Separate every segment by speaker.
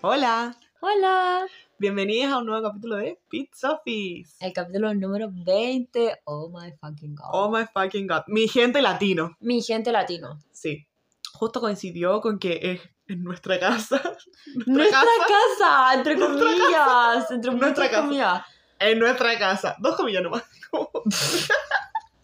Speaker 1: Hola,
Speaker 2: Hola,
Speaker 1: bienvenidos a un nuevo capítulo de Pizza Office.
Speaker 2: el capítulo número 20. Oh my fucking god.
Speaker 1: Oh my fucking god. Mi gente latino.
Speaker 2: Mi gente latino.
Speaker 1: Sí. Justo coincidió con que es en nuestra casa. Nuestra,
Speaker 2: Nuestra
Speaker 1: casa.
Speaker 2: casa, entre
Speaker 1: Nuestra
Speaker 2: comillas. Entre
Speaker 1: Nuestra
Speaker 2: muchas
Speaker 1: casa.
Speaker 2: comillas.
Speaker 1: En nuestra casa. Dos comillas nomás.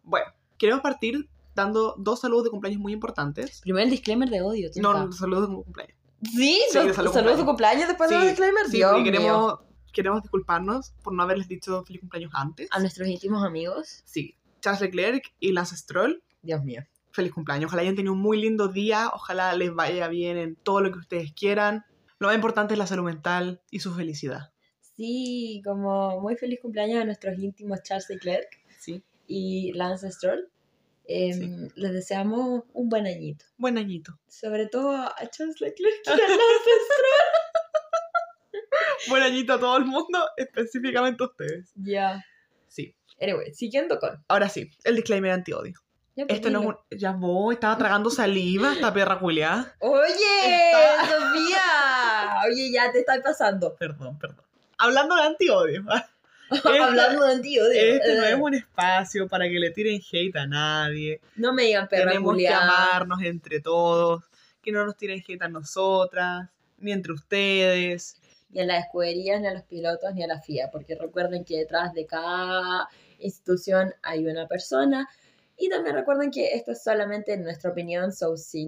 Speaker 1: bueno, queremos partir dando dos saludos de cumpleaños muy importantes.
Speaker 2: Primero el disclaimer de odio.
Speaker 1: No,
Speaker 2: tonta.
Speaker 1: no, saludos de cumpleaños.
Speaker 2: Sí,
Speaker 1: Sí,
Speaker 2: los-
Speaker 1: de salud
Speaker 2: saludos de
Speaker 1: cumpleaños.
Speaker 2: cumpleaños después de
Speaker 1: Sí,
Speaker 2: los disclaimers.
Speaker 1: Sí,
Speaker 2: Dios
Speaker 1: porque
Speaker 2: mío.
Speaker 1: queremos, queremos disculparnos por no haberles dicho feliz cumpleaños antes.
Speaker 2: A nuestros íntimos amigos.
Speaker 1: Sí. Charles Leclerc y Lance Stroll.
Speaker 2: Dios mío.
Speaker 1: feliz cumpleaños. Ojalá hayan tenido un muy lindo día, ojalá les vaya bien en todo lo que ustedes quieran. Lo más importante es la salud mental y su felicidad.
Speaker 2: Sí, como muy feliz cumpleaños a nuestros íntimos Charles y Clerk
Speaker 1: Sí.
Speaker 2: y Lance Stroll. Em,
Speaker 1: Sí.
Speaker 2: Les deseamos un buen añito.
Speaker 1: Buen añito.
Speaker 2: Sobre todo a Charles Leclerc y a Lance Stroll.
Speaker 1: Buen añito a todo el mundo, específicamente a ustedes.
Speaker 2: Ya.
Speaker 1: Sí.
Speaker 2: Anyway, siguiendo con.
Speaker 1: Ahora sí, el disclaimer antiodio.
Speaker 2: Ya, pues,
Speaker 1: Este no es
Speaker 2: dilo.
Speaker 1: un... Ya voy, estaba tragando saliva esta perra culiada.
Speaker 2: ¡Oye!
Speaker 1: Está-
Speaker 2: ¡Sofía! Oye, ya te está pasando.
Speaker 1: Perdón, perdón. Hablando de antiodio. Este-
Speaker 2: Hablando de ti, odio.
Speaker 1: Este no
Speaker 2: Eh,
Speaker 1: es un espacio para que le tiren hate a nadie.
Speaker 2: no me digan perra
Speaker 1: tenemos que
Speaker 2: culiada.
Speaker 1: amarnos entre todos, que no nos tiren hate a nosotras, ni entre ustedes.
Speaker 2: Ni a las escuderías, ni a los pilotos, ni a la FIA. Porque recuerden que detrás de cada institución hay una persona. Y también recuerden que esto es solamente nuestra opinión. So, si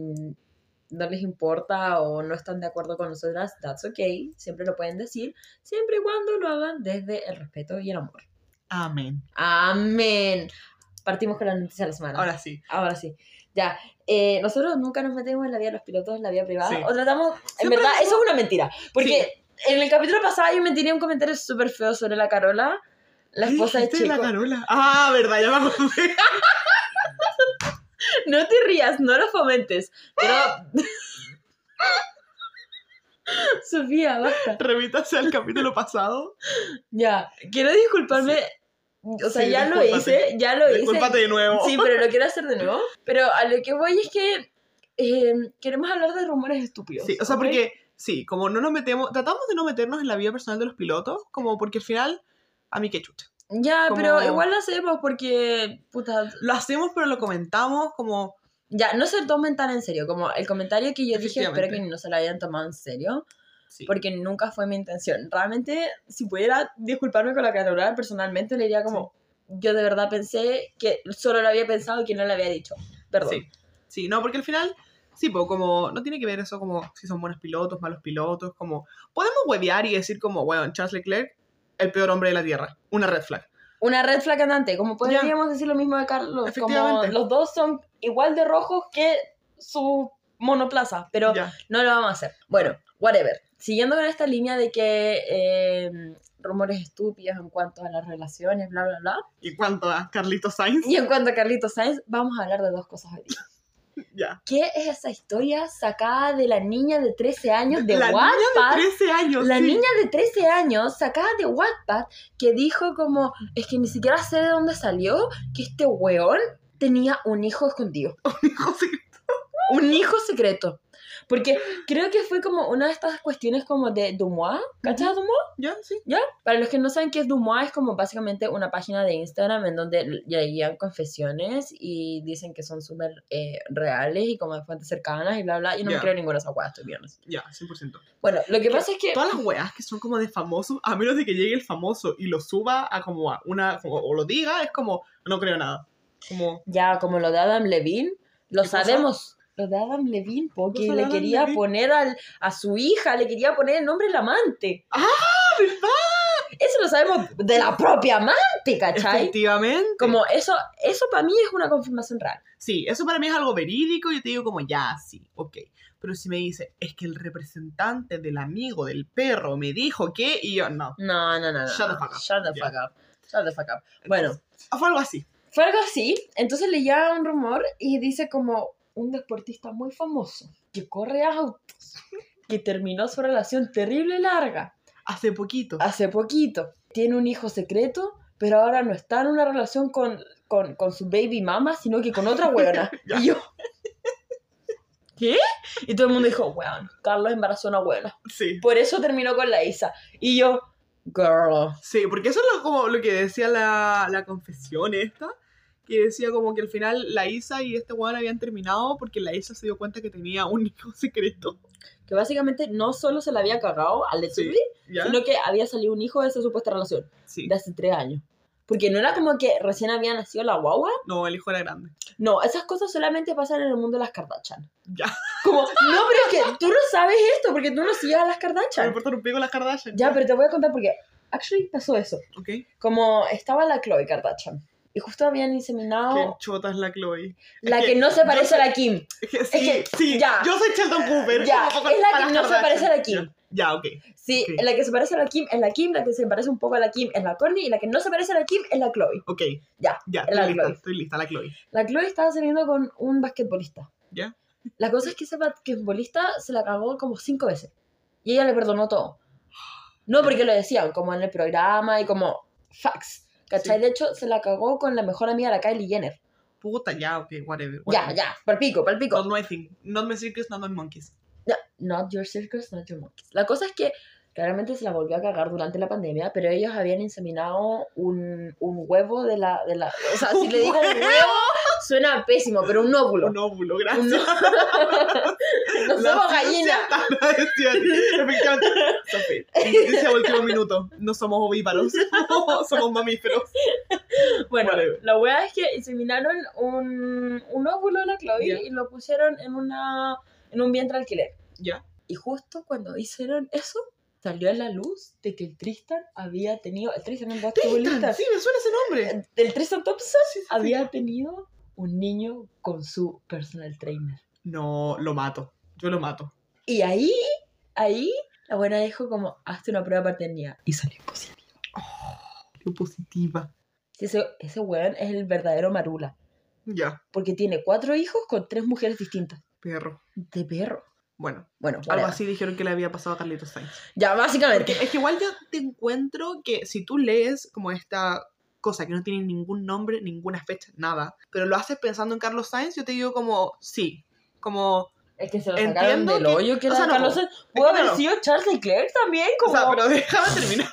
Speaker 2: no les importa o no están de acuerdo con nosotras, that's okay. Siempre lo pueden decir. Siempre y cuando lo hagan desde el respeto y el amor.
Speaker 1: Amén.
Speaker 2: Amén. Partimos con la noticia de la semana.
Speaker 1: Ahora sí.
Speaker 2: Ahora sí. Ya. Eh, nosotros nunca nos metemos en la vida de los pilotos, en la vida privada.
Speaker 1: Sí.
Speaker 2: O tratamos. En
Speaker 1: Siempre
Speaker 2: verdad,
Speaker 1: decimos-
Speaker 2: eso es una mentira. Porque en el capítulo pasado yo me tiré un comentario súper feo sobre la Carola, la
Speaker 1: ¿Qué
Speaker 2: esposa de
Speaker 1: dijiste
Speaker 2: Chico.
Speaker 1: la Carola? Ah, verdad, ya me acordé.
Speaker 2: No te rías, no lo fomentes. Pero. Sofía, basta.
Speaker 1: Remítase al capítulo pasado.
Speaker 2: Ya. Quiero disculparme. O sea,
Speaker 1: Sí,
Speaker 2: ya lo
Speaker 1: discúlpate.
Speaker 2: hice, ya lo hice.
Speaker 1: Disculpate de nuevo.
Speaker 2: Sí, pero lo quiero hacer de nuevo. Pero a lo que voy es que eh, queremos hablar de rumores estúpidos.
Speaker 1: Sí, o sea,
Speaker 2: ¿ok?
Speaker 1: porque, sí, como no nos metemos, tratamos de no meternos en la vida personal de los pilotos, como porque al final, a mí qué chucha.
Speaker 2: Ya,
Speaker 1: como-
Speaker 2: pero igual lo hacemos porque, puta,
Speaker 1: Lo hacemos, pero lo comentamos como,
Speaker 2: ya, no se tomen tan en serio, como el comentario que yo dije, espero que
Speaker 1: Efectivamente.
Speaker 2: no se lo hayan tomado en serio,
Speaker 1: sí,
Speaker 2: porque nunca fue mi intención. Realmente, si pudiera disculparme con la Carola, personalmente le diría como, yo de verdad pensé que solo lo había pensado y que no lo había dicho. Perdón.
Speaker 1: Sí, sí, no, porque al final, sí, po, como no tiene que ver eso como si son buenos pilotos, malos pilotos, como podemos huevear y decir como, bueno, Charles Leclerc, el peor hombre de la Tierra, una red flag.
Speaker 2: Una red flag andante, como podríamos decir lo mismo de Carlos, como
Speaker 1: Efectivamente.
Speaker 2: los dos son igual de rojos que su monoplaza, pero
Speaker 1: Ya.
Speaker 2: No lo vamos a hacer. Bueno, whatever. Siguiendo con esta línea de que eh, rumores estúpidos en cuanto a las relaciones, bla, bla, bla.
Speaker 1: ¿Y cuánto a Carlito Sainz?
Speaker 2: Y en cuanto a Carlitos Sainz, vamos a hablar de dos cosas hoy día.
Speaker 1: Ya.
Speaker 2: ¿Qué es esa historia sacada de la niña de 13 años de
Speaker 1: la
Speaker 2: WhatsApp?
Speaker 1: niña de 13 años.
Speaker 2: La
Speaker 1: sí.
Speaker 2: niña de 13 años, sacada de Wattpad, que dijo como, es que ni siquiera sé de dónde salió, que este weón tenía un hijo escondido.
Speaker 1: Sí.
Speaker 2: Un hijo secreto. Porque creo que fue como una de estas cuestiones como de Dumois, ¿cachas Dumois?
Speaker 1: Ya, sí.
Speaker 2: Para los que no saben qué es Dumois, es como básicamente una página de Instagram en donde llegan confesiones y dicen que son súper eh, reales y como de fuentes cercanas y bla, bla. Yo no
Speaker 1: Ya.
Speaker 2: me creo ninguna de esas weas, estoy bien.
Speaker 1: Ya, 100%.
Speaker 2: Bueno, lo que pasa es que...
Speaker 1: Todas las weas que son como de famosos, a menos de que llegue el famoso y lo suba a como a una, como- o lo diga, es como, no creo nada. Como,
Speaker 2: Ya, como lo de Adam Levine, lo
Speaker 1: ¿Qué cosa?
Speaker 2: sabemos. Lo de Adam Levine, porque
Speaker 1: Cosa de
Speaker 2: le
Speaker 1: Adam
Speaker 2: quería
Speaker 1: Levine.
Speaker 2: poner al, a su hija, le quería poner el nombre del amante.
Speaker 1: ¡ah, verdad!
Speaker 2: Eso lo sabemos de la propia amante, ¿cachai?
Speaker 1: Efectivamente.
Speaker 2: Como eso, eso para mí es una confirmación real.
Speaker 1: Sí, eso para mí es algo verídico, yo te digo como, ya, sí, ok. Pero si me dice, es que el representante del amigo del perro me dijo que, y yo, no.
Speaker 2: No, no, no. no.
Speaker 1: Shut the fuck up.
Speaker 2: Shut the
Speaker 1: Ya.
Speaker 2: fuck up. Shut the fuck up. Bueno,
Speaker 1: Ah, Fue algo así.
Speaker 2: fue algo así. Entonces le llega un rumor y dice como un deportista muy famoso que corre autos, que terminó su relación terrible larga
Speaker 1: Hace poquito.
Speaker 2: hace poquito. Tiene un hijo secreto, pero ahora no está en una relación con, con, con su baby mama, sino que con otra huevona.
Speaker 1: Ya.
Speaker 2: y yo... ¿Qué? Y todo el mundo dijo, weón, Carlos embarazó a una buena.
Speaker 1: Sí.
Speaker 2: Por eso terminó con la Isa. Y yo, girl.
Speaker 1: Sí, porque eso es lo, como lo que decía la, la confesión esta, que decía como que al final la Isa y este weón habían terminado porque la Isa se dio cuenta que tenía un hijo secreto.
Speaker 2: Que básicamente no solo se la había cagado al de
Speaker 1: Sí. ¿Ya?
Speaker 2: sino que había salido un hijo de esa supuesta relación,
Speaker 1: Sí.
Speaker 2: de hace tres años. Porque no era como que recién había nacido la guagua.
Speaker 1: No, el hijo era grande.
Speaker 2: No, esas cosas solamente pasan en el mundo de las Kardashian.
Speaker 1: Ya.
Speaker 2: Como, no, pero es que tú no sabes esto porque tú no sigues a las
Speaker 1: Me
Speaker 2: Kardashian.
Speaker 1: importaron un pico las Kardashian.
Speaker 2: Ya, pero te voy a contar porque actually pasó eso.
Speaker 1: Ok. Qué
Speaker 2: Como estaba la Chloe Kardashian y justo habían inseminado
Speaker 1: chota es la Chloe.
Speaker 2: la
Speaker 1: que
Speaker 2: que, no se
Speaker 1: yo
Speaker 2: parece a la Kim.
Speaker 1: Es que sí,
Speaker 2: que,
Speaker 1: sí.
Speaker 2: ya.
Speaker 1: Yo soy Sheldon Cooper.
Speaker 2: Ya,
Speaker 1: como
Speaker 2: es la
Speaker 1: para
Speaker 2: que
Speaker 1: las
Speaker 2: no se parece a la
Speaker 1: Kardashian.
Speaker 2: Kim.
Speaker 1: Ya, ok.
Speaker 2: Sí,
Speaker 1: Ok.
Speaker 2: la que se parece a la Kim es la Kim, la que se parece un poco a la Kim es la Courtney y la que no se parece a la Kim es la Chloe.
Speaker 1: Ok.
Speaker 2: Ya,
Speaker 1: Ya,
Speaker 2: la
Speaker 1: estoy lista.
Speaker 2: Chloe.
Speaker 1: Estoy lista, la Chloe.
Speaker 2: La Chloe estaba saliendo con un basquetbolista.
Speaker 1: Ya.
Speaker 2: La cosa es que ese basquetbolista se la cagó como cinco veces. Y ella le perdonó todo. No porque lo decían, como en el programa y como facts. ¿Cachai?
Speaker 1: Sí.
Speaker 2: De hecho, se la cagó con la mejor amiga de la Kylie Jenner.
Speaker 1: Puta, ya, ok, whatever.
Speaker 2: Ya,
Speaker 1: whatever.
Speaker 2: ya, palpico, palpico.
Speaker 1: Not my thing. Not my circus, not my monkeys.
Speaker 2: Ya, Not your circus, not your monkeys. La cosa es que claramente se la volvió a cagar durante la pandemia, pero ellos habían inseminado un, un huevo de la, de la... O sea, si le digo un huevo, suena pésimo, pero un óvulo.
Speaker 1: Un óvulo,
Speaker 2: Un
Speaker 1: gracias.
Speaker 2: óvulo. no
Speaker 1: La
Speaker 2: somos
Speaker 1: ciencia
Speaker 2: gallinas.
Speaker 1: está agradecida a ti. Efectivamente. Sofi, noticia de último minuto. No somos ovíparos. somos mamíferos.
Speaker 2: Bueno,
Speaker 1: Whatever.
Speaker 2: la wea es que inseminaron un, un óvulo de la Chloe
Speaker 1: Ya.
Speaker 2: y lo pusieron en, una, en un vientre alquiler.
Speaker 1: Ya.
Speaker 2: Y justo cuando hicieron eso, salió a la luz de que el Tristan había tenido. El Tristan, el basquetbolista.
Speaker 1: Tristan, sí, me suena ese nombre.
Speaker 2: El Tristan Thompson
Speaker 1: Sí, sí, sí.
Speaker 2: había tenido un niño con su personal trainer.
Speaker 1: No, lo mato. Yo lo mato.
Speaker 2: Y ahí, ahí, la buena dijo como, hazte una prueba de paternidad. Y salió posible.
Speaker 1: Qué positiva.
Speaker 2: Sí, Ese, ese weón es el verdadero Marula.
Speaker 1: Ya,
Speaker 2: Porque tiene cuatro hijos con tres mujeres distintas.
Speaker 1: perro.
Speaker 2: De perro.
Speaker 1: Bueno,
Speaker 2: Bueno,
Speaker 1: algo
Speaker 2: whatever.
Speaker 1: así dijeron que le había pasado a Carlitos Sainz.
Speaker 2: Ya,
Speaker 1: Porque
Speaker 2: básicamente.
Speaker 1: es que igual yo te encuentro que si tú lees como esta cosa que no tiene ningún nombre, ninguna fecha, nada, pero lo haces pensando en Carlos Sainz, yo te digo como, sí, como,
Speaker 2: Es que se lo
Speaker 1: Entiendo
Speaker 2: sacaron del
Speaker 1: que-
Speaker 2: hoyo que
Speaker 1: o
Speaker 2: era
Speaker 1: sea, no,
Speaker 2: Carlos Sainz. Pudo
Speaker 1: es que
Speaker 2: haber
Speaker 1: no.
Speaker 2: sido Charles Leclerc también, como...
Speaker 1: o sea, pero déjame terminar,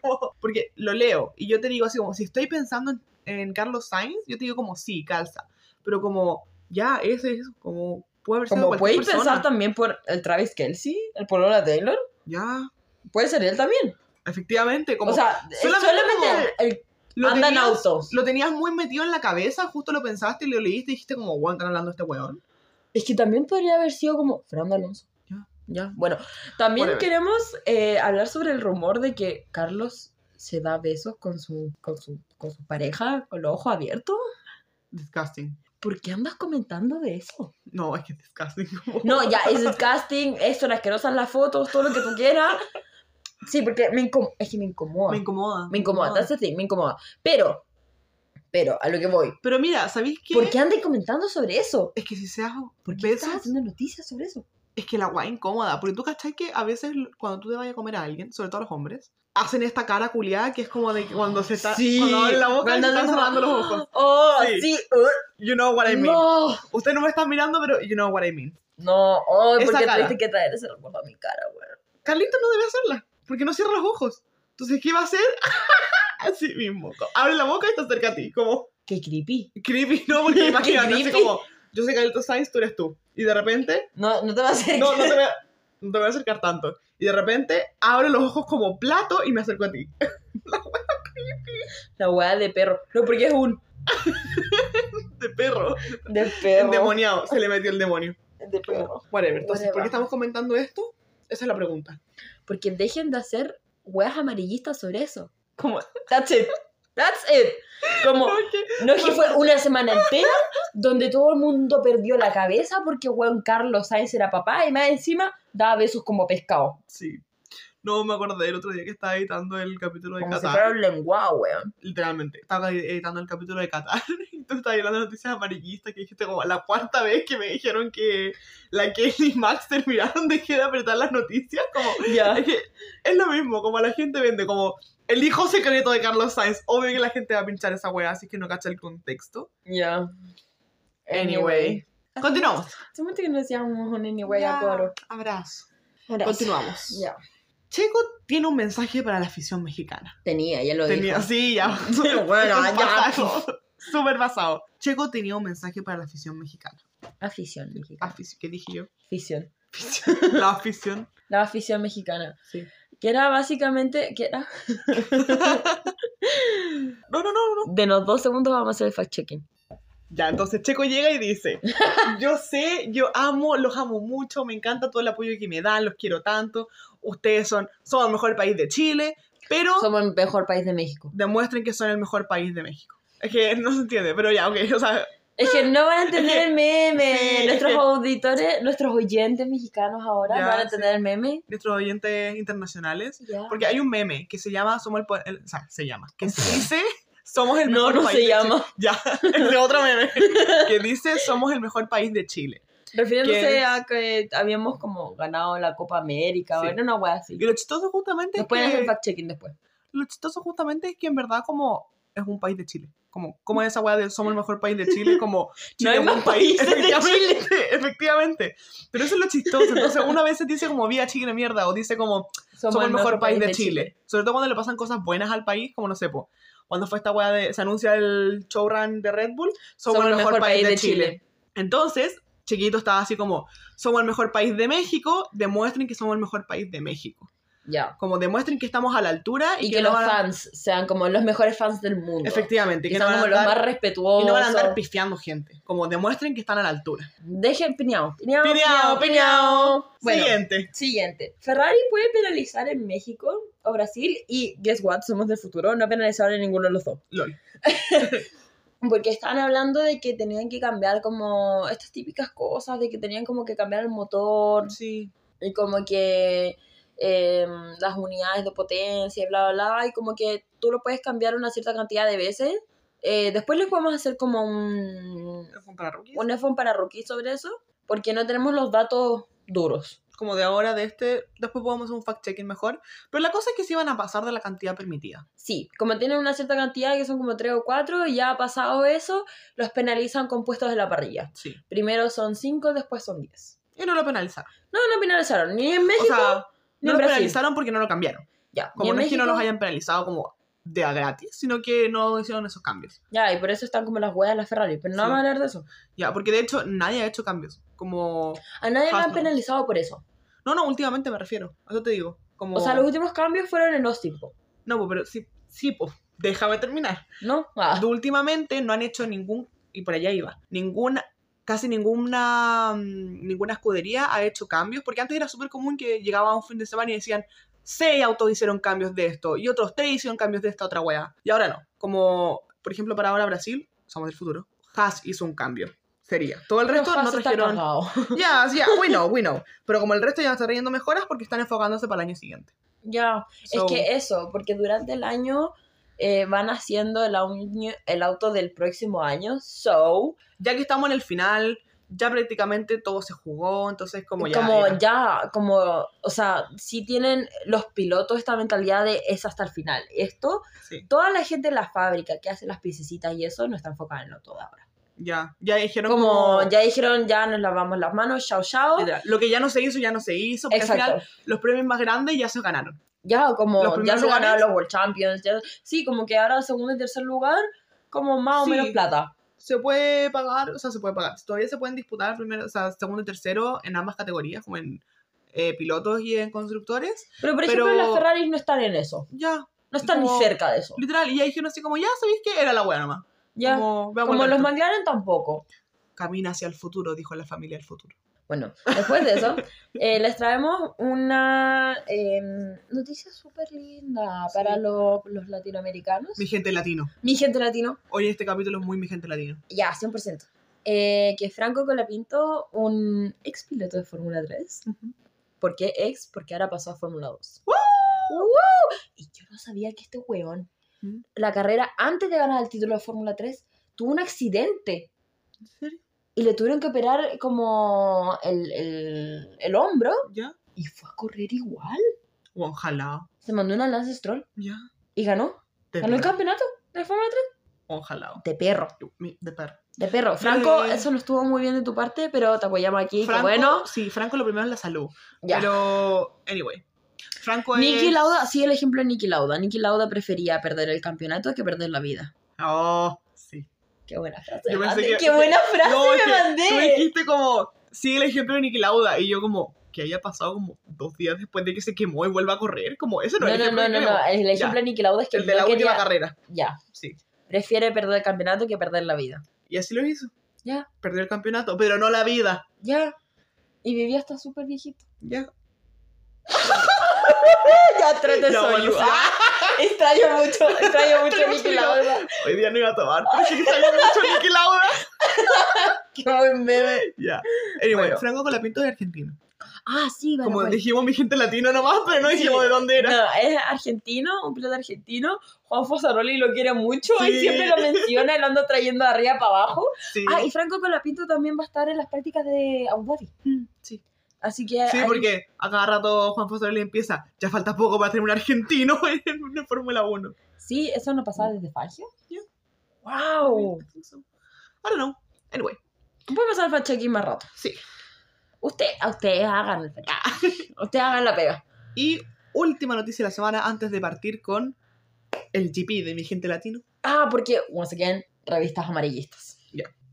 Speaker 1: como, porque lo leo y yo te digo así como, si estoy pensando en, en Carlos Sainz, yo te digo como, sí, calza, pero como, ya, ese es como, puede haber sido
Speaker 2: como puede
Speaker 1: cualquier persona.
Speaker 2: pensar también por el Travis Kelsey, el Polola Taylor.
Speaker 1: Ya,
Speaker 2: Puede ser él también.
Speaker 1: efectivamente, como,
Speaker 2: o sea, es
Speaker 1: solamente
Speaker 2: solamente, el, el
Speaker 1: lo
Speaker 2: anda en
Speaker 1: tenías-
Speaker 2: autos.
Speaker 1: Lo tenías muy metido en la cabeza, justo lo pensaste y lo leíste y dijiste como, bueno, están hablando de este weón.
Speaker 2: Es que también podría haber sido como Fernando Alonso.
Speaker 1: Ya.
Speaker 2: Ya, bueno. También
Speaker 1: Whatever.
Speaker 2: queremos eh, hablar sobre el rumor de que Carlos se da besos con su, con su, con su pareja, con los ojos abiertos.
Speaker 1: Disgusting.
Speaker 2: ¿Por qué andas comentando de eso?
Speaker 1: No, es que es disgusting. como-
Speaker 2: No, ya, es disgusting, es son asquerosas las fotos, todo lo que tú quieras. Sí, porque me incom- es que me incomoda.
Speaker 1: Me
Speaker 2: Me incomoda,
Speaker 1: incomoda.
Speaker 2: that's the thing, me incomoda. Pero, pero, a lo que voy.
Speaker 1: Pero mira, ¿sabéis qué?
Speaker 2: ¿Por qué andas comentando sobre eso?
Speaker 1: Es que si seas
Speaker 2: ¿Por qué estás
Speaker 1: besos,
Speaker 2: haciendo noticias sobre eso?
Speaker 1: es que la guay incómoda. Porque tú cachai que a veces l- cuando tú te vayas a comer a alguien, sobre todo a los hombres, hacen esta cara culiada que es como de que cuando se está
Speaker 2: Sí.
Speaker 1: cuando abren la boca y
Speaker 2: Cuando
Speaker 1: se están
Speaker 2: andan
Speaker 1: cerrando los
Speaker 2: como-
Speaker 1: ojos.
Speaker 2: ¡Oh,
Speaker 1: Sí.
Speaker 2: sí!
Speaker 1: You know what I
Speaker 2: uh,
Speaker 1: mean.
Speaker 2: ¡No!
Speaker 1: Usted no me está mirando, pero you know what I mean.
Speaker 2: No, oh,
Speaker 1: Esa
Speaker 2: ¿por qué
Speaker 1: cara.
Speaker 2: tuviste que traer ese recuerdo a mi cara, güey?
Speaker 1: Carlito no debe hacerla, porque no cierra los ojos. Entonces, ¿qué va a hacer? Así mismo. Abre la boca y está cerca a ti. Como,
Speaker 2: Qué creepy.
Speaker 1: creepy, ¿no? Porque
Speaker 2: Qué
Speaker 1: imagínate, así
Speaker 2: creepy.
Speaker 1: como, yo soy Carlito Sainz, tú eres tú. Y de repente,
Speaker 2: No, no te vas a hacer
Speaker 1: no, no te, voy a, no te voy a acercar tanto. Y de repente abro los ojos como plato y me acerco a ti.
Speaker 2: la weá de perro. No, porque es un
Speaker 1: De perro.
Speaker 2: de perro.
Speaker 1: Endemoniado. Se le metió el demonio.
Speaker 2: De perro.
Speaker 1: Whatever. Entonces, ¿por
Speaker 2: Whatever.
Speaker 1: qué estamos comentando esto? Esa es la pregunta.
Speaker 2: Porque dejen de hacer weas amarillistas sobre eso. Como, that's it. That's it. Como,
Speaker 1: Porque
Speaker 2: no es que fue una semana entera donde todo el mundo perdió la cabeza porque weón Carlos Sainz era papá y más encima daba besos como pescado.
Speaker 1: Sí. No me acordé del otro día que estaba editando el capítulo de
Speaker 2: Como si
Speaker 1: Qatar.
Speaker 2: fuera un lenguado, weón.
Speaker 1: Literalmente. Estaba editando el capítulo de Qatar. Y tú estabas hablando de noticias amarillistas que dijiste como la cuarta vez que me dijeron que la Kelly y Max terminaron de que de apretar las noticias. Como,
Speaker 2: Ya.
Speaker 1: Es que es lo mismo, como la gente vende, como el hijo secreto de Carlos Sainz. Obvio que la gente va a pinchar esa weá, así que no cacha el contexto.
Speaker 2: Ya.
Speaker 1: Anyway.
Speaker 2: Hace
Speaker 1: Continuamos.
Speaker 2: hace mucho que no hacíamos un anyway
Speaker 1: Ya,
Speaker 2: a coro.
Speaker 1: Abrazo.
Speaker 2: Ahora sí.
Speaker 1: Continuamos.
Speaker 2: Ya.
Speaker 1: Checo tiene un mensaje para la afición mexicana.
Speaker 2: Tenía, ya lo
Speaker 1: Tenía,
Speaker 2: dijo.
Speaker 1: sí, ya.
Speaker 2: Bueno, ya.
Speaker 1: Súper
Speaker 2: pues.
Speaker 1: pasado. Súper pasado. Checo tenía un mensaje para la afición mexicana.
Speaker 2: Afición mexicana.
Speaker 1: Afici- ¿Qué dije yo?
Speaker 2: Afición.
Speaker 1: Afición. La afición.
Speaker 2: La afición mexicana.
Speaker 1: Sí.
Speaker 2: Que era básicamente. Que era...
Speaker 1: No, no, no, no.
Speaker 2: De los dos segundos vamos a hacer el fact-checking.
Speaker 1: Ya, entonces Checo llega y dice, yo sé, yo amo, los amo mucho, me encanta todo el apoyo que me dan, los quiero tanto, ustedes son, somos el mejor país de Chile, pero
Speaker 2: Somos el mejor país de México.
Speaker 1: demuestren que son el mejor país de México. Es que no se entiende, pero ya, ok, o sea,
Speaker 2: Es que no van a entender el meme.
Speaker 1: Sí.
Speaker 2: Nuestros auditores, nuestros oyentes mexicanos ahora
Speaker 1: Ya,
Speaker 2: no van a entender el meme.
Speaker 1: nuestros oyentes internacionales,
Speaker 2: Ya.
Speaker 1: porque hay un meme que se llama, somos el, po- el- o sea, se llama, que se dice, somos el
Speaker 2: No,
Speaker 1: mejor
Speaker 2: no
Speaker 1: país
Speaker 2: se
Speaker 1: de
Speaker 2: llama.
Speaker 1: Chile". Ya, es de otro meme, que dice, somos el mejor país de Chile.
Speaker 2: Refiriéndose
Speaker 1: ¿Qué?
Speaker 2: a que habíamos como ganado la Copa América o
Speaker 1: Sí.
Speaker 2: era una wea así.
Speaker 1: Y lo chistoso justamente
Speaker 2: Nos pueden
Speaker 1: es que...
Speaker 2: hacer fact-checking después.
Speaker 1: lo chistoso justamente es que en verdad como es un país de Chile. Como, como es esa weá de somos el mejor país de Chile, como Chile
Speaker 2: hay
Speaker 1: es
Speaker 2: más
Speaker 1: un país.
Speaker 2: países de
Speaker 1: efectivamente, efectivamente. Pero eso es lo chistoso. Entonces uno a veces dice como vía Chile mierda o dice como somos, el mejor, país, de, Chile. Sobre todo cuando le pasan cosas buenas al país, como no sé, po, cuando fue esta weá de se anuncia el showrun de Red Bull, somos, el mejor, país, de, Chile. Entonces, chiquito estaba así como somos el mejor país de México, demuestren que somos el mejor país de México.
Speaker 2: Ya.
Speaker 1: Como demuestren que estamos a la altura y,
Speaker 2: Y, que, los
Speaker 1: van a-
Speaker 2: fans sean como los mejores fans del mundo.
Speaker 1: Efectivamente,
Speaker 2: Que
Speaker 1: que no
Speaker 2: sean
Speaker 1: van, a
Speaker 2: como los más
Speaker 1: andar,
Speaker 2: respetuosos.
Speaker 1: y no van a andar pifiando gente. Como demuestren que están a la altura.
Speaker 2: Dejen piñao. Piñao,
Speaker 1: Piñao,
Speaker 2: piñao, piñao. Bueno,
Speaker 1: Siguiente.
Speaker 2: Siguiente. Ferrari puede penalizar en México o Brasil y guess what, somos del futuro, no penalizaron en ninguno de los dos.
Speaker 1: LOL.
Speaker 2: Porque estaban hablando de que tenían que cambiar como estas típicas cosas, de que tenían como que cambiar el motor
Speaker 1: Sí.
Speaker 2: y como que em, las unidades de potencia y bla, bla, bla, y como que tú lo puedes cambiar una cierta cantidad de veces. Eh, después les podemos hacer como un, un iPhone para rookies sobre eso, porque no tenemos los datos duros.
Speaker 1: Como de ahora, de este. Después podemos hacer un fact-checking mejor. Pero la cosa es que se iban a pasar de la cantidad permitida.
Speaker 2: Sí, como tienen una cierta cantidad, que son como tres o cuatro, y ya ha pasado eso, los penalizan con puestos de la parrilla.
Speaker 1: Sí.
Speaker 2: Primero son cinco, después son diez.
Speaker 1: Y no lo penalizaron.
Speaker 2: No, no penalizaron, ni en
Speaker 1: O
Speaker 2: México,
Speaker 1: sea,
Speaker 2: ni en
Speaker 1: no lo
Speaker 2: Brasil.
Speaker 1: penalizaron porque no lo cambiaron.
Speaker 2: Ya, ni
Speaker 1: Como
Speaker 2: en
Speaker 1: no es que no
Speaker 2: México.
Speaker 1: los hayan penalizado como de a gratis, sino que no hicieron esos cambios.
Speaker 2: Ya, y por eso están como las huevas de las Ferrari, pero no
Speaker 1: Sí.
Speaker 2: vamos a hablar de eso.
Speaker 1: Ya, porque de hecho nadie ha hecho cambios. Como.
Speaker 2: A nadie le han
Speaker 1: Hasbro.
Speaker 2: penalizado por eso.
Speaker 1: No, no, últimamente me refiero. A Eso te digo. Como...
Speaker 2: O sea, los últimos cambios fueron en Austin, po,
Speaker 1: No, po, pero sí, sí, po. Déjame terminar.
Speaker 2: ¿no? Ah,
Speaker 1: de últimamente no han hecho ningún, y por allá iba, ninguna, casi ninguna, mm, ninguna escudería ha hecho cambios, porque antes era súper común que llegaba un fin de semana y decían, seis autos hicieron cambios de esto, y otros tres hicieron cambios de esta otra wea. Y ahora no, como, por ejemplo, para ahora Brasil, somos del futuro, Haas hizo un cambio. Sería. Todo el resto
Speaker 2: Haas
Speaker 1: no
Speaker 2: está
Speaker 1: trajeron.
Speaker 2: cagado.
Speaker 1: Ya, ya, we know, we know. Pero como el resto ya no está trayendo mejoras porque están enfocándose para el año siguiente.
Speaker 2: Ya,
Speaker 1: So-
Speaker 2: es que eso, porque durante el año eh, van haciendo el, año- el auto del próximo año, so...
Speaker 1: Ya que estamos en el final, ya prácticamente todo se jugó, entonces como ya.
Speaker 2: como
Speaker 1: era.
Speaker 2: ya, como, o sea, si tienen los pilotos esta mentalidad de es hasta el final. Esto,
Speaker 1: Sí.
Speaker 2: toda la gente en la fábrica que hace las piececitas y eso no está enfocada en lo todo ahora.
Speaker 1: Ya, ya dijeron
Speaker 2: Como, ya dijeron, ya nos lavamos las manos, chao, chao.
Speaker 1: Literal, Lo que ya no se hizo, ya no se hizo. Porque al
Speaker 2: Exacto.
Speaker 1: final, los premios más grandes ya se ganaron.
Speaker 2: Ya, como,
Speaker 1: Los
Speaker 2: ya
Speaker 1: primeros
Speaker 2: se ganaron
Speaker 1: lugares.
Speaker 2: los World Champions. ya- sí, como que ahora segundo y tercer lugar, como más o
Speaker 1: Sí.
Speaker 2: menos plata.
Speaker 1: Se puede pagar, o sea, se puede pagar. Todavía se pueden disputar primero, o sea, segundo y tercero en ambas categorías, como en eh, pilotos y en constructores.
Speaker 2: Pero, por
Speaker 1: Pero-
Speaker 2: ejemplo, las Ferraris no están en eso.
Speaker 1: Ya,
Speaker 2: No están
Speaker 1: Como-
Speaker 2: ni cerca de eso.
Speaker 1: literal. Y ya dijeron así como, ya sabéis que era la buena nomás.
Speaker 2: Ya. Como,
Speaker 1: Como, veamos el
Speaker 2: los
Speaker 1: resto.
Speaker 2: McLaren tampoco.
Speaker 1: Camina hacia el futuro, dijo la familia del futuro.
Speaker 2: Bueno, después de eso, eh, les traemos una eh, noticia súper linda
Speaker 1: Sí.
Speaker 2: para lo- los latinoamericanos.
Speaker 1: Mi
Speaker 2: Mi,
Speaker 1: gente latino.
Speaker 2: gente latino,
Speaker 1: Hoy este capítulo es muy mi gente latino.
Speaker 2: ya, 100%. Eh, que Franco Colapinto, un ex piloto de Fórmula 3.
Speaker 1: Ujú.
Speaker 2: ¿Por qué ex? Porque ahora pasó a Fórmula 2. ¡Woo! Y yo no sabía que este hueón,
Speaker 1: ¿Mm?
Speaker 2: la carrera antes de ganar el título de Fórmula 3, tuvo un accidente.
Speaker 1: ¿En serio?
Speaker 2: Y le tuvieron que operar como el, el, el hombro.
Speaker 1: ¿Ya?
Speaker 2: Y fue a correr igual.
Speaker 1: Ojalá.
Speaker 2: se mandó una Lance Stroll
Speaker 1: ¿Ya?
Speaker 2: y ganó.
Speaker 1: De
Speaker 2: Ganó el
Speaker 1: verdad.
Speaker 2: campeonato de Fórmula
Speaker 1: Ojalá.
Speaker 2: De perro.
Speaker 1: Mi- De perro.
Speaker 2: De perro. Franco,
Speaker 1: Eh.
Speaker 2: eso no estuvo muy bien de tu parte, pero te apoyamos aquí. que
Speaker 1: Franco,
Speaker 2: bueno,
Speaker 1: Sí, Franco lo primero es la salud.
Speaker 2: ya.
Speaker 1: Pero, pues- anyway. Franco es...
Speaker 2: Niki Lauda, sí, el ejemplo de Niki Lauda. Niki Lauda prefería perder el campeonato que perder la vida.
Speaker 1: Oh, sí.
Speaker 2: Qué buena frase.
Speaker 1: Yo pensé
Speaker 2: Mate,
Speaker 1: que-
Speaker 2: Qué buena frase
Speaker 1: No, es
Speaker 2: me
Speaker 1: que Tú me
Speaker 2: mandé.
Speaker 1: dijiste como, sigue el ejemplo de Niki Lauda. Y yo como, que haya pasado como dos días después de que se quemó y vuelva a correr. Como, eso no,
Speaker 2: No,
Speaker 1: es
Speaker 2: no,
Speaker 1: el ejemplo
Speaker 2: no,
Speaker 1: de
Speaker 2: no,
Speaker 1: Niki
Speaker 2: no.
Speaker 1: Lauda.
Speaker 2: El ejemplo
Speaker 1: Ya.
Speaker 2: de Niki Lauda es que
Speaker 1: El de
Speaker 2: no
Speaker 1: la última
Speaker 2: quería-
Speaker 1: carrera.
Speaker 2: Ya.
Speaker 1: Sí.
Speaker 2: Prefiere perder el campeonato que perder la vida.
Speaker 1: Y así lo hizo.
Speaker 2: Ya.
Speaker 1: Perdió el campeonato, pero no la vida.
Speaker 2: Ya. Y vivía hasta súper viejito.
Speaker 1: Ya.
Speaker 2: Ya, trate
Speaker 1: No,
Speaker 2: soy
Speaker 1: bueno,
Speaker 2: yo.
Speaker 1: sí.
Speaker 2: Ah, extraño mucho, extraño mucho a Niki Lauda.
Speaker 1: Hoy día no iba a tomar, pero sí que salió mucho Niki Lauda.
Speaker 2: Qué buen meme.
Speaker 1: Ya. Anyway,
Speaker 2: Bueno.
Speaker 1: Franco con la pinta de argentino.
Speaker 2: Ah, sí, vale.
Speaker 1: Como
Speaker 2: bueno.
Speaker 1: dijimos mi gente latina nomás, pero no
Speaker 2: Sí.
Speaker 1: dijimos de dónde era.
Speaker 2: No, es argentino, un piloto argentino. Juan Fosaroli lo quiere mucho y
Speaker 1: Sí.
Speaker 2: siempre lo menciona y lo anda trayendo de arriba para abajo.
Speaker 1: Sí.
Speaker 2: Ah, y Franco Colapinto también va a estar en las prácticas de Abu Dhabi.
Speaker 1: Mm, Sí,
Speaker 2: Así que.
Speaker 1: Sí,
Speaker 2: ahí-
Speaker 1: porque a cada rato Juan Fosor le empieza, ya falta poco para tener un argentino en una Fórmula 1.
Speaker 2: Sí, eso no pasaba desde Fangio.
Speaker 1: Yeah.
Speaker 2: ¡Wow!
Speaker 1: I think so. I don't know. Anyway,
Speaker 2: Puede pasar el fact-checking más rato.
Speaker 1: sí.
Speaker 2: Usted, a ustedes hagan el fact-checking. Ustedes hagan la pega.
Speaker 1: Y última noticia de la semana antes de partir con el GP de mi gente latino.
Speaker 2: Ah, porque, once again, revistas amarillistas.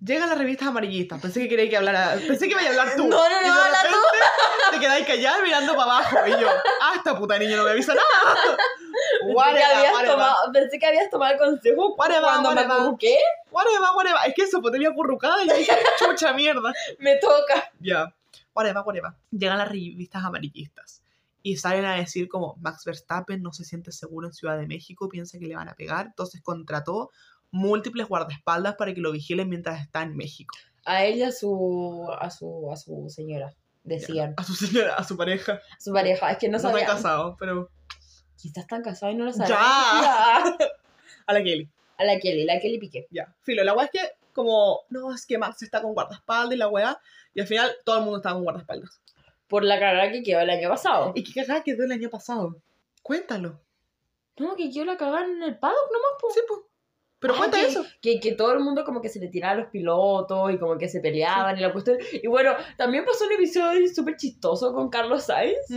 Speaker 1: Llegan las revistas amarillistas. Pensé que quería que hablara. Pensé que iba a hablar tú.
Speaker 2: No, no, no,
Speaker 1: Y de
Speaker 2: habla tú.
Speaker 1: repente Te quedáis callada mirando para abajo. Y yo, ah, esta puta niña no me avisa nada.
Speaker 2: Pensé que,
Speaker 1: Whatever,
Speaker 2: habías
Speaker 1: whatever.
Speaker 2: tomado, pensé que habías tomado el consejo
Speaker 1: Whatever,
Speaker 2: cuando me
Speaker 1: whatever.
Speaker 2: busqué.
Speaker 1: Whatever, whatever. Es que eso, pues tenía currucada y yo dije, chucha mierda.
Speaker 2: Me toca.
Speaker 1: Ya. Whatever, whatever. Llegan las revistas amarillistas. Y salen a decir como Max Verstappen no se siente seguro en Ciudad de México, piensa que le van a pegar, entonces contrató múltiples guardaespaldas para que lo vigilen mientras está en México.
Speaker 2: a él y a su, a su, a su señora, decían.
Speaker 1: A su señora, a su pareja.
Speaker 2: A su pareja, es que no,
Speaker 1: No, están
Speaker 2: sabían.
Speaker 1: casados, pero...
Speaker 2: Quizás están casados y no lo sabían.
Speaker 1: Ya. a la Kelly.
Speaker 2: A la Kelly, la Kelly Piqué.
Speaker 1: Ya. Filo, la weá es que, como, no, es que Max está con guardaespaldas y la weá. Y al final todo el mundo estaba con guardaespaldas.
Speaker 2: Por la cagada que quedó el año pasado.
Speaker 1: ¿Y qué cagada quedó el año pasado? Cuéntalo.
Speaker 2: No, que quedó la cagada en el paddock nomás, po.
Speaker 1: Sí, pues. Pero
Speaker 2: Ah,
Speaker 1: cuenta
Speaker 2: que,
Speaker 1: eso.
Speaker 2: Que, que todo el mundo como que se le tiraba a los pilotos y como que se peleaban y la cuestión. Y bueno, también pasó un episodio súper chistoso con Carlos Sainz.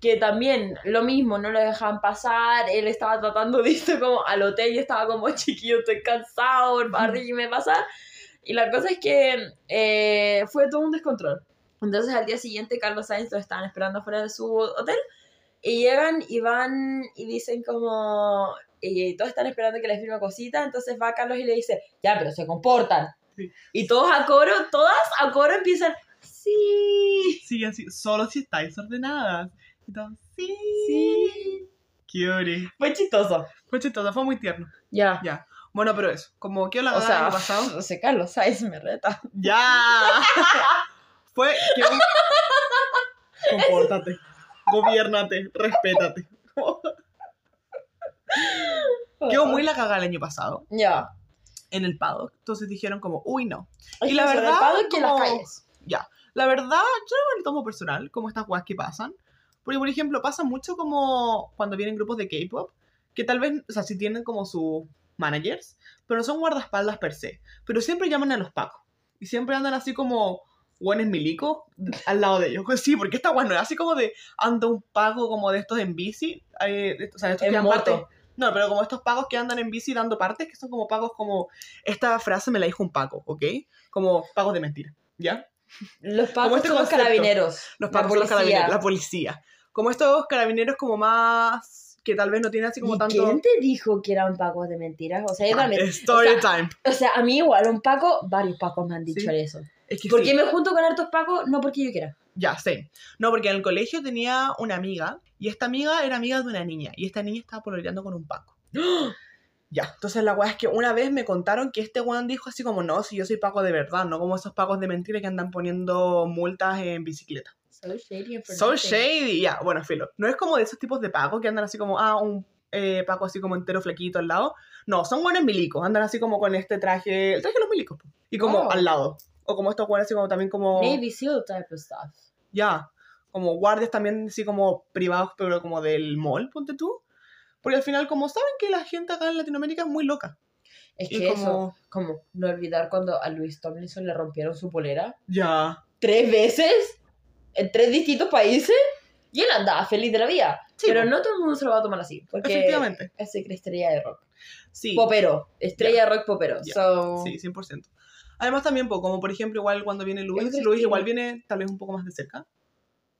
Speaker 2: que también lo mismo, no lo dejaban pasar, él estaba tratando de irse como al hotel y estaba como chiquillo, estoy cansado, por favor,
Speaker 1: Ujú.
Speaker 2: déjeme pasar. Y la cosa es que eh, fue todo un descontrol. Entonces al día siguiente Carlos Sainz lo estaban esperando fuera de su hotel y llegan y van y dicen como... Y todos están esperando que les firme cosita, entonces va Carlos y le dice, ya, pero se comportan.
Speaker 1: Sí.
Speaker 2: Y todos a coro, todas a coro empiezan, sí,
Speaker 1: Sí, así. Solo si estáis ordenadas. Entonces, sí.
Speaker 2: sí.
Speaker 1: Cute.
Speaker 2: Fue chistoso.
Speaker 1: Fue chistoso, fue muy tierno.
Speaker 2: Ya.
Speaker 1: Bueno, pero eso. Como quedó
Speaker 2: O
Speaker 1: la cagada el
Speaker 2: sea,
Speaker 1: año pasado.
Speaker 2: o sea, Carlos Sainz me reta.
Speaker 1: ¡Ya! fue. quedó- Compórtate. Gobiernate. Respétate. Quedó muy la cagada el año pasado
Speaker 2: Ya.
Speaker 1: en el paddock. Entonces dijeron como, uy, no.
Speaker 2: Hay
Speaker 1: Y la
Speaker 2: gente sobre
Speaker 1: verdad,
Speaker 2: el paddock y en las
Speaker 1: como-
Speaker 2: calles.
Speaker 1: La verdad, yo no lo tomo personal, como estas guas que pasan. Porque, por ejemplo, pasa mucho como cuando vienen grupos de K-pop, que tal vez, o sea, sí tienen como sus managers, pero no son guardaespaldas per se. Pero siempre llaman a los pacos. Y siempre andan así como buenos milicos al lado de ellos. Pues sí, porque esta guas no es así como de anda un pago como de estos en bici. eh, de- o sea, de estos
Speaker 2: En
Speaker 1: que dan
Speaker 2: moto.
Speaker 1: partes- No, pero como estos pagos que andan en bici dando partes, que son como pagos como. Esta frase me la dijo un paco, ¿ok? Como pagos de mentira, ¿ya?
Speaker 2: Los
Speaker 1: Como
Speaker 2: pacos
Speaker 1: este
Speaker 2: son los
Speaker 1: concepto.
Speaker 2: carabineros.
Speaker 1: Los
Speaker 2: la
Speaker 1: pacos son
Speaker 2: policía.
Speaker 1: los carabineros, la policía. Como estos carabineros como más que tal vez no tienen así como
Speaker 2: ¿Y
Speaker 1: tanto
Speaker 2: ¿Quién te dijo que eran pacos de mentiras? O sea, yo
Speaker 1: Ah,
Speaker 2: también.
Speaker 1: story
Speaker 2: o
Speaker 1: time.
Speaker 2: O sea, a mí igual, un paco, varios pacos me han dicho
Speaker 1: Sí.
Speaker 2: eso.
Speaker 1: Es que
Speaker 2: ¿Por
Speaker 1: sí,
Speaker 2: qué me junto con hartos pacos? No porque yo quiera.
Speaker 1: ya sé. No, porque en el colegio tenía una amiga y esta amiga era amiga de una niña y esta niña estaba pololeando con un paco.
Speaker 2: ¡Ah!
Speaker 1: Ya, entonces la weá es que una vez me contaron que este weón dijo así como, no, si yo soy paco de verdad, no como esos pacos de mentira que andan poniendo multas en bicicleta.
Speaker 2: So shady. and for
Speaker 1: So
Speaker 2: nothing.
Speaker 1: shady, ya, bueno, filo. No es como de esos tipos de pacos que andan así como, ah, un eh, paco así como entero flequito al lado. No, son buenos milicos, andan así como con este traje, el traje de los milicos, po. y como
Speaker 2: Oh.
Speaker 1: al lado. O como estos buenos así como también como, ya,
Speaker 2: Navy SEAL type of stuff.
Speaker 1: como guardias también así como privados, pero como del mall, ponte tú. Porque al final, como saben que la gente acá en Latinoamérica es muy loca.
Speaker 2: Es
Speaker 1: Y
Speaker 2: que eso,
Speaker 1: como,
Speaker 2: como no olvidar cuando a Luis Tomlinson le rompieron su polera
Speaker 1: ya.
Speaker 2: tres veces en tres distintos países y él andaba feliz de la vida.
Speaker 1: Sí,
Speaker 2: pero
Speaker 1: pues.
Speaker 2: no todo el mundo se lo va a tomar así, porque
Speaker 1: Efectivamente.
Speaker 2: es estrella de rock.
Speaker 1: Sí.
Speaker 2: Popero, estrella de rock popero.
Speaker 1: Ya,
Speaker 2: So,
Speaker 1: Sí, 100%. Además también, po, como por ejemplo, igual cuando viene Luis,
Speaker 2: otro
Speaker 1: Luis
Speaker 2: estilo.
Speaker 1: igual viene tal vez un poco más de cerca,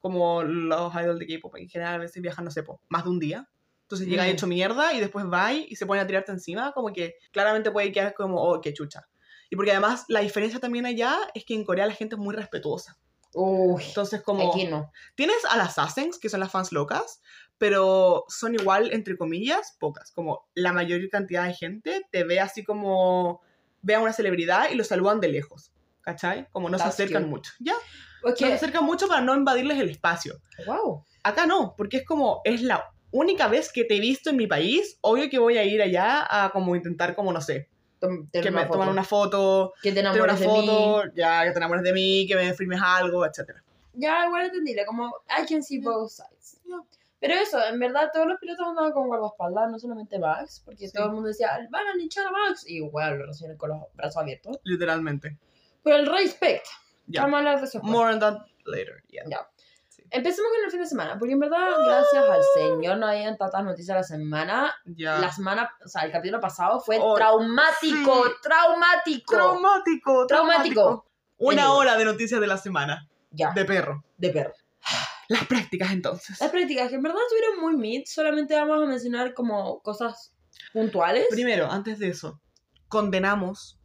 Speaker 1: como los idols de K-pop en general, a veces viajan, no sé, po, más de un día. Entonces llega
Speaker 2: Mm.
Speaker 1: hecho mierda y después va y se pone a tirarte encima, como que claramente puede quedar como, oh, qué chucha. Y porque además la diferencia también allá es que en Corea la gente es muy respetuosa.
Speaker 2: uy,
Speaker 1: Entonces como...
Speaker 2: aquí no.
Speaker 1: Tienes a las Asens, que son las fans locas, pero son igual, entre comillas, pocas. Como la mayor cantidad de gente te ve así como ve a una celebridad y lo saludan de lejos. ¿Cachai? Como no se
Speaker 2: That's
Speaker 1: acercan
Speaker 2: cute.
Speaker 1: mucho. Ya, no se
Speaker 2: Porque,
Speaker 1: acercan mucho para no invadirles el espacio.
Speaker 2: wow.
Speaker 1: Acá no, porque es como, es la única vez que te he visto en mi país. Obvio que voy a ir allá a como intentar, como no sé,
Speaker 2: tom- ten
Speaker 1: que
Speaker 2: una
Speaker 1: me
Speaker 2: foto.
Speaker 1: toman una foto,
Speaker 2: Que te
Speaker 1: tener una
Speaker 2: enamores de mí.
Speaker 1: foto, ya, que te enamores de mí, que me firmes algo, etcétera.
Speaker 2: Ya, igual entendible, como I can see both sides.
Speaker 1: Yeah.
Speaker 2: Pero eso, en verdad, todos los pilotos andaban con guardaespaldas, no solamente Max, porque
Speaker 1: Sí.
Speaker 2: todo el mundo decía, van a linchar a Max, y igual lo recibieron con los brazos abiertos.
Speaker 1: Literalmente.
Speaker 2: Pero
Speaker 1: pero
Speaker 2: el respect,
Speaker 1: Ya.
Speaker 2: vamos a hablar de eso. después.
Speaker 1: More on that later, yeah.
Speaker 2: Empecemos con el fin de semana, porque en verdad, gracias al Señor, no habían tantas noticias la semana.
Speaker 1: Ya.
Speaker 2: La semana, o sea, el capítulo pasado fue
Speaker 1: Oh,
Speaker 2: traumático,
Speaker 1: sí.
Speaker 2: traumático.
Speaker 1: Traumático,
Speaker 2: Traumático.
Speaker 1: Una
Speaker 2: Anyway.
Speaker 1: hora de noticias de la semana.
Speaker 2: ya, de,
Speaker 1: De perro.
Speaker 2: perro.
Speaker 1: Las prácticas entonces.
Speaker 2: Las prácticas, que en verdad estuvieron muy mid, solamente vamos a mencionar como cosas puntuales.
Speaker 1: Primero, antes de eso, condenamos,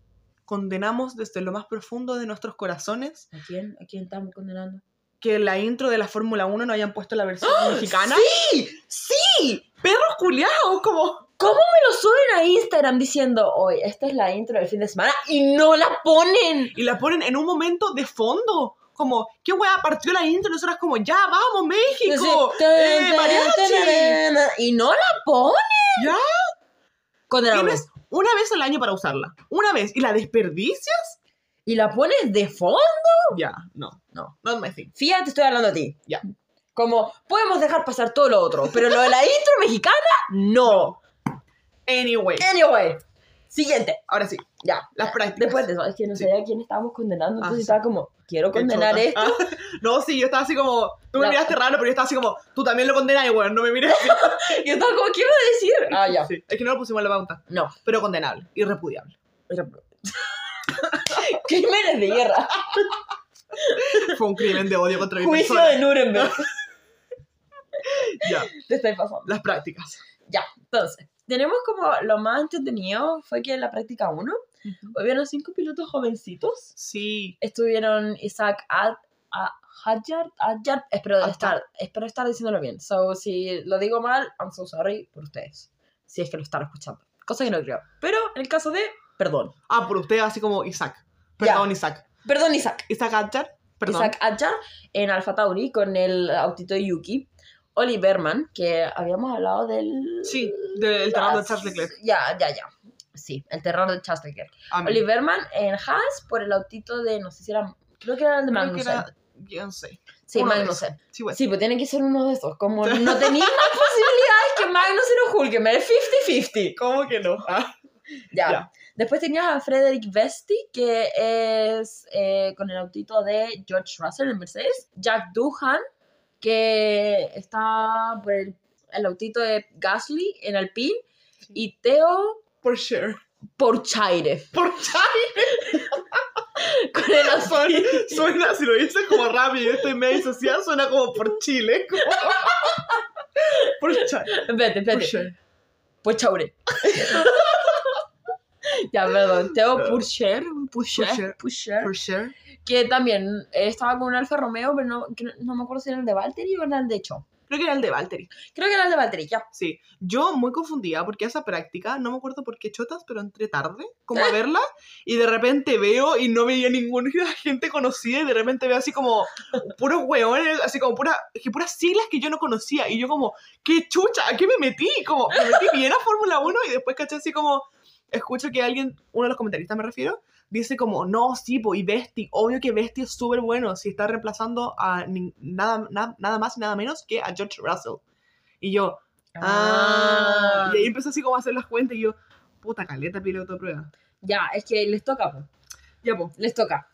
Speaker 1: condenamos desde lo más profundo de nuestros corazones
Speaker 2: ¿A quién? ¿A quién estamos condenando?
Speaker 1: que en la intro de la Fórmula 1 no hayan puesto la versión mexicana.
Speaker 2: ¡Ah! ¡Sí! ¡Sí!
Speaker 1: ¡Perros culiados! Como...
Speaker 2: Me lo suben a Instagram diciendo, hoy, esta es la intro del fin de semana y no la ponen.
Speaker 1: Y la ponen en un momento de fondo. Como, ¿qué weá partió la intro? Y Nosotras como, ya, vamos, México.
Speaker 2: Entonces,
Speaker 1: ¡Eh,
Speaker 2: tan, tan,
Speaker 1: mariachi!
Speaker 2: tan, tan, Y no la ponen.
Speaker 1: Ya.
Speaker 2: Condenamos.
Speaker 1: Tienes una vez al año para usarla. Una vez. ¿Y la desperdicias?
Speaker 2: Y la pones de fondo.
Speaker 1: Ya, no, no. Not my thing.
Speaker 2: Fíjate, estoy hablando a ti.
Speaker 1: Ya.
Speaker 2: Como, podemos dejar pasar todo lo otro, pero lo de la intro mexicana, no.
Speaker 1: Anyway,
Speaker 2: Anyway, siguiente.
Speaker 1: ahora sí,
Speaker 2: Ya.
Speaker 1: las prácticas.
Speaker 2: Después de eso, es que no
Speaker 1: Sí.
Speaker 2: sabía a quién estábamos condenando,
Speaker 1: Ah,
Speaker 2: entonces
Speaker 1: sí.
Speaker 2: estaba como, quiero
Speaker 1: Qué
Speaker 2: condenar
Speaker 1: chota.
Speaker 2: esto.
Speaker 1: Ah, no, sí, yo estaba así como. Tú me
Speaker 2: La-
Speaker 1: miraste raro, pero yo estaba así como. Tú también lo condenas, weón, no me mires. así.
Speaker 2: Yo estaba como, ¿qué iba a decir? Ah, ya.
Speaker 1: Ah. Sí, Es que no lo pusimos en la pauta.
Speaker 2: No.
Speaker 1: Pero condenable, irrepudiable.
Speaker 2: Crímenes de guerra.
Speaker 1: Fue un crimen de odio contra mi
Speaker 2: Juicio
Speaker 1: persona.
Speaker 2: de Nuremberg.
Speaker 1: Ya,
Speaker 2: Te estoy pasando.
Speaker 1: las prácticas.
Speaker 2: Entonces, tenemos como lo más entretenido fue que en la práctica 1 hubieron cinco pilotos jovencitos.
Speaker 1: Sí,
Speaker 2: Estuvieron Isaac Ad, a, Hadjar, Hadjar- espero,
Speaker 1: Hadjar.
Speaker 2: estar, espero estar diciéndolo bien. So, si lo digo mal, I'm so sorry por ustedes. Si es que lo están escuchando. Cosa que no creo. Pero en el caso de, perdón.
Speaker 1: ah, por usted, así como Isaac. Perdón, Isaac.
Speaker 2: Perdón, Isaac.
Speaker 1: Isaac Atchar, perdón.
Speaker 2: Isaac Hadjar en Alfa Tauri con el autito de Yuki. Oli Berman, que habíamos hablado del...
Speaker 1: Sí,
Speaker 2: Ah,
Speaker 1: del terreno de Charles Leclerc.
Speaker 2: Ya, ya, ya. Sí, el terror de Charles Leclerc.
Speaker 1: Amén.
Speaker 2: Oli Berman en Haas por el autito de, no sé si era, creo que era el de
Speaker 1: Creo que
Speaker 2: Magnussen.
Speaker 1: era- Yo no sé.
Speaker 2: Sí,
Speaker 1: uno de
Speaker 2: Magnussen.
Speaker 1: Sí, bueno.
Speaker 2: Sí, pues tiene que ser uno de esos. Como no tenía más posibilidades que Magnussen o Hulkenberg. es 50-50.
Speaker 1: ¿Cómo que no? Ah,
Speaker 2: Ya.
Speaker 1: Ya.
Speaker 2: Después tenías a Frederick Vesti, que es eh, con el autito de George Russell en Mercedes. Jack Duhan, que está por el, el autito de Gasly en Alpine. Y Theo
Speaker 1: por sure.
Speaker 2: Porchaire.
Speaker 1: Por Charles.
Speaker 2: Con el
Speaker 1: Son-
Speaker 2: autito.
Speaker 1: Suena, si lo dices como rápido, yo estoy medio social, suena como por Chile. como- Por Chile.
Speaker 2: Espérate,
Speaker 1: Por
Speaker 2: espérate.
Speaker 1: Chile.
Speaker 2: Pochaure. ya, perdón. Theo
Speaker 1: Eh,
Speaker 2: Purcher. Purcher.
Speaker 1: Purcher.
Speaker 2: Purcher.
Speaker 1: Por sure.
Speaker 2: Que también eh, estaba con un Alfa Romeo, pero no, que no- no me acuerdo si era el de Valtteri o era el de Cho.
Speaker 1: Creo que era el de Valtteri.
Speaker 2: Creo que era el de Valtteri, ya.
Speaker 1: Sí. Yo muy confundida porque esa práctica, no me acuerdo por qué chotas, pero entré tarde como a verla y de repente veo y no veía ninguna gente conocida y de repente veo así como puros hueones, así como pura, que puras siglas que yo no conocía y yo como, qué chucha, ¿a qué me metí? Como, me metí bien a Fórmula 1 y después caché así como, escucho que alguien, uno de los comentaristas me refiero, dice como, no, sí, po, y Besti, obvio que Besti es súper bueno, si está reemplazando a nin- nada, na- nada más y nada menos que a
Speaker 2: Ah.
Speaker 1: George Russell. Y yo, ah, y ahí empecé así como a hacer las cuentas y yo, puta caleta piloto de prueba.
Speaker 2: Ya, es que les toca, po.
Speaker 1: Ya, pues,
Speaker 2: les toca.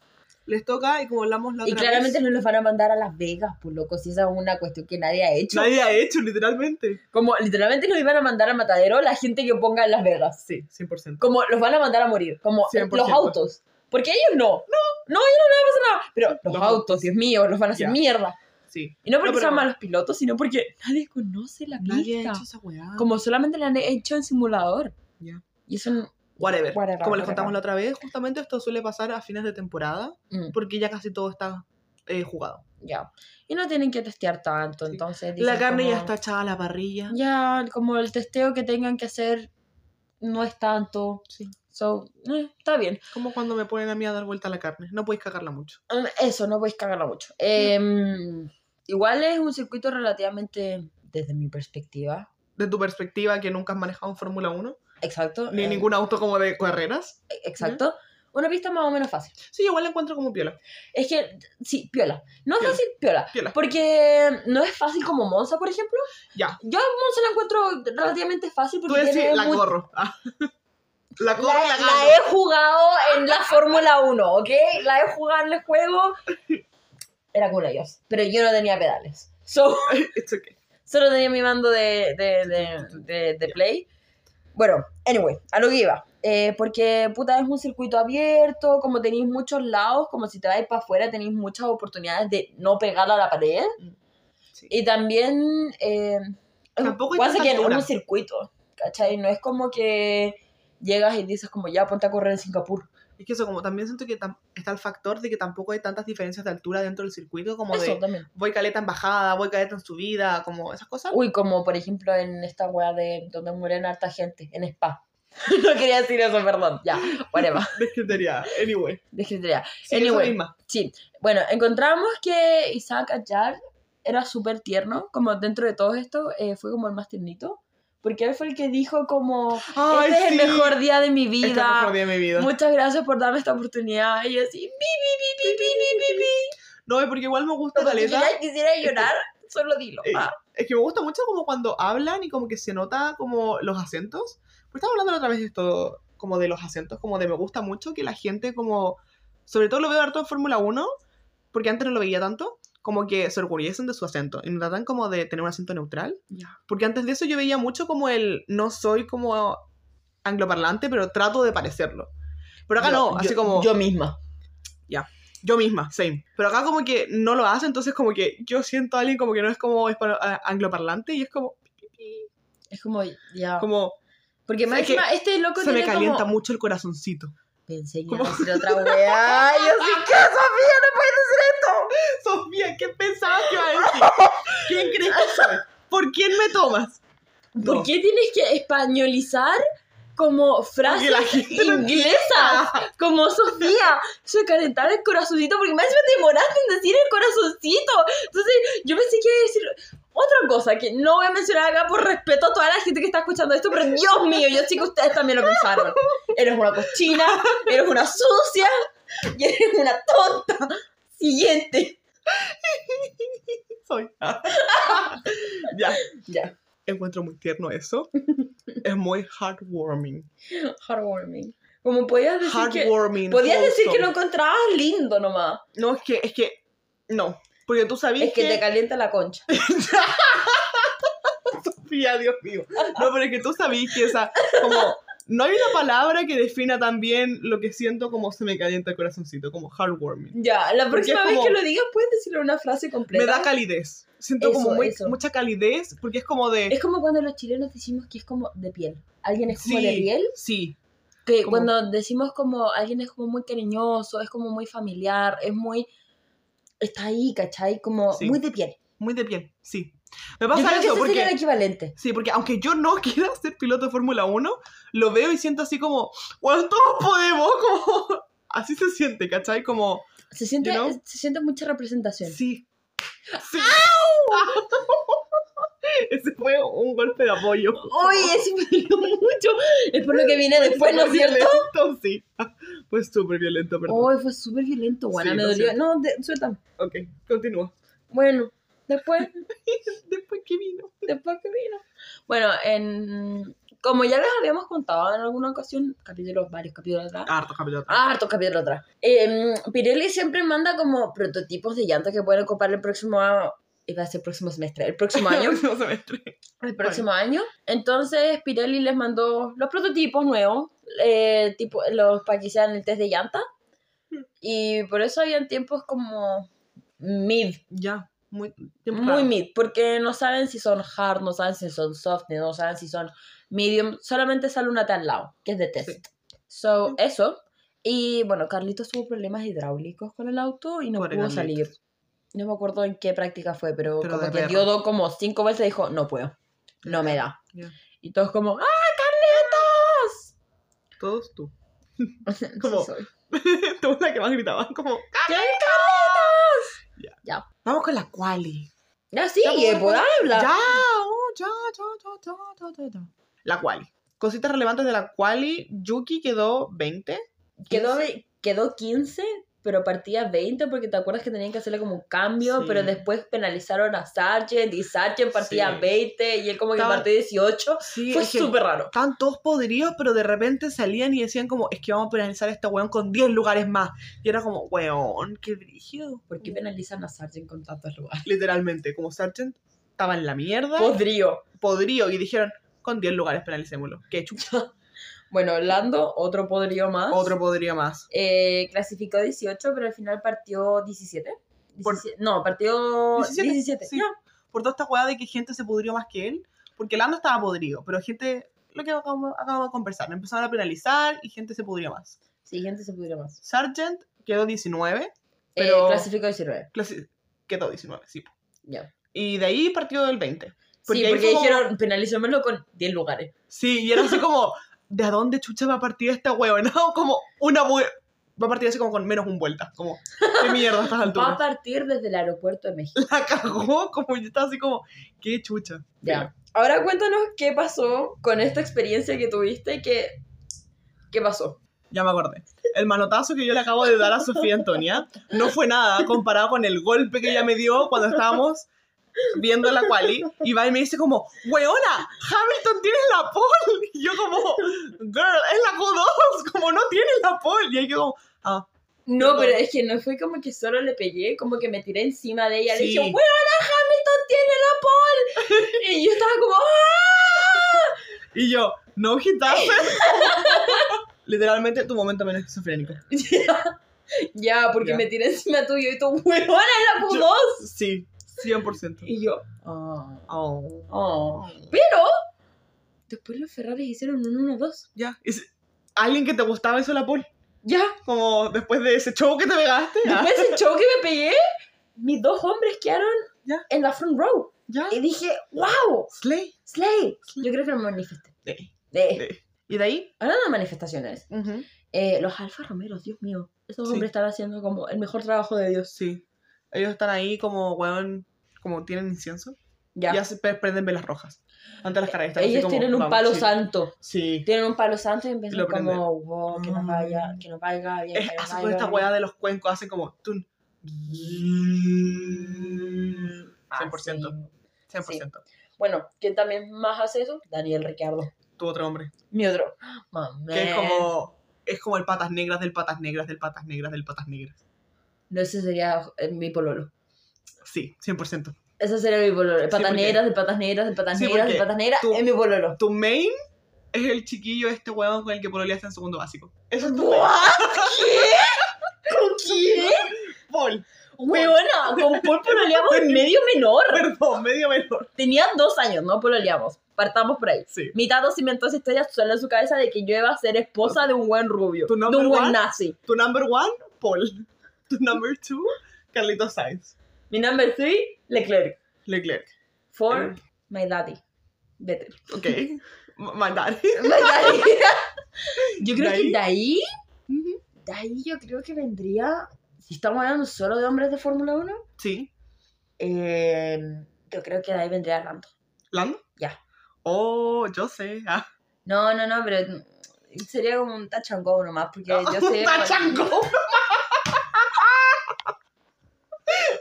Speaker 1: les toca y como hablamos la
Speaker 2: Y
Speaker 1: otra
Speaker 2: claramente
Speaker 1: vez,
Speaker 2: no los van a mandar a Las Vegas, pues loco, si esa es una cuestión que nadie ha hecho.
Speaker 1: nadie ha hecho, literalmente.
Speaker 2: Como literalmente los iban a mandar a Matadero la gente que ponga en Las Vegas.
Speaker 1: Sí, 100%.
Speaker 2: Como los van a mandar a morir, como
Speaker 1: 100%.
Speaker 2: los autos. Porque ellos no. No, no, ellos no les va a pasar nada. Pero los,
Speaker 1: Los
Speaker 2: autos,
Speaker 1: autos.
Speaker 2: Dios mío, los van a hacer
Speaker 1: Ya.
Speaker 2: mierda.
Speaker 1: Sí.
Speaker 2: Y no porque
Speaker 1: No, pero-
Speaker 2: sean malos pilotos, sino porque nadie conoce la
Speaker 1: Nadie
Speaker 2: pista.
Speaker 1: ha hecho esa weá.
Speaker 2: Como solamente la han hecho en simulador.
Speaker 1: Ya.
Speaker 2: Y eso no-
Speaker 1: Whatever.
Speaker 2: Whatever,
Speaker 1: Como les
Speaker 2: whatever.
Speaker 1: contamos la otra vez, justamente esto suele pasar a fines de temporada
Speaker 2: mm,
Speaker 1: porque ya casi todo está eh, jugado.
Speaker 2: ya. Y no tienen que testear tanto,
Speaker 1: Sí.
Speaker 2: entonces...
Speaker 1: la
Speaker 2: dicen
Speaker 1: carne ya
Speaker 2: como-
Speaker 1: está echada a la parrilla.
Speaker 2: Ya, como el testeo que tengan que hacer no es tanto.
Speaker 1: Sí.
Speaker 2: So, eh, está bien.
Speaker 1: Como cuando me ponen a mí a dar vuelta a la carne. No podéis cagarla mucho.
Speaker 2: Mm, Eso, no podéis cagarla mucho. Em, Igual es un circuito relativamente, desde mi perspectiva,
Speaker 1: De tu perspectiva, que nunca has manejado un Fórmula 1,
Speaker 2: exacto.
Speaker 1: ni
Speaker 2: eh,
Speaker 1: ningún auto como de carreras.
Speaker 2: Exacto. Una pista más o menos fácil.
Speaker 1: Sí, igual la encuentro como piola.
Speaker 2: Es que, sí, piola. No es
Speaker 1: Piola.
Speaker 2: fácil, piola.
Speaker 1: Piola.
Speaker 2: Porque no es fácil como Monza, por ejemplo.
Speaker 1: Ya.
Speaker 2: Yo a Monza la encuentro relativamente fácil
Speaker 1: Tú
Speaker 2: porque
Speaker 1: decís,
Speaker 2: tiene
Speaker 1: la
Speaker 2: mu-
Speaker 1: corro. Ah. La corro y
Speaker 2: La, la
Speaker 1: la gano.
Speaker 2: he jugado en la Fórmula 1, ¿ok? La he jugado en el juego. Era como ellos. Pero yo no tenía pedales. So,
Speaker 1: It's okay.
Speaker 2: solo tenía mi mando de, de, de, de- de play. Bueno, anyway, a lo que iba. Eh, porque, puta, es un circuito abierto, como tenéis muchos lados, como si te vais para afuera, tenéis muchas oportunidades de no pegar a la pared.
Speaker 1: Mm, Sí.
Speaker 2: Y también, eh,
Speaker 1: Tampoco hay
Speaker 2: pasa
Speaker 1: tanta
Speaker 2: que en
Speaker 1: altura.
Speaker 2: un circuito, ¿cachai? No es como que llegas y dices como, ya, ponte a correr en Singapur.
Speaker 1: Es que eso, como también siento que tam- está el factor de que tampoco hay tantas diferencias de altura dentro del circuito, como
Speaker 2: Eso
Speaker 1: de
Speaker 2: también.
Speaker 1: voy caleta en bajada, voy caleta en subida, como esas cosas.
Speaker 2: Uy, como por ejemplo en esta weá de donde mueren harta gente, en Spa. no quería decir eso, perdón. Ya, whatever.
Speaker 1: Descriptaría, anyway.
Speaker 2: Descriptiría.
Speaker 1: Sí,
Speaker 2: Anyway.
Speaker 1: eso misma.
Speaker 2: Sí, bueno, encontramos que Isaac Ayar era súper tierno, como dentro de todo esto, eh, fue como el más tiernito, porque él fue el que dijo como,
Speaker 1: Ay,
Speaker 2: este es
Speaker 1: sí.
Speaker 2: el mejor día de mi
Speaker 1: Este es el
Speaker 2: vida,
Speaker 1: mejor día de mi vida.
Speaker 2: muchas gracias por darme esta oportunidad, y yo así, "Bi, bi, bi, bi, bi, bi, bi, bi".
Speaker 1: No, y porque igual me gusta
Speaker 2: Como que
Speaker 1: caleta.
Speaker 2: quisiera, quisiera llorar, solo dilo.
Speaker 1: Eh,
Speaker 2: ah.
Speaker 1: Es que me gusta mucho como cuando hablan y como que se nota como los acentos. Pues estaba hablando la otra vez de esto, como de los acentos, como de me gusta mucho que la gente como, sobre todo lo veo harto en Fórmula 1, porque antes no lo veía tanto, como que se orgullecen de su acento y no tratan como de tener un acento neutral. Porque antes de eso yo veía mucho como el no soy como angloparlante, pero trato de parecerlo. Pero acá
Speaker 2: Yo-
Speaker 1: no,
Speaker 2: yo-
Speaker 1: así como yo,
Speaker 2: Yo misma.
Speaker 1: misma, same. Pero acá como que no lo hace, entonces como que yo siento a alguien como que no es como hispano- a- angloparlante y es como
Speaker 2: Es como, ya.
Speaker 1: como
Speaker 2: Porque más
Speaker 1: Es que
Speaker 2: encima, este loco
Speaker 1: se me
Speaker 2: tiene
Speaker 1: calienta
Speaker 2: como...
Speaker 1: mucho el corazoncito.
Speaker 2: Pensé que iba
Speaker 1: Como-
Speaker 2: a decir otra weá, y yo así, ¿qué, Sofía? No puedes decir esto.
Speaker 1: Sofía, ¿qué pensabas que iba a decir? ¿Quién crees que soy? ¿Por quién me tomas?
Speaker 2: ¿Por
Speaker 1: No.
Speaker 2: qué tienes que españolizar como
Speaker 1: Porque
Speaker 2: frases
Speaker 1: la gente no
Speaker 2: inglesas? Como Sofía, eso de calentar el corazoncito, porque más encima te demoraste en decir el corazoncito. Entonces, yo pensé que iba a decir otra cosa que no voy a mencionar acá por respeto a toda la gente que está escuchando esto, pero Dios mío, yo sé que ustedes también lo pensaron. Eres una cochina, eres una sucia y eres una tonta. Siguiente.
Speaker 1: soy. Ah. ya,
Speaker 2: Ya.
Speaker 1: encuentro muy tierno eso. Es muy heartwarming.
Speaker 2: Heartwarming. Como podías decir que.
Speaker 1: Heartwarming.
Speaker 2: Podías decir que lo
Speaker 1: wholesome.
Speaker 2: encontrabas lindo nomás.
Speaker 1: No, es que, es que, no. Porque tú sabías
Speaker 2: Es que te calienta la concha.
Speaker 1: Sofía, Dios mío. No, pero es que tú sabías que esa, como, no hay una palabra que defina tan bien lo que siento como se me calienta el corazoncito, como heartwarming.
Speaker 2: Ya, la
Speaker 1: Porque
Speaker 2: próxima
Speaker 1: es
Speaker 2: vez
Speaker 1: como-
Speaker 2: que lo digas puedes decirle una frase
Speaker 1: me
Speaker 2: completa.
Speaker 1: da calidez. Siento
Speaker 2: Eso,
Speaker 1: como muy-
Speaker 2: eso.
Speaker 1: mucha calidez porque es como de...
Speaker 2: es como cuando los chilenos decimos que es como de piel. Alguien es como
Speaker 1: sí,
Speaker 2: de piel.
Speaker 1: Sí,
Speaker 2: Que
Speaker 1: como-
Speaker 2: cuando decimos como alguien es como muy cariñoso, es como muy familiar, es muy... Está ahí, ¿cachai? Como
Speaker 1: Sí.
Speaker 2: muy de piel.
Speaker 1: muy de piel, sí. Me
Speaker 2: Yo
Speaker 1: pasa
Speaker 2: creo que
Speaker 1: eso
Speaker 2: ese sería el
Speaker 1: porque...
Speaker 2: equivalente.
Speaker 1: Sí, porque aunque yo no quiera ser piloto de Fórmula 1, lo veo y siento así como, bueno, todos podemos, como... Así se siente, ¿cachai? Como...
Speaker 2: Se siente,
Speaker 1: You know?
Speaker 2: se siente mucha representación.
Speaker 1: Sí. Sí. Ese fue un golpe de apoyo.
Speaker 2: ¡Uy! Es mucho. Es por lo que viene después, ¿no es
Speaker 1: Fue
Speaker 2: cierto?
Speaker 1: violento, sí. Fue súper violento, perdón.
Speaker 2: ¡Uy! Fue súper violento, guana.
Speaker 1: Sí,
Speaker 2: me
Speaker 1: lo
Speaker 2: dolió.
Speaker 1: siento.
Speaker 2: No, de- suéltame.
Speaker 1: Ok, continúa.
Speaker 2: Bueno, después...
Speaker 1: Después que vino.
Speaker 2: Después que vino. Bueno, en, Como ya les habíamos contado en alguna ocasión, capítulos, varios capítulos atrás,
Speaker 1: Hartos capítulos atrás.
Speaker 2: hartos capítulos atrás, eh, Pirelli siempre manda como prototipos de llantas que pueden comprar el próximo a- iba a ser próximo semestre, el próximo año,
Speaker 1: Próximo semestre.
Speaker 2: el próximo año. Entonces Pirelli les mandó los prototipos nuevos, eh, tipo los para que hicieran el test de llanta. Y por eso habían tiempos como mid,
Speaker 1: Ya, muy tiempo
Speaker 2: muy
Speaker 1: raro.
Speaker 2: mid, porque no saben si son hard, no saben si son soft, no saben si son medium, solamente sale una tal lado, que es de test.
Speaker 1: Sí.
Speaker 2: So, eso. Y bueno, Carlitos tuvo problemas hidráulicos con el auto y no
Speaker 1: Pobre
Speaker 2: pudo
Speaker 1: Carlitos.
Speaker 2: salir. No me acuerdo en qué práctica fue, pero,
Speaker 1: Pero
Speaker 2: como
Speaker 1: de
Speaker 2: que
Speaker 1: perro.
Speaker 2: dio do- como cinco veces y dijo, no puedo, no me da.
Speaker 1: Ya.
Speaker 2: Y todos como, ¡Ah,
Speaker 1: Todos tú.
Speaker 2: Carlitos!
Speaker 1: Como-
Speaker 2: Sí soy.
Speaker 1: tú la que más gritaba, como...
Speaker 2: ¿Qué?
Speaker 1: Vamos con la quali.
Speaker 2: Ya sí,
Speaker 1: Ya, pues,
Speaker 2: pues, habla.
Speaker 1: Ya, oh, ya, ya, ya, ya, ya, ya, ya. La quali. Cositas relevantes de la quali. Yuki quedó 20.
Speaker 2: Quedó, ve- quedó 15, pero partía 20 porque te acuerdas que tenían que hacerle como un cambio,
Speaker 1: Sí.
Speaker 2: pero después penalizaron a Sargent y Sargent partía
Speaker 1: Sí.
Speaker 2: 20 y él como que
Speaker 1: Estaba-
Speaker 2: partía 18.
Speaker 1: Sí,
Speaker 2: Fue
Speaker 1: es que
Speaker 2: súper raro.
Speaker 1: Estaban todos podridos, pero de repente salían y decían como, es que vamos a penalizar a este weón con 10 lugares más. Y era como, weón, qué brígido.
Speaker 2: ¿Por qué penalizan a Sargent con tantos lugares?
Speaker 1: Literalmente, como Sargent estaba en la mierda,
Speaker 2: Podrío.
Speaker 1: podrido, y dijeron, con 10 lugares penalicémoslo. Qué chucha.
Speaker 2: Bueno, Lando, otro podrío más.
Speaker 1: Otro podría más.
Speaker 2: Eh, clasificó 18, pero al final partió 17.
Speaker 1: Por-
Speaker 2: 17 No, partió 17.
Speaker 1: 17, sí.
Speaker 2: Ya.
Speaker 1: Por toda esta weá de que gente se pudrió más que él, porque Lando estaba podrido, pero gente, lo que acabamos, acabamos de conversar, lo empezaron a penalizar y gente se pudrió más.
Speaker 2: Siguiente se pudrió más.
Speaker 1: Sargent quedó 19,
Speaker 2: Eh,
Speaker 1: Pero-
Speaker 2: clasificó 19.
Speaker 1: clasi- quedó 19, sí.
Speaker 2: Ya.
Speaker 1: Y de ahí partió del 20.
Speaker 2: sí,
Speaker 1: ahí
Speaker 2: porque
Speaker 1: fue como-
Speaker 2: dijeron penalizémoslo con 10 lugares.
Speaker 1: Sí, y era así como, ¿de a dónde chucha va a partir esta huevona? O como una bue- Va a partir así como con menos un vuelta. Como, ¿qué mierda a estas
Speaker 2: Va a
Speaker 1: alturas?
Speaker 2: partir desde el aeropuerto de México.
Speaker 1: La cagó, como yo estaba así como, ¿qué chucha?
Speaker 2: Ya. Ahora cuéntanos qué pasó con esta experiencia que tuviste, que... ¿Qué pasó?
Speaker 1: Ya me acordé. El manotazo que yo le acabo de dar a Sofía Antonia no fue nada comparado con el golpe que ella me dio cuando estábamos viendo la quali. Y va y me dice como, weona, Hamilton tiene la pole. Y yo como, girl, es la Q2, como no tiene la pole. Y ahí yo como, ah,
Speaker 2: No, pero es que no fue como que solo le pegué, como que me tiré encima de ella. Le
Speaker 1: Sí.
Speaker 2: dije, ¡Huevona, Hamilton tiene la pole! Y yo estaba como, ¡ah!
Speaker 1: Y yo, no hitaste. Literalmente tu momento menos esquizofrénico.
Speaker 2: Ya, ya, porque
Speaker 1: Ya.
Speaker 2: me tiré encima tuyo y tú, ¡Huevona, es la Q2!
Speaker 1: Sí, 100%.
Speaker 2: Y yo, ¡ah!
Speaker 1: Oh.
Speaker 2: ah". Pero, después los Ferraris hicieron un 1-2.
Speaker 1: Ya. y si- Alguien que te gustaba hizo la pole.
Speaker 2: Ya,
Speaker 1: Como después de ese show que te pegaste. ah,
Speaker 2: después del show que me pegué, mis dos hombres quedaron
Speaker 1: Ya.
Speaker 2: en la front row.
Speaker 1: Ya.
Speaker 2: Y dije, wow,
Speaker 1: Slay.
Speaker 2: Slay. Yo creo que me manifesté.
Speaker 1: Sí,
Speaker 2: Eh,
Speaker 1: sí. Y de ahí.
Speaker 2: Hablando de manifestaciones, eh, los Alfa Romeros, Dios mío, esos
Speaker 1: Sí.
Speaker 2: hombres están haciendo como el mejor trabajo de Dios.
Speaker 1: Sí. Ellos están ahí como, weón, como tienen incienso.
Speaker 2: Ya.
Speaker 1: Y así pre- prenden velas rojas. Ante las caras. están así
Speaker 2: Ellos
Speaker 1: como,
Speaker 2: tienen un
Speaker 1: vamos,
Speaker 2: palo
Speaker 1: sí.
Speaker 2: santo.
Speaker 1: Sí.
Speaker 2: Tienen un palo santo y
Speaker 1: Lo
Speaker 2: empiezan
Speaker 1: prenden.
Speaker 2: como, wow, que nos
Speaker 1: Mm.
Speaker 2: vaya, que nos vaya bien.
Speaker 1: Es,
Speaker 2: que nos
Speaker 1: hacen con
Speaker 2: vaya
Speaker 1: esta
Speaker 2: bien".
Speaker 1: weá de los cuencos, hacen como. Tun. 100%.
Speaker 2: Ah,
Speaker 1: 100%.
Speaker 2: sí. Bueno, ¿quién también más hace eso? Daniel Ricardo.
Speaker 1: Tu otro hombre.
Speaker 2: Mi otro. Mamá.
Speaker 1: Que es como. Es como el patas negras del patas negras del patas negras del patas negras.
Speaker 2: No, ese sería eh, mi pololo.
Speaker 1: Sí, 100%.
Speaker 2: Ese sería mi pololo. De patas
Speaker 1: porque-
Speaker 2: negras, de patas negras, de patas
Speaker 1: Sí,
Speaker 2: negras, de
Speaker 1: porque
Speaker 2: patas negras.
Speaker 1: tú-
Speaker 2: Es mi pololo.
Speaker 1: Tu main es el chiquillo este weón con el que pololeaste en segundo básico. Eso es tu main.
Speaker 2: ¿What? ¿Qué? ¿Con quién?
Speaker 1: Paul.
Speaker 2: Weona, con Paul pololeamos en medio menor.
Speaker 1: Perdón, medio menor.
Speaker 2: Tenían dos años, no pololeamos. Partamos por ahí.
Speaker 1: Sí.
Speaker 2: Mi tato se inventó esa historia sola en su cabeza de que yo iba a ser esposa de un buen rubio,
Speaker 1: ¿Tu
Speaker 2: de
Speaker 1: number
Speaker 2: un buen
Speaker 1: one?
Speaker 2: nazi.
Speaker 1: Tu number one, Paul. Tu number two, Carlitos Sainz.
Speaker 2: Mi number three, Leclerc.
Speaker 1: Leclerc.
Speaker 2: Four,
Speaker 1: Eh.
Speaker 2: my daddy. Vete.
Speaker 1: Ok. M- My daddy.
Speaker 2: My daddy. yo creo
Speaker 1: ¿De
Speaker 2: que
Speaker 1: ahí?
Speaker 2: de ahí,
Speaker 1: Ujú.
Speaker 2: de ahí yo creo que vendría, si estamos hablando solo de hombres de Fórmula 1,
Speaker 1: Sí.
Speaker 2: eh, yo creo que de ahí vendría Lando.
Speaker 1: ¿Lando?
Speaker 2: Ya.
Speaker 1: Oh, yo sé. Ah.
Speaker 2: No, no, no, pero mm, sería como un touch and go nomás, porque yo sé...
Speaker 1: ¡Tachango!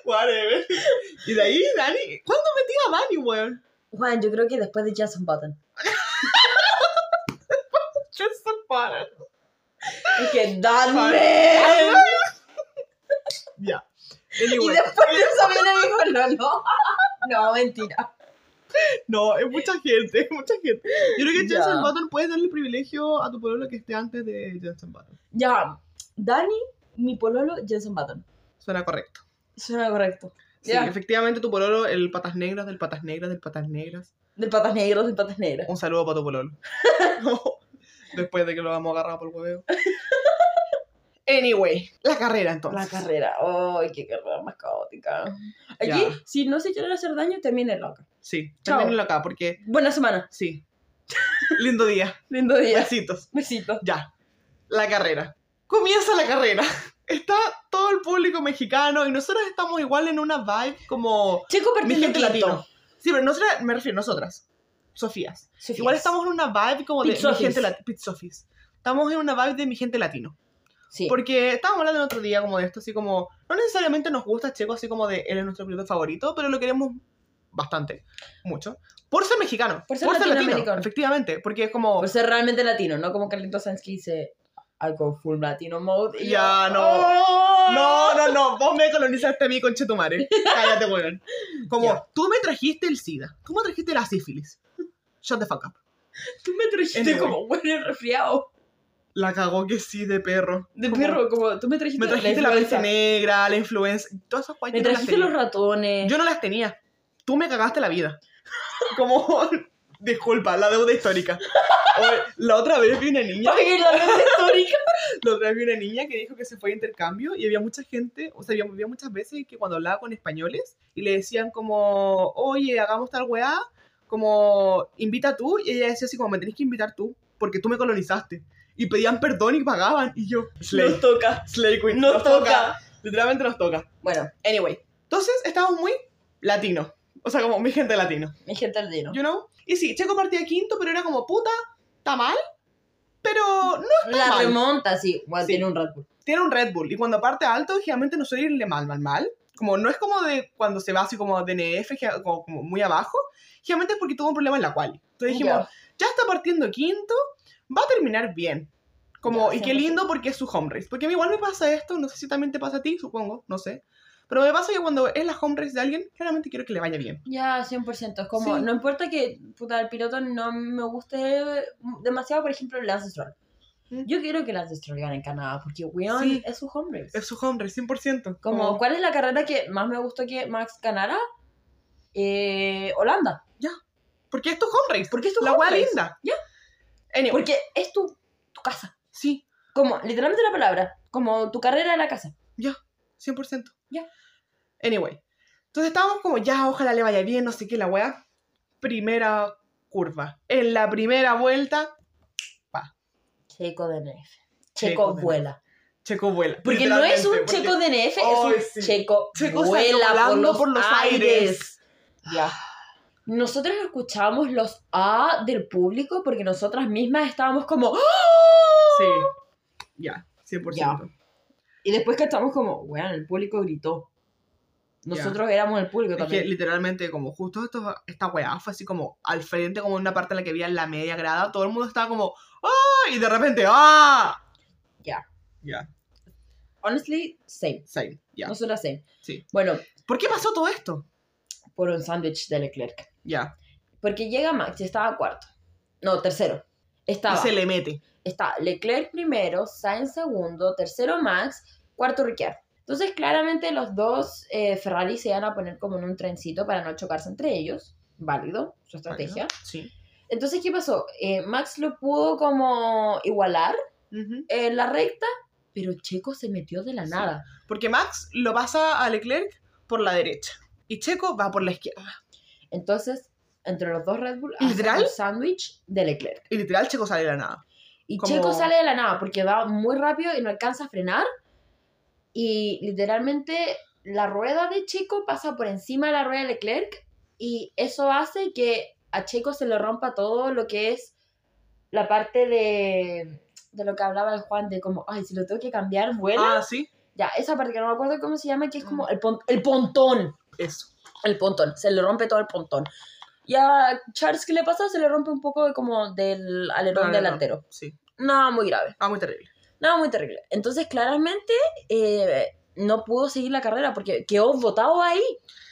Speaker 1: Whatever. Y de ahí, Dani. ¿Cuándo metí a Dani, weón?
Speaker 2: Juan, yo creo que después de Jason Button.
Speaker 1: paran.
Speaker 2: Es que dame.
Speaker 1: Ya.
Speaker 2: Eh. Y
Speaker 1: Anyway,
Speaker 2: después de eso viene y dijo, no, no. No, mentira.
Speaker 1: no, es mucha gente, es mucha gente. Yo creo que
Speaker 2: Eh. Ya.
Speaker 1: Jensen Button puede darle privilegio a tu pueblo que esté antes de Jensen Button.
Speaker 2: Ya, Dani, mi pololo, Jensen Button.
Speaker 1: Suena correcto.
Speaker 2: Suena correcto.
Speaker 1: Sí,
Speaker 2: Ya.
Speaker 1: efectivamente tu pololo, el patas negras, del patas negras, del patas negras.
Speaker 2: De patas negras, de patas negras.
Speaker 1: Un saludo para tu pololo. Después de que lo hemos agarrado por el hueveo. Anyway, la carrera entonces.
Speaker 2: La carrera. ¡Ay, qué carrera más caótica! Aquí,
Speaker 1: Ya.
Speaker 2: si no se quieren hacer daño, terminen loca.
Speaker 1: Sí,
Speaker 2: Chao.
Speaker 1: termínenlo acá porque
Speaker 2: Buena semana.
Speaker 1: sí. Lindo día.
Speaker 2: Lindo día.
Speaker 1: Besitos.
Speaker 2: Besitos.
Speaker 1: Ya. La carrera. Comienza la carrera. Está todo el público mexicano y nosotras estamos igual en una vibe como
Speaker 2: Checo
Speaker 1: mi
Speaker 2: perdiendo
Speaker 1: gente
Speaker 2: quinto.
Speaker 1: latino. Sí, pero nosotras, me refiero a nosotras. Sofías.
Speaker 2: Sofías.
Speaker 1: Igual estamos en una vibe como de
Speaker 2: Pit
Speaker 1: mi
Speaker 2: Sofis.
Speaker 1: gente latino. Estamos en una vibe de mi gente latino.
Speaker 2: Sí.
Speaker 1: Porque estábamos hablando el otro día como de esto, así como, no necesariamente nos gusta Checo, así como de él es nuestro piloto favorito, pero lo queremos bastante, mucho. Por ser mexicano,
Speaker 2: Por ser latinoamericano.
Speaker 1: efectivamente, porque es como,
Speaker 2: Por ser realmente latino, no como Carlito Sanz que dice I go full latino mode. y
Speaker 1: Ya,
Speaker 2: yo,
Speaker 1: no.
Speaker 2: ¡Oh!
Speaker 1: no, no, no, vos me colonizaste a mí, conchetumare, cállate, weón. Como,
Speaker 2: Ya.
Speaker 1: tú me trajiste el SIDA, tú me trajiste la sífilis. Shut the fuck up.
Speaker 2: Tú me trajiste
Speaker 1: Anyway.
Speaker 2: como bueno resfriado.
Speaker 1: La cagó que sí de perro.
Speaker 2: De
Speaker 1: Como,
Speaker 2: perro, como tú me trajiste
Speaker 1: Me trajiste la
Speaker 2: influenza.
Speaker 1: peste negra, la influenza, todas esas guayas
Speaker 2: Me
Speaker 1: yo no las
Speaker 2: trajiste los
Speaker 1: tenía.
Speaker 2: ratones.
Speaker 1: Yo no las tenía. Tú me cagaste la vida. Como, disculpa, la deuda histórica. Oye, la otra vez vi una niña,
Speaker 2: Oye, la vez histórica.
Speaker 1: la otra vez vi una niña que dijo que se fue a intercambio y había mucha gente, o sea, había, había muchas veces que cuando hablaba con españoles y le decían como, oye, hagamos tal weá, como, invita tú, y ella decía así como, me tenés que invitar tú, porque tú me colonizaste. Y pedían perdón y pagaban, y yo, Slay,
Speaker 2: Nos toca.
Speaker 1: Slay Queen,
Speaker 2: Nos toca.
Speaker 1: Literalmente nos toca.
Speaker 2: Bueno,
Speaker 1: Anyway, entonces estamos muy latinos. O sea, como mi gente latino.
Speaker 2: mi gente latino.
Speaker 1: You know? Y sí, Checo partía quinto, pero era como puta, está mal. Pero no
Speaker 2: la
Speaker 1: mal.
Speaker 2: remonta, sí. Bueno,
Speaker 1: Sí.
Speaker 2: tiene un Red Bull.
Speaker 1: tiene un Red Bull. Y cuando parte alto, generalmente no suele irle mal, mal, mal. Como no es como de cuando se va así como DNF, ge- como, como muy abajo. Generalmente es porque tuvo un problema en la cual. Entonces dijimos,
Speaker 2: Ya.
Speaker 1: ya está partiendo quinto, va a terminar bien. Como,
Speaker 2: Ya,
Speaker 1: y qué
Speaker 2: 100%.
Speaker 1: lindo porque es su home race. Porque a mí igual me pasa esto, no sé si también te pasa a ti, supongo, no sé. Pero me pasa que cuando es la home race de alguien, claramente quiero que le vaya bien.
Speaker 2: Ya, 100%. Es como,
Speaker 1: Sí.
Speaker 2: no importa que puta, el piloto no me guste demasiado, por ejemplo, Lance Stroll.
Speaker 1: Mm.
Speaker 2: Yo quiero que Lance Stroll gane en Canadá, porque weón
Speaker 1: Sí.
Speaker 2: es su home race.
Speaker 1: Es su home race, 100%.
Speaker 2: Como, ¿cuál es la carrera que más me gustó que Max ganara? Eh, Holanda.
Speaker 1: porque es tu home race.
Speaker 2: Porque es tu
Speaker 1: la
Speaker 2: home
Speaker 1: wea
Speaker 2: race.
Speaker 1: linda.
Speaker 2: Ya.
Speaker 1: Anyway,
Speaker 2: Porque es tu, tu casa.
Speaker 1: sí,
Speaker 2: Como, literalmente la palabra. Como tu carrera de la casa.
Speaker 1: 100%.
Speaker 2: Ya.
Speaker 1: Anyway. Entonces estábamos como, ya, ojalá le vaya bien, no sé qué, la wea. Primera curva. En la primera vuelta,
Speaker 2: Checo DNF.
Speaker 1: Checo
Speaker 2: Checo
Speaker 1: DNF.
Speaker 2: vuela.
Speaker 1: Checo vuela.
Speaker 2: Porque no es un
Speaker 1: literalmente, porque-
Speaker 2: Checo DNF,
Speaker 1: Ay,
Speaker 2: es un
Speaker 1: sí.
Speaker 2: Checo,
Speaker 1: Checo
Speaker 2: vuela
Speaker 1: salió
Speaker 2: por
Speaker 1: volando
Speaker 2: los, aires. Ya. Nosotras escuchábamos los A del público porque nosotras mismas estábamos como ¡Ah!
Speaker 1: Sí. Ya, 100%.
Speaker 2: y después que estábamos como, bueno, el público gritó. Nosotros éramos el público
Speaker 1: Es que
Speaker 2: también.
Speaker 1: literalmente, como justo esto, esta weá fue así como al frente, como en una parte en la que había la media grada, todo el mundo estaba como ¡Ah! Y de repente ¡Ah!
Speaker 2: Ya.
Speaker 1: Ya,
Speaker 2: Honestly, same.
Speaker 1: same, ya.
Speaker 2: Nosotras same.
Speaker 1: Sí.
Speaker 2: Bueno,
Speaker 1: ¿Por qué pasó todo esto?
Speaker 2: por un sándwich de Leclerc.
Speaker 1: Ya.
Speaker 2: Porque llega Max y estaba cuarto. No, tercero. Estaba.
Speaker 1: Y se le mete.
Speaker 2: está Leclerc primero, Sainz segundo, tercero Max, cuarto Ricciardo. Entonces, claramente los dos eh, Ferrari se van a poner como en un trencito para no chocarse entre ellos. Válido, su estrategia.
Speaker 1: Sí.
Speaker 2: Entonces, ¿qué pasó? Eh, Max lo pudo como igualar
Speaker 1: Ujú.
Speaker 2: en la recta, pero Checo se metió de la
Speaker 1: Sí.
Speaker 2: nada.
Speaker 1: Porque Max lo pasa a Leclerc por la derecha y Checo va por la izquierda.
Speaker 2: Entonces, entre los dos Red Bull, hacen
Speaker 1: ¿Literal?
Speaker 2: un sándwich de Leclerc.
Speaker 1: Y literal Checo sale de la nada.
Speaker 2: Y
Speaker 1: Como-
Speaker 2: Checo sale de la nada porque va muy rápido y no alcanza a frenar. Y literalmente la rueda de Checo pasa por encima de la rueda de Leclerc y eso hace que a Checo se le rompa todo lo que es la parte de, de lo que hablaba el Juan de como, ay, si lo tengo que cambiar, vuela.
Speaker 1: Ah, Mm. sí.
Speaker 2: Ya, esa parte que no me acuerdo cómo se llama, que es como el, pon- el pontón.
Speaker 1: Eso.
Speaker 2: El pontón, se le rompe todo el pontón. Y a Charles, ¿qué le pasa? Se le rompe un poco de como del alerón
Speaker 1: Claro, no.
Speaker 2: delantero.
Speaker 1: Sí.
Speaker 2: nada muy grave,
Speaker 1: Ah, muy terrible.
Speaker 2: nada muy terrible. Entonces, claramente, eh, no pudo seguir la carrera porque quedó votado ahí.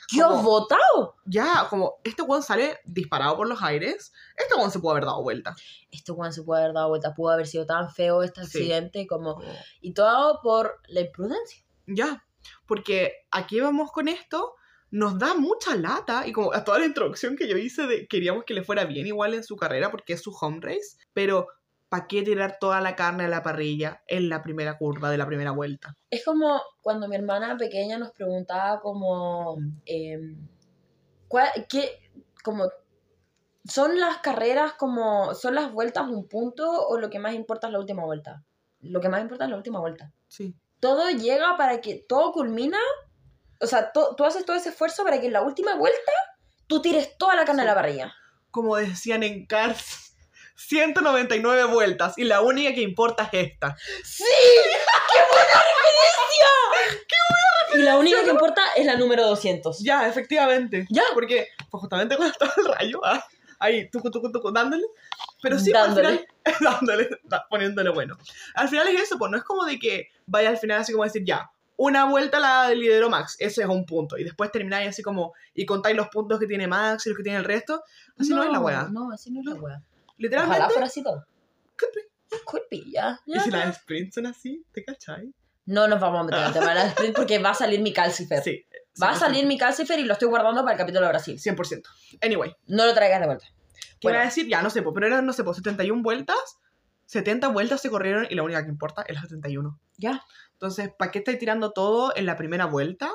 Speaker 2: Quedó
Speaker 1: ¿Cómo?
Speaker 2: votado.
Speaker 1: Ya, como este weón sale disparado por los aires, este weón se puede haber dado vuelta.
Speaker 2: Esto, Juan, Este se puede haber dado vuelta. Pudo haber sido tan feo este
Speaker 1: Sí.
Speaker 2: accidente como... Y todo por la imprudencia.
Speaker 1: Ya, porque aquí vamos con esto, nos da mucha lata y como a toda la introducción que yo hice de queríamos que le fuera bien igual en su carrera porque es su home race, pero ¿para qué tirar toda la carne a la parrilla en la primera curva de la primera vuelta?
Speaker 2: Es como cuando mi hermana pequeña nos preguntaba como... em, ¿cuál- qué, como ¿Son las carreras como... ¿Son las vueltas un punto o lo que más importa es la última vuelta? Lo que más importa es la última vuelta.
Speaker 1: Sí.
Speaker 2: todo llega para que todo culmina. O sea, to- tú haces todo ese esfuerzo para que en la última vuelta tú tires toda la carne a la parrilla.
Speaker 1: Como decían en Cars, 199 vueltas y la única que importa es esta.
Speaker 2: ¡Sí! ¡Qué buena referencia! ¡Qué buena referencia! Y la única que importa es la número 200.
Speaker 1: Ya, efectivamente.
Speaker 2: Ya.
Speaker 1: Porque pues justamente cuando estaba el rayo, ah, ahí, tucu, tucu, tucu, dándole. Pero sí, pues, al
Speaker 2: Dándole.
Speaker 1: final, dándole, da- poniéndole bueno. Al final es eso, pues no es como de que vaya al final así como decir, ya, una vuelta la lideró Max, ese es un punto. Y después termináis así como, y contáis los puntos que tiene Max y los que tiene el resto. Así no, es la wea.
Speaker 2: No, así no es la wea. Ojalá
Speaker 1: Literalmente.
Speaker 2: fuera así todo.
Speaker 1: Could be.
Speaker 2: Could be, ya.
Speaker 1: Y
Speaker 2: ya,
Speaker 1: si
Speaker 2: ya.
Speaker 1: las sprints son así, ¿te cachai?
Speaker 2: No nos vamos a meter en el tema de la sprint porque va a salir mi calcifer.
Speaker 1: Ah. Sí.
Speaker 2: va a salir mi calcifer y lo estoy guardando para el capítulo de Brasil.
Speaker 1: 100%. Anyway.
Speaker 2: No lo traigas de vuelta.
Speaker 1: ¿Qué iba
Speaker 2: Bueno.
Speaker 1: a decir? Ya, no sé, po, pero eran, no sé, po, 71 vueltas. 70 vueltas se corrieron y la única que importa es la 71.
Speaker 2: Ya.
Speaker 1: Entonces, ¿para qué estáis tirando todo en la primera vuelta?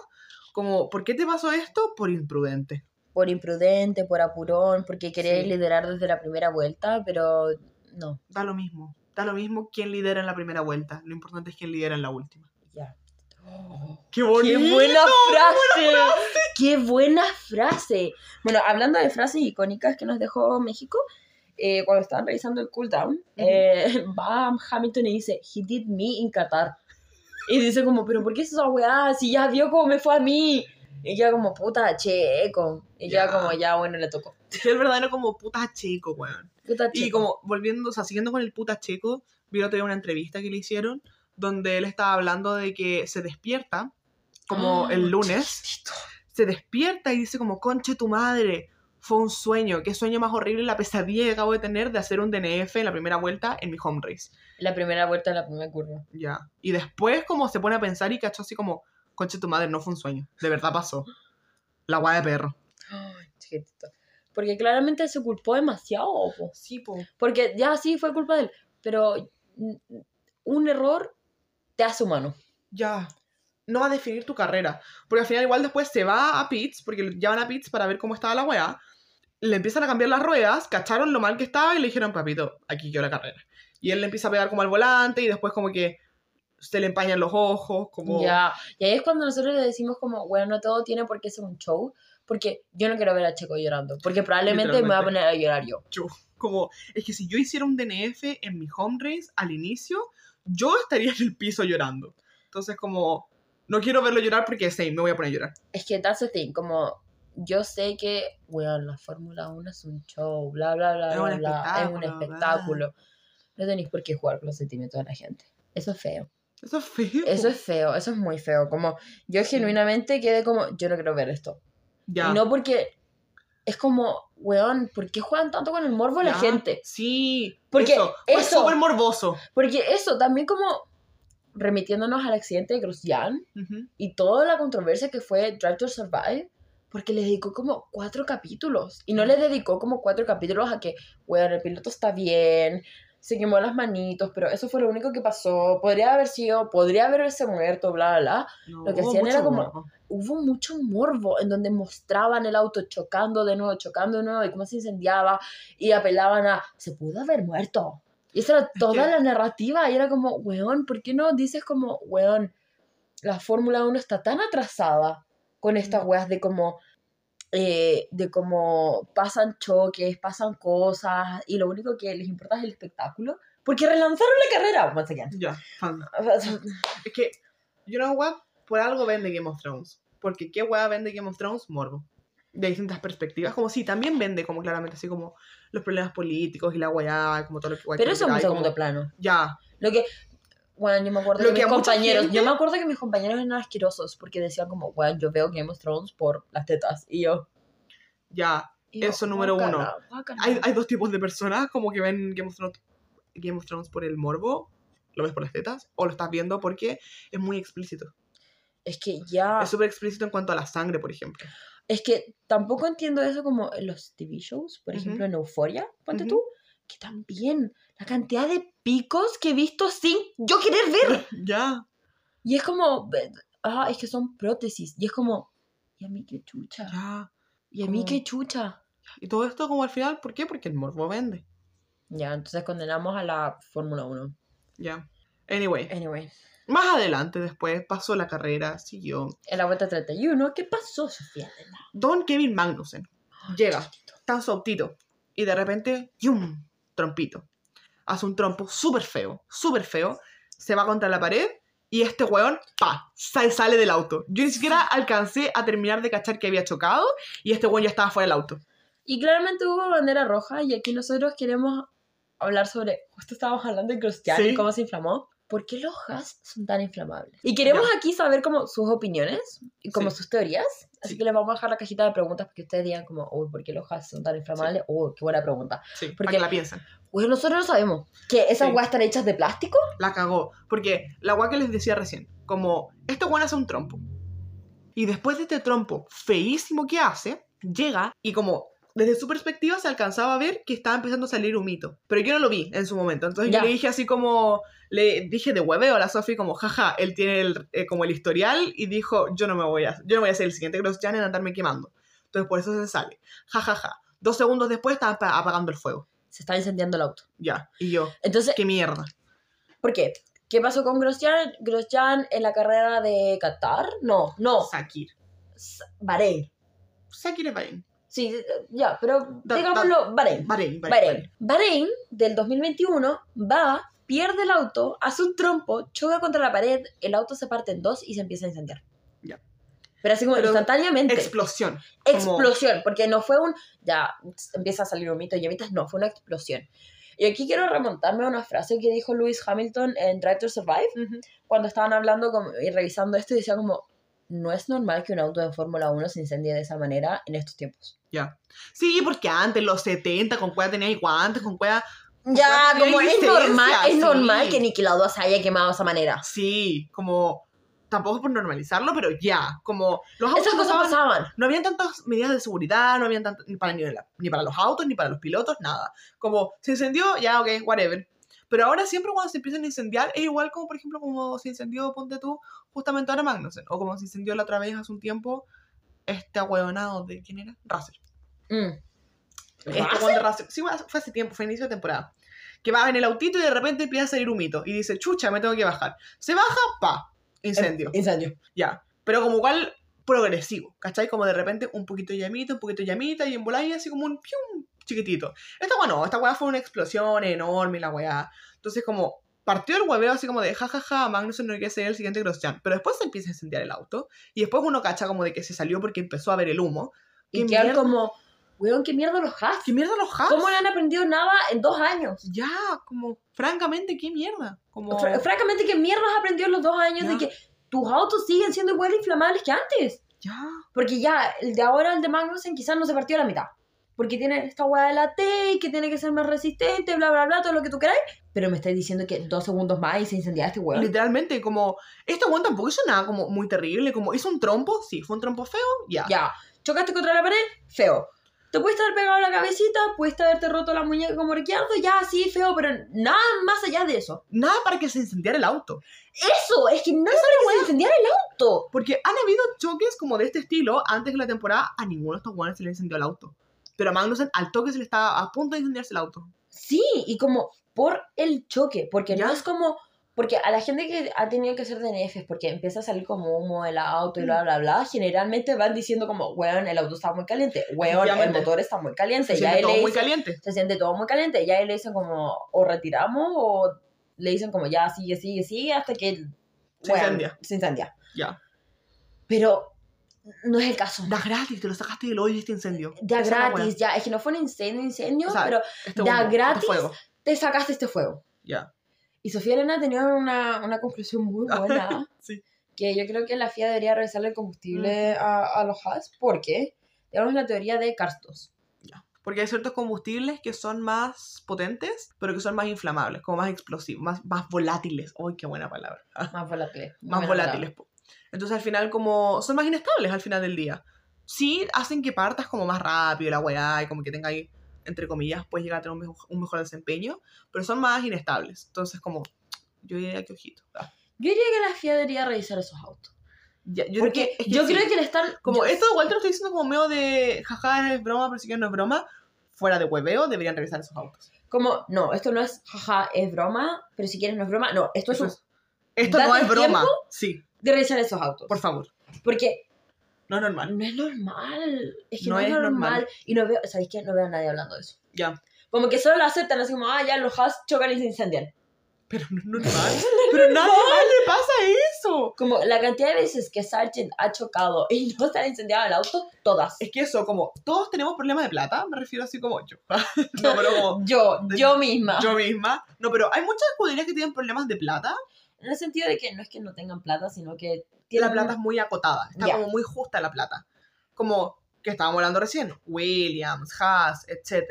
Speaker 1: Como, ¿por qué te pasó esto? Por imprudente.
Speaker 2: por imprudente, por apurón, porque queréis
Speaker 1: Sí.
Speaker 2: liderar desde la primera vuelta, pero no,
Speaker 1: Da lo mismo. Da lo mismo quién lidera en la primera vuelta. Lo importante es quién lidera en la última.
Speaker 2: ya.
Speaker 1: ¡Qué bonito!
Speaker 2: ¡Qué buena frase! ¡Qué buena frase! Bueno, hablando de frases icónicas que nos dejó México, eh, cuando estaban revisando el cooldown, eh, va Hamilton y dice, He did me in Qatar. Y dice como, ¿pero por qué es esa weá? Si ya vio cómo me fue a mí. Y ya como, puta, che, eco. Y ya,
Speaker 1: Ya.
Speaker 2: como, ya, bueno, le tocó.
Speaker 1: Es el verdadero como puta checo, weón.
Speaker 2: Puta,
Speaker 1: Y
Speaker 2: che.
Speaker 1: como volviendo, o sea, siguiendo con el puta checo, vi otra vez una entrevista que le hicieron donde él estaba hablando de que se despierta, como
Speaker 2: Ah.
Speaker 1: el lunes, se despierta y dice como, conche tu madre, fue un sueño, qué sueño más horrible la pesadilla que acabo de tener de hacer un DNF en la primera vuelta en mi home race.
Speaker 2: La primera vuelta de la primera curva.
Speaker 1: Ya. Y después como se pone a pensar y cachó así como, conche tu madre, no fue un sueño, de verdad pasó. La guay de perro.
Speaker 2: Ay, chiquitito. Porque claramente se culpó demasiado. po.
Speaker 1: Sí, po.
Speaker 2: Porque ya sí fue culpa de él. Pero mm, un error te hace humano.
Speaker 1: Ya. No va a definir tu carrera. Porque al final igual después se va a pits, porque ya van a pits para ver cómo estaba la weá. Le empiezan a cambiar las ruedas, cacharon lo mal que estaba y le dijeron, papito, aquí quedó la carrera. Y él le empieza a pegar como al volante y después como que se le empañan los ojos, como...
Speaker 2: Ya. Y ahí es cuando nosotros le decimos como, bueno, no todo tiene por qué ser un show. Porque yo no quiero ver a Checo llorando. Porque probablemente me va a poner a llorar yo.
Speaker 1: Como, es que si yo hiciera un DNF en mi home race al inicio, yo estaría en el piso llorando. Entonces como, no quiero verlo llorar porque, sí, me voy a poner a llorar.
Speaker 2: Es que that's the thing. Como yo sé que, bueno, la Fórmula 1 es un show. Bla, bla, bla,
Speaker 1: Es
Speaker 2: bla,
Speaker 1: un
Speaker 2: bla. Es un
Speaker 1: espectáculo, bla.
Speaker 2: espectáculo. No tenéis por qué jugar con los sentimientos de la gente. Eso es feo.
Speaker 1: Eso es feo.
Speaker 2: Eso es feo, eso es muy feo. Como yo genuinamente quedé como, yo no quiero ver esto.
Speaker 1: Ya.
Speaker 2: Y no porque es como, weón, ¿por qué juegan tanto con el morbo la
Speaker 1: Ya,
Speaker 2: gente?
Speaker 1: Sí.
Speaker 2: Porque
Speaker 1: Es
Speaker 2: eso-
Speaker 1: súper morboso.
Speaker 2: Porque eso también como remitiéndonos al accidente de Grosjean
Speaker 1: Ujú.
Speaker 2: y toda la controversia que fue Drive to Survive, porque le dedicó como cuatro capítulos. Y no le dedicó como cuatro capítulos a que, weón, el piloto está bien, se quemó las manitos, pero eso fue lo único que pasó. Podría haber sido, podría haberse muerto, bla, bla, bla. Lo que
Speaker 1: No,
Speaker 2: hacían era
Speaker 1: mucho
Speaker 2: como-
Speaker 1: morbo.
Speaker 2: hubo mucho morbo en donde mostraban el auto chocando de nuevo, chocando de nuevo y cómo se incendiaba y apelaban a, se pudo haber muerto. Y esa era toda
Speaker 1: que-
Speaker 2: la narrativa y era como, weón, ¿por qué no dices como, weón, la Fórmula 1 está tan atrasada con estas
Speaker 1: Mm.
Speaker 2: weas de como... eh, de cómo pasan choques, pasan cosas y lo único que les importa es el espectáculo porque relanzaron la carrera once again.
Speaker 1: Ya, fan. Es que, you know what? Por algo vende Game of Thrones. Porque qué hueá vende Game of Thrones, morbo. de distintas perspectivas. Como sí, también vende, como claramente, así como los problemas políticos y la guayada, como todo lo que guay
Speaker 2: Pero eso es un
Speaker 1: hay, como-
Speaker 2: segundo plano.
Speaker 1: Ya,
Speaker 2: Lo que. Bueno, yo me acuerdo
Speaker 1: Lo
Speaker 2: que,
Speaker 1: que
Speaker 2: mis
Speaker 1: a mucha
Speaker 2: compañeros.
Speaker 1: gente-
Speaker 2: Yo me acuerdo que mis compañeros eran asquerosos porque decían, como, bueno, yo veo Game of Thrones por las tetas. Y yo.
Speaker 1: ya.
Speaker 2: y yo,
Speaker 1: Eso, número uno.
Speaker 2: guácala, guácala.
Speaker 1: Hay, hay dos tipos de personas, como que ven Game of, Thrones, Game of Thrones por el morbo, lo ves por las tetas, o lo estás viendo porque es muy explícito.
Speaker 2: Es que ya.
Speaker 1: Es súper explícito en cuanto a la sangre, por ejemplo.
Speaker 2: Es que tampoco entiendo eso como en los TV shows, por
Speaker 1: Ujú.
Speaker 2: ejemplo en Euforia, ponte
Speaker 1: Ujú.
Speaker 2: tú, que también la cantidad de picos que he visto sin yo querer ver.
Speaker 1: Ya.
Speaker 2: Y es como, ve- ah, es que son prótesis. Y es como, y a mí qué chucha,
Speaker 1: Ya.
Speaker 2: y a mí
Speaker 1: como-
Speaker 2: qué chucha.
Speaker 1: Y todo esto como al final, ¿por qué? Porque el morbo vende.
Speaker 2: Ya, entonces condenamos a la Fórmula 1.
Speaker 1: Ya. Anyway,
Speaker 2: Anyway,
Speaker 1: más adelante después pasó la carrera, siguió.
Speaker 2: en la vuelta 31, ¿qué pasó, Sofía? de la-
Speaker 1: Don Kevin Magnussen llega, tan soltito, y de repente, ¡yum! Trompito. Hace un trompo súper feo, súper feo, se va contra la pared y este weón, ¡pa! sa- sale del auto. Yo ni siquiera alcancé a terminar de cachar que había chocado y este weón ya estaba fuera del auto.
Speaker 2: Y claramente hubo bandera roja y aquí nosotros queremos hablar sobre, justo estábamos hablando de Cristiano y
Speaker 1: Sí.
Speaker 2: cómo se inflamó. ¿Por qué los gas son tan inflamables? Y queremos aquí saber como sus opiniones y como
Speaker 1: Sí.
Speaker 2: sus teorías. Así
Speaker 1: Sí.
Speaker 2: que les vamos a dejar la cajita de preguntas para que ustedes digan como, uy, ¿por qué los gas son tan inflamables? Uy, qué buena pregunta.
Speaker 1: Sí, para
Speaker 2: Porque-
Speaker 1: que la piensen.
Speaker 2: Pues nosotros no sabemos. ¿Que esas
Speaker 1: Sí.
Speaker 2: gas están hechas de plástico?
Speaker 1: la cagó. Porque la guay que les decía recién, como, este weón hace un trompo. Y después de este trompo feísimo que hace, llega y como, desde su perspectiva se alcanzaba a ver que estaba empezando a salir humito. Pero yo no lo vi en su momento. Entonces
Speaker 2: Ya.
Speaker 1: yo le dije así como, le dije de hueveo a la Sofi como, jaja, él tiene el, eh, como el historial y dijo, yo no me voy a, yo no voy a ser el siguiente Cross en andarme quemando. Entonces por eso se sale. Jajaja. Dos segundos después estaba apa- apagando el fuego.
Speaker 2: Se está incendiando el auto.
Speaker 1: Ya. Y yo,
Speaker 2: Entonces,
Speaker 1: qué mierda.
Speaker 2: ¿por qué? ¿Qué pasó con Grosjean? Grosjean en la carrera de Qatar? No, no.
Speaker 1: Sakir.
Speaker 2: S- Bahrein.
Speaker 1: Sakir es Bahrein.
Speaker 2: Sí, sí, ya, pero
Speaker 1: Da- da-
Speaker 2: digámoslo, Bahrein.
Speaker 1: Bahrein, Bahrein.
Speaker 2: Bahrein. Bahrein del 2021 va, pierde el auto, hace un trompo, choca contra la pared, el auto se parte en dos y se empieza a incendiar.
Speaker 1: Ya.
Speaker 2: Pero así como
Speaker 1: Pero
Speaker 2: instantáneamente.
Speaker 1: Explosión.
Speaker 2: explosión, porque no fue un ya empieza a salir un mito y emitas, no, fue una explosión. Y aquí quiero remontarme a una frase que dijo Lewis Hamilton en Drive to Survive, cuando estaban hablando como- y revisando esto y decía como, no es normal que un auto de Fórmula 1 se incendie de esa manera en estos tiempos.
Speaker 1: Sí, porque antes, los 70, con cueva tenía guantes, con cueva.
Speaker 2: Ya,
Speaker 1: Bueno,
Speaker 2: como
Speaker 1: hay
Speaker 2: es
Speaker 1: licencia,
Speaker 2: normal, es
Speaker 1: sí.
Speaker 2: normal que Niki Lauda se haya quemado de esa manera.
Speaker 1: Sí, como. Tampoco es por normalizarlo, pero ya. Como. Los autos
Speaker 2: Esas cosas
Speaker 1: pasaban-
Speaker 2: pasaban.
Speaker 1: No habían tantas medidas de seguridad, no habían tantas. Ni para, ni, la- ni para los autos, ni para los pilotos, nada. Como se incendió, ya, ok, whatever. Pero ahora siempre cuando se empiezan a incendiar, es igual como, por ejemplo, como se incendió, ponte tú, justamente ahora Magnussen. O como se incendió la otra vez hace un tiempo, este ahueonado de. ¿Quién era? Russell.
Speaker 2: Mm.
Speaker 1: Este
Speaker 2: ¿Russell?
Speaker 1: weón de Russell- Sí, bueno, fue hace tiempo, fue inicio de temporada. Que va en el autito y de repente empieza a salir humito. Y dice, chucha, me tengo que bajar. Se baja, pa, incendio.
Speaker 2: Incendio.
Speaker 1: Ya. Pero como igual progresivo, ¿cachai? Como de repente un poquito llamita, un poquito llamita y en volá y así como un pium, chiquitito. Esta weá no, esta weá fue una explosión enorme, la weá. Entonces como partió el hueveo así como de jajaja, ja, ja, Magnussen no quiere ser el siguiente Grosjean. Pero después se empieza a incendiar el auto y después uno cacha como de que se salió porque empezó a ver el humo.
Speaker 2: Y
Speaker 1: ¿Qué
Speaker 2: quedan
Speaker 1: mierda?
Speaker 2: como, weón, qué mierda los hacks.
Speaker 1: ¿Qué mierda los Haas?
Speaker 2: ¿Cómo no han aprendido nada en dos años?
Speaker 1: ya, como, francamente, qué mierda. Como,
Speaker 2: Fra- francamente, ¿qué mierda has aprendido en los dos años de
Speaker 1: Ya.
Speaker 2: que tus autos siguen siendo igual de inflamables que antes?
Speaker 1: ya,
Speaker 2: Porque ya, el de ahora, el de Magnussen, quizás no se partió a la mitad. Porque tiene esta hueá de la T y que tiene que ser más resistente, bla, bla, bla, todo lo que tú queráis. Pero me estáis diciendo que dos segundos más y se incendia este hueón.
Speaker 1: literalmente, como, este weón tampoco hizo nada como muy terrible, como, hizo un trompo, sí, fue un trompo feo, ya.
Speaker 2: Ya, chocaste contra la pared, feo. Te pudiste haber pegado la cabecita, pudiste haberte roto la muñeca como Ricciardo, ya, sí, feo, pero nada más allá de eso.
Speaker 1: Nada para que se incendiara el auto.
Speaker 2: Eso, es que nada para que se incendiara el auto.
Speaker 1: Porque han habido choques como de este estilo antes de la temporada, a ninguno de estos weones se le incendió el auto. Pero a Magnussen, al toque se le estaba a punto de incendiarse el auto.
Speaker 2: Sí, y como por el choque, porque no
Speaker 1: Ya.
Speaker 2: es como, porque a la gente que ha tenido que hacer DNFs, porque empieza a salir como humo del auto y
Speaker 1: Mm.
Speaker 2: bla, bla, bla, generalmente van diciendo como, weón, el auto está muy caliente, weón, el
Speaker 1: Efectivamente.
Speaker 2: motor está muy
Speaker 1: Se
Speaker 2: caliente, ya
Speaker 1: siente
Speaker 2: él
Speaker 1: todo
Speaker 2: le
Speaker 1: muy
Speaker 2: dicen-
Speaker 1: caliente.
Speaker 2: se siente todo muy caliente, ya él le dicen como, o retiramos, o le dicen como, ya, sigue, sigue, sigue, hasta que,
Speaker 1: Se incendia.
Speaker 2: se incendia.
Speaker 1: Ya.
Speaker 2: Pero no es el caso.
Speaker 1: Da gratis, te lo sacaste del hoyo y este incendio.
Speaker 2: Da
Speaker 1: Esa es la
Speaker 2: gratis, ya. Es que no fue un incendio, incendio,
Speaker 1: O sea,
Speaker 2: pero
Speaker 1: wea. Este
Speaker 2: da
Speaker 1: humo, este
Speaker 2: gratis.
Speaker 1: fuego.
Speaker 2: te sacaste este fuego.
Speaker 1: Ya.
Speaker 2: Y Sofía Elena tenía una, una conclusión muy buena.
Speaker 1: Sí.
Speaker 2: Que yo creo que la FIA debería revisarle el combustible a, a los HAS porque tenemos la teoría de Karstos.
Speaker 1: ya. Porque hay ciertos combustibles que son más potentes, pero que son más inflamables, como más explosivos, más, más volátiles. ¡Ay, qué buena palabra!
Speaker 2: Más volátiles.
Speaker 1: más
Speaker 2: buena
Speaker 1: volátiles. po. Entonces al final como son más inestables al final del día. Sí hacen que partas como más rápido la weá y como que tenga ahí, entre comillas, puedes llegar a tener un mejor, un mejor desempeño, pero son más inestables. Entonces como, yo diría que ojito. Ah.
Speaker 2: palabra. Yo diría que la FIA debería revisar esos autos.
Speaker 1: Ya, yo
Speaker 2: porque
Speaker 1: creo que- es que
Speaker 2: yo
Speaker 1: sí.
Speaker 2: creo que el estar...
Speaker 1: Como
Speaker 2: yo-
Speaker 1: esto igual te lo estoy diciendo como medio de, jaja, es broma, pero si que no es broma, fuera de hueveo deberían revisar esos autos.
Speaker 2: Como, no, esto no es jaja, es broma, pero si quieres no es broma. No, esto es
Speaker 1: Eso
Speaker 2: un-
Speaker 1: es- Esto
Speaker 2: Date
Speaker 1: no es
Speaker 2: tiempo.
Speaker 1: broma. Sí,
Speaker 2: de revisar esos autos.
Speaker 1: por favor.
Speaker 2: Porque
Speaker 1: No es normal.
Speaker 2: no es normal. Es que no,
Speaker 1: No
Speaker 2: es
Speaker 1: es
Speaker 2: normal.
Speaker 1: normal.
Speaker 2: Y no veo, ¿sabéis qué? No veo a nadie hablando de eso.
Speaker 1: Ya.
Speaker 2: Como que solo lo aceptan, así como, ah, ya los has chocan y se incendian.
Speaker 1: Pero no es normal. pero nada más le pasa eso.
Speaker 2: Como la cantidad de veces que Sargent ha chocado y no se ha incendiado el auto, todas.
Speaker 1: Es que eso, como todos tenemos problemas de plata, me refiero así como yo. no, pero como
Speaker 2: Yo,
Speaker 1: de-
Speaker 2: yo misma.
Speaker 1: yo misma. No, pero hay muchas escuderías que tienen problemas de plata.
Speaker 2: En el sentido de que no es que no tengan plata, sino que
Speaker 1: Y
Speaker 2: tienen
Speaker 1: la plata es muy acotada, está
Speaker 2: Ya.
Speaker 1: como muy justa la plata. Como que estábamos hablando recién, Williams, Haas, etc.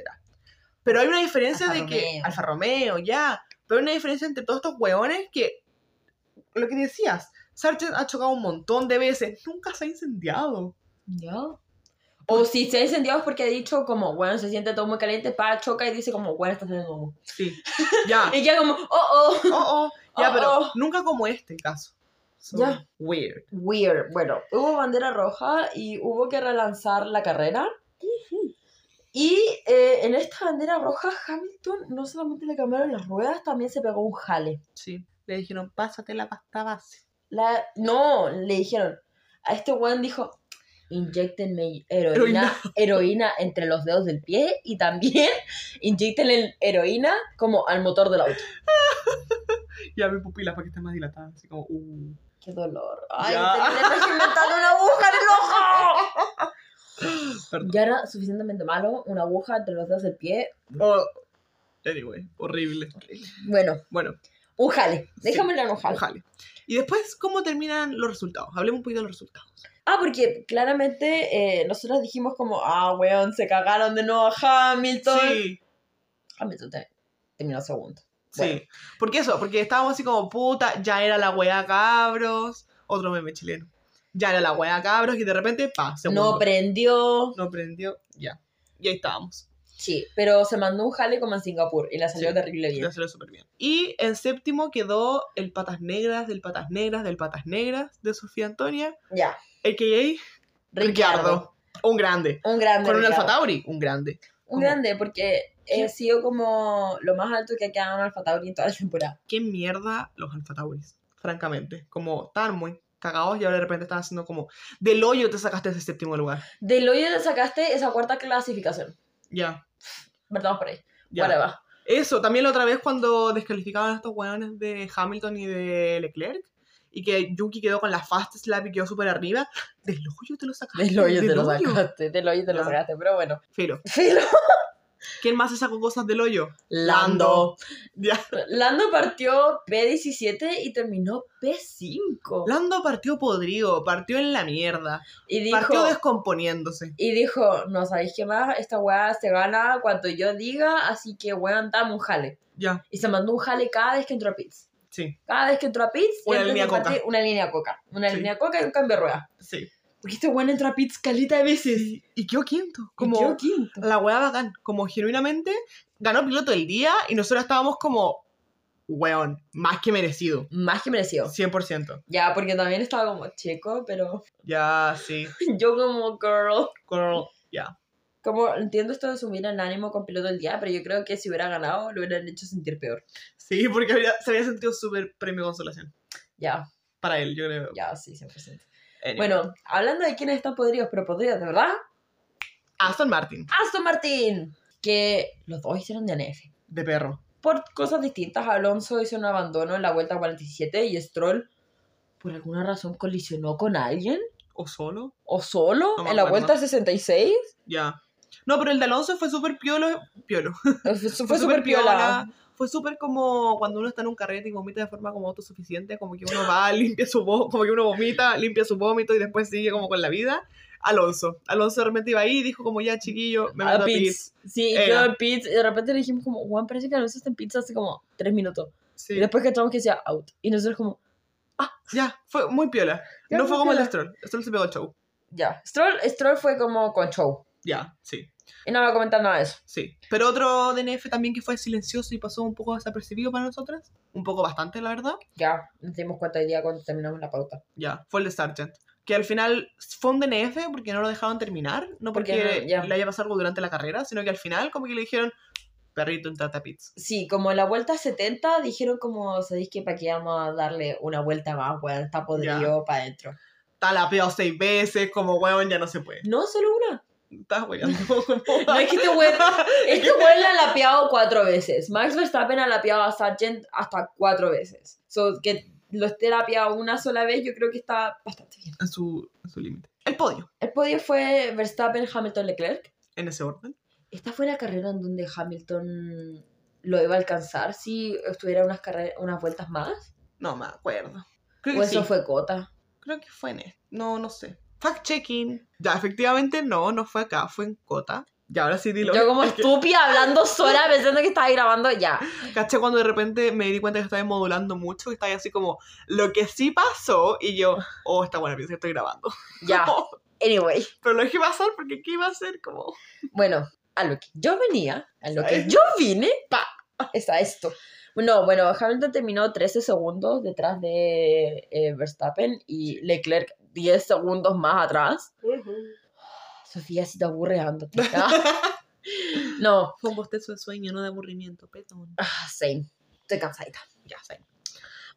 Speaker 1: Pero hay una diferencia
Speaker 2: Alfa
Speaker 1: de que
Speaker 2: Romeo.
Speaker 1: Alfa Romeo, ya. Pero hay una diferencia entre todos estos hueones que, lo que decías, Sargent ha chocado un montón de veces, nunca se ha incendiado.
Speaker 2: ¿No? O si se ha incendiado es porque ha dicho como, bueno, se siente todo muy caliente, pa, choca y dice como, bueno, está haciendo humo.
Speaker 1: Sí, ya.
Speaker 2: Y ya como, oh, oh.
Speaker 1: Oh, oh. Ya,
Speaker 2: Oh,
Speaker 1: pero
Speaker 2: oh.
Speaker 1: nunca como este caso. So
Speaker 2: Ya.
Speaker 1: Weird.
Speaker 2: Weird. Bueno, hubo bandera roja y hubo que relanzar la carrera. Y eh, en esta bandera roja, Hamilton no solamente le cambiaron las ruedas, también se pegó un jale.
Speaker 1: Sí. Le dijeron, pásate la pasta base.
Speaker 2: La, no, le dijeron, a este weón dijo, inyectenme heroína, heroína entre los dedos del pie y también inyectenle heroína como al motor del auto.
Speaker 1: Y abrí pupilas para que esté más dilatada. Así como, uh.
Speaker 2: Qué dolor. Ay,
Speaker 1: Ya.
Speaker 2: te- le estás inventando una aguja en el ojo.
Speaker 1: Perdón.
Speaker 2: Ya era suficientemente malo, una aguja entre los dedos del pie.
Speaker 1: Oh. Anyway, horrible.
Speaker 2: Bueno,
Speaker 1: Bueno,
Speaker 2: un jale.
Speaker 1: Sí,
Speaker 2: Déjame en un jale.
Speaker 1: ojalá. Y después, ¿cómo terminan los resultados? Hablemos un poquito de los resultados.
Speaker 2: Ah, porque claramente eh, nosotros dijimos como, ah, weón, se cagaron de nuevo a Hamilton.
Speaker 1: Sí,
Speaker 2: Hamilton te- terminó segundo.
Speaker 1: sí.
Speaker 2: Bueno.
Speaker 1: ¿Por qué eso? Porque estábamos así como, puta, ya era la weá cabros. Otro meme chileno. Ya era la weá cabros y de repente, pa, segundo.
Speaker 2: No prendió.
Speaker 1: no prendió, ya. Y ahí estábamos.
Speaker 2: Sí, pero se mandó un jale como en Singapur y la salió
Speaker 1: Sí.
Speaker 2: terrible
Speaker 1: Le
Speaker 2: bien.
Speaker 1: salió súper bien. Y en séptimo quedó el Patas Negras, del Patas Negras, del Patas Negras de Sofía Antonia,
Speaker 2: Ya.
Speaker 1: a.k.a. Ricciardo. Un grande.
Speaker 2: Un grande.
Speaker 1: Con un
Speaker 2: Ricardo.
Speaker 1: Alfa Tauri, un grande.
Speaker 2: Un
Speaker 1: Como-
Speaker 2: grande, porque he
Speaker 1: ¿Qué?
Speaker 2: sido como lo más alto que ha quedado en Alfa Tauri en toda la temporada.
Speaker 1: Qué mierda los Alfa Tauris, francamente. Como estaban muy cagados y ahora de repente están haciendo como del hoyo te sacaste ese séptimo lugar.
Speaker 2: Del hoyo le sacaste esa cuarta clasificación.
Speaker 1: Ya,
Speaker 2: Verdad, por ahí.
Speaker 1: ya.
Speaker 2: Ahora va.
Speaker 1: Eso, también la otra vez cuando descalificaban a estos hueones de Hamilton y de Leclerc y que Yuki quedó con la fast slap y quedó súper arriba, del hoyo te lo sacaste.
Speaker 2: Del hoyo te
Speaker 1: del
Speaker 2: lo
Speaker 1: hoyo.
Speaker 2: sacaste. Del hoyo te lo
Speaker 1: Ya.
Speaker 2: sacaste, pero bueno.
Speaker 1: Filo.
Speaker 2: Filo.
Speaker 1: ¿Quién más se sacó cosas del hoyo?
Speaker 2: Lando.
Speaker 1: Ya.
Speaker 2: Lando partió P17 y terminó P5.
Speaker 1: Lando partió podrido, partió en la mierda,
Speaker 2: Y dijo.
Speaker 1: partió descomponiéndose.
Speaker 2: Y dijo, no sabéis qué más, esta weá se gana cuando yo diga, así que weón, dame un jale.
Speaker 1: Ya,
Speaker 2: Y se mandó un jale cada vez que entró a pits.
Speaker 1: sí,
Speaker 2: Cada vez que entró a pits,
Speaker 1: Una
Speaker 2: antes de
Speaker 1: línea coca.
Speaker 2: partir, una línea coca. Una
Speaker 1: Sí.
Speaker 2: línea coca y un cambio de rueda.
Speaker 1: sí.
Speaker 2: Porque este weón entró a pits calita de veces.
Speaker 1: Y, y quedó quinto,
Speaker 2: Como
Speaker 1: como
Speaker 2: yo quinto.
Speaker 1: la weá bacán, como genuinamente ganó piloto del día y nosotros estábamos como, weón, más que merecido.
Speaker 2: Más que merecido.
Speaker 1: 100%.
Speaker 2: Ya, porque también estaba como chico, pero
Speaker 1: Ya, sí.
Speaker 2: yo como girl.
Speaker 1: Girl. Ya.
Speaker 2: Como entiendo esto de subir el ánimo con piloto del día, pero yo creo que si hubiera ganado lo hubieran hecho sentir peor.
Speaker 1: Sí, porque había- se había sentido súper premio consolación.
Speaker 2: Ya,
Speaker 1: Para él, yo creo.
Speaker 2: ya, sí, 100%.
Speaker 1: Anyway.
Speaker 2: Bueno, hablando de quiénes están podridos, pero podridos, de verdad,
Speaker 1: Aston Martin,
Speaker 2: Aston Martin, que los dos hicieron de ANF.
Speaker 1: de perro.
Speaker 2: Por cosas distintas, Alonso hizo un abandono en la vuelta 47 y Stroll, por alguna razón, colisionó con alguien.
Speaker 1: ¿O solo?
Speaker 2: ¿O solo?
Speaker 1: No me
Speaker 2: ¿En la
Speaker 1: acuerdo.
Speaker 2: vuelta 66?
Speaker 1: Ya. No, pero el de Alonso fue súper piolo. Piolo.
Speaker 2: Eso Fue súper piola.
Speaker 1: Fue súper como cuando uno está en un carrete y vomita de forma como autosuficiente, como que uno va, limpia su vómito, como que uno vomita, limpia su vómito y después sigue como con la vida. Alonso. Alonso de repente iba ahí y dijo como ya chiquillo, me meto
Speaker 2: A
Speaker 1: a
Speaker 2: Ah, Pitts. Sí, yo
Speaker 1: Era.
Speaker 2: en Pitts. y De repente le dijimos como, Juan, parece que Alonso está en pizza hace como tres minutos.
Speaker 1: pits". Sí.
Speaker 2: Y después que estamos que decía out. Y nosotros como,
Speaker 1: Ya, fue muy piola.
Speaker 2: Ya,
Speaker 1: no
Speaker 2: muy
Speaker 1: fue como el
Speaker 2: piola.
Speaker 1: de Stroll. Stroll se pegó el show.
Speaker 2: ya. Stroll, Stroll fue como con show.
Speaker 1: Ya, sí,
Speaker 2: Y no voy a comentar nada de eso.
Speaker 1: sí. Pero otro DNF también que fue silencioso y pasó un poco desapercibido para nosotras. Un poco bastante, la verdad.
Speaker 2: Ya, nos dimos cuenta hoy día cuando terminamos la pauta.
Speaker 1: Ya, fue el de Sargent. Que al final fue un DNF porque no lo dejaban terminar, no
Speaker 2: Porque
Speaker 1: porque
Speaker 2: no, ya.
Speaker 1: le haya pasado algo durante la carrera, sino que al final como que le dijeron, perrito, entrate a pits.
Speaker 2: Sí, como en la vuelta 70 dijeron como, ¿sabéis que para qué vamos a darle una vuelta más? Bueno, está podrido para adentro.
Speaker 1: Talapeado seis veces, como huevón, ya no se puede.
Speaker 2: No, solo una.
Speaker 1: Estás hueveando.
Speaker 2: No es que este weón, este weón la ha lapeado cuatro veces. Max Verstappen ha lapeado a Sargent hasta cuatro veces. So, que lo esté lapeado una sola vez, yo creo que está bastante bien.
Speaker 1: En su, en su límite. El podio,
Speaker 2: El podio fue Verstappen, Hamilton, Leclerc.
Speaker 1: en ese orden.
Speaker 2: Esta fue la carrera en donde Hamilton lo iba a alcanzar si estuviera unas, carre- unas vueltas más.
Speaker 1: No me acuerdo. Creo
Speaker 2: O
Speaker 1: que
Speaker 2: eso
Speaker 1: sí.
Speaker 2: fue Cota.
Speaker 1: Creo que fue en este. No, no sé. Fact-checking. Ya, efectivamente, no, no fue acá, fue en Cota. Y ahora sí dilo.
Speaker 2: Yo como
Speaker 1: Es que
Speaker 2: estúpida hablando sola pensando que estaba grabando ya.
Speaker 1: Caché cuando de repente me di cuenta que estaba modulando mucho, que estaba así como, lo que sí pasó, y yo, oh, está bueno, pienso que estoy grabando.
Speaker 2: Ya. Anyway.
Speaker 1: Pero lo dejé pasar porque ¿qué iba a ser? Como,
Speaker 2: Bueno, a lo que yo venía, a lo que
Speaker 1: ¿Sabes?
Speaker 2: yo vine, pa, es a esto. No, bueno, Hamilton terminó 13 segundos detrás de eh, Verstappen y Leclerc 10 segundos más atrás. Sofía, si te aburre, ándate. no,
Speaker 1: fue un bostezo de sueño, no de aburrimiento, petón.
Speaker 2: ah, same. Estoy cansadita.
Speaker 1: Ya sé.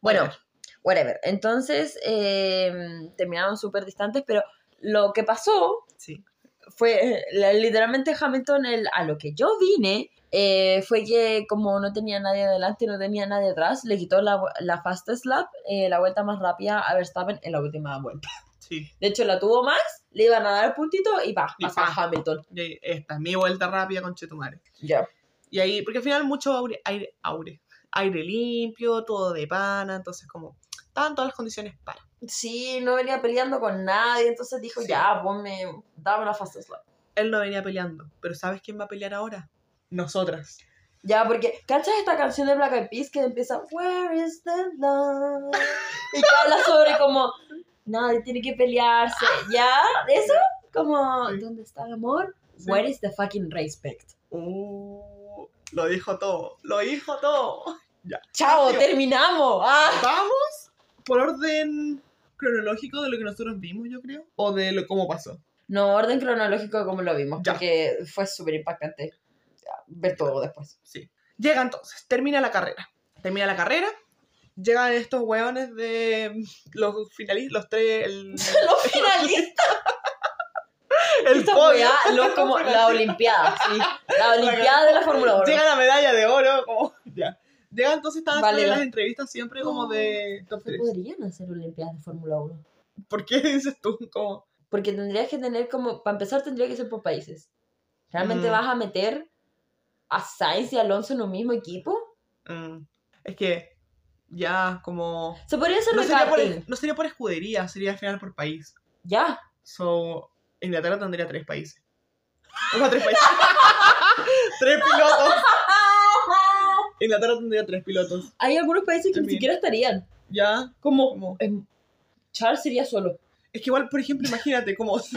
Speaker 2: Bueno,
Speaker 1: Whatever.
Speaker 2: whatever. Entonces, eh, terminaron súper distantes, pero lo que pasó
Speaker 1: Sí.
Speaker 2: fue eh, la- literalmente Hamilton el, a lo que yo vine eh, fue que como no tenía nadie adelante no tenía nadie atrás le quitó la, la fastest lap eh, la vuelta más rápida a Verstappen en la última vuelta
Speaker 1: Sí.
Speaker 2: de hecho la tuvo Max le iban a dar el puntito y pa
Speaker 1: Y
Speaker 2: pasa
Speaker 1: pa.
Speaker 2: Hamilton
Speaker 1: Y ahí, esta es mi vuelta rápida con Chetumare.
Speaker 2: ya
Speaker 1: Y ahí, porque al final mucho aire, aire, aire, aire limpio, todo de pana, entonces como, estaban todas las condiciones para.
Speaker 2: sí no venía peleando con nadie entonces dijo
Speaker 1: Sí.
Speaker 2: ya ponme dame la fastest lap
Speaker 1: Él no venía peleando, pero ¿sabes quién va a pelear ahora? Nosotras.
Speaker 2: ya, porque, ¿cachas esta canción de Black Eyed Peas que empieza Where is the love? Y que habla sobre como nadie tiene que pelearse, ¿ya? Eso, como,
Speaker 1: Sí.
Speaker 2: ¿dónde está el amor?
Speaker 1: Sí.
Speaker 2: Where is the fucking respect?
Speaker 1: Uh, lo dijo todo, lo dijo todo.
Speaker 2: ¡Chao,
Speaker 1: Tío.
Speaker 2: terminamos! ¡Ah!
Speaker 1: Vamos por orden cronológico de lo que nosotros vimos, yo creo, o de lo, cómo pasó.
Speaker 2: No, orden cronológico como lo vimos,
Speaker 1: Ya.
Speaker 2: porque fue súper impactante ya, ver todo después.
Speaker 1: Sí. Llega entonces, termina la carrera. Termina la carrera, llegan estos hueones de mm, los finalistas, los tres, el,
Speaker 2: Los finalistas,
Speaker 1: el
Speaker 2: esta
Speaker 1: podio.
Speaker 2: weá, lo- como la olimpiada, sí. La olimpiada de la Fórmula 1.
Speaker 1: Llega la medalla de oro, como ya. Llega entonces están haciendo
Speaker 2: Válido.
Speaker 1: las entrevistas siempre como
Speaker 2: Oh.
Speaker 1: de top tres.
Speaker 2: Podrían hacer olimpiadas de Fórmula 1.
Speaker 1: ¿Por qué dices tú como
Speaker 2: Porque tendrías que tener como, para empezar tendría que ser por países. ¿Realmente
Speaker 1: Mm.
Speaker 2: vas a meter a Sainz y Alonso en un mismo equipo?
Speaker 1: mm, es que ya como
Speaker 2: Se podría hacer
Speaker 1: no
Speaker 2: de
Speaker 1: sería, por,
Speaker 2: karting.
Speaker 1: no sería por escudería, sería al final por país.
Speaker 2: Ya.
Speaker 1: So Inglaterra tendría tres países. O sea, tres países. tres pilotos. Inglaterra tendría tres pilotos.
Speaker 2: Hay algunos países que ni
Speaker 1: También.
Speaker 2: siquiera estarían.
Speaker 1: Ya,
Speaker 2: Como
Speaker 1: como
Speaker 2: em, Charles sería solo.
Speaker 1: Es que igual, por ejemplo, imagínate como si,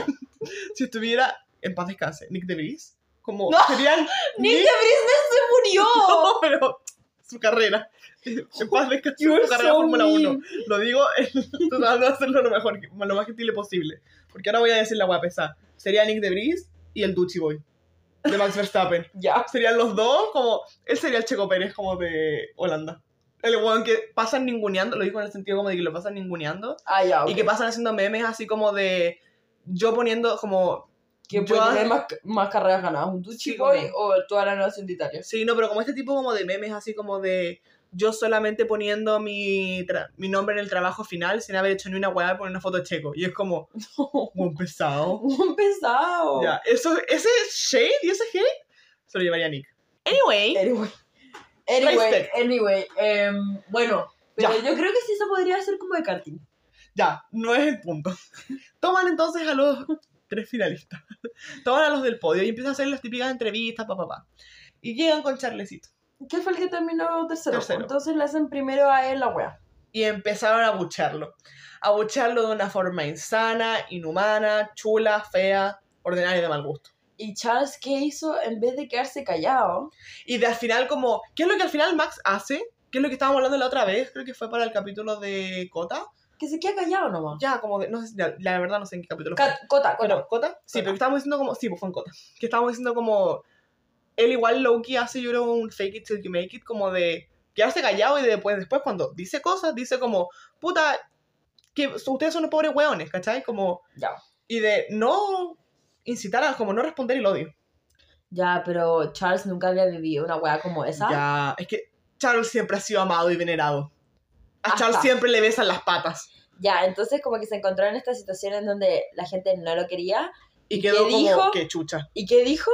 Speaker 1: si estuviera en paz descanse, Nick DeVries, como
Speaker 2: No.
Speaker 1: serían
Speaker 2: ¡Nick de Brisbane se murió!
Speaker 1: No, pero su carrera. En paz descanse
Speaker 2: You're
Speaker 1: su carrera
Speaker 2: so
Speaker 1: Fórmula
Speaker 2: mean.
Speaker 1: 1. Lo digo en- tratando de hacerlo lo mejor, lo más gentil posible. Porque ahora voy a decir la guapa esa. Sería Nick DeVries y el Duchy Boy de Max Verstappen.
Speaker 2: Ya.
Speaker 1: Serían los dos como... Él sería el Checo Pérez como de Holanda. El weón que pasan ninguneando, lo digo en el sentido como de que lo pasan ninguneando.
Speaker 2: Ah, ya,
Speaker 1: Y que pasan haciendo memes así como de... Yo poniendo como...
Speaker 2: Que
Speaker 1: yo-
Speaker 2: puede tener más, más carreras ganadas, un Duchi
Speaker 1: Sí,
Speaker 2: Boy
Speaker 1: como-
Speaker 2: o toda la nación de Italia.
Speaker 1: Sí, no, pero como este tipo como de memes así como de yo solamente poniendo mi, tra- mi nombre en el trabajo final sin haber hecho ni una hueá poner una foto de checo. Y es como, un pesado.
Speaker 2: Un pesado.
Speaker 1: Ya, eso, ese shade y ese hate se lo llevaría Nick. Anyway,
Speaker 2: Anyway. Anyway,
Speaker 1: Respect.
Speaker 2: anyway, em, bueno, pero
Speaker 1: Ya.
Speaker 2: yo creo que sí se podría hacer como de karting.
Speaker 1: ya, no es el punto. Toman entonces a los tres finalistas. Toman a los del podio y empiezan a hacer las típicas entrevistas, papá, papá. Y llegan con Charlecito.
Speaker 2: ¿Qué fue el que terminó tercero?
Speaker 1: Tercero.
Speaker 2: Entonces le hacen primero a él la wea.
Speaker 1: y empezaron a bucharlo. A bucharlo de una forma insana, inhumana, chula, fea, ordinaria y de mal gusto.
Speaker 2: Y Charles, ¿qué hizo? En vez de quedarse callado,
Speaker 1: Y de al final como, ¿qué es lo que al final Max hace? ¿Qué es lo que estábamos hablando la otra vez? Creo que fue para el capítulo de Cota.
Speaker 2: que se queda callado nomás.
Speaker 1: Ya, como de, no sé, si- la, la verdad no sé en qué capítulo fue.
Speaker 2: Ca- Cota,
Speaker 1: Bueno,
Speaker 2: cota.
Speaker 1: ¿Cota? Sí, pero que estábamos diciendo como, sí, pues fue en Cota. Que estábamos diciendo como, él igual Loki hace, yo creo, un fake it till you make it, como de quedarse callado y después, después cuando dice cosas, dice como, puta, que ustedes son los pobres hueones, ¿cachai? Como,
Speaker 2: Ya.
Speaker 1: y de no incitar a como no responder el odio.
Speaker 2: Ya, pero Charles nunca había vivido una wea como esa.
Speaker 1: Ya, es que Charles siempre ha sido amado y venerado. A
Speaker 2: Hasta.
Speaker 1: Charles siempre le besan las patas.
Speaker 2: Ya, entonces como que se encontró en esta situación en donde la gente no lo quería.
Speaker 1: Y
Speaker 2: ¿Y
Speaker 1: quedó
Speaker 2: qué
Speaker 1: como
Speaker 2: dijo?
Speaker 1: que chucha.
Speaker 2: ¿Y qué dijo?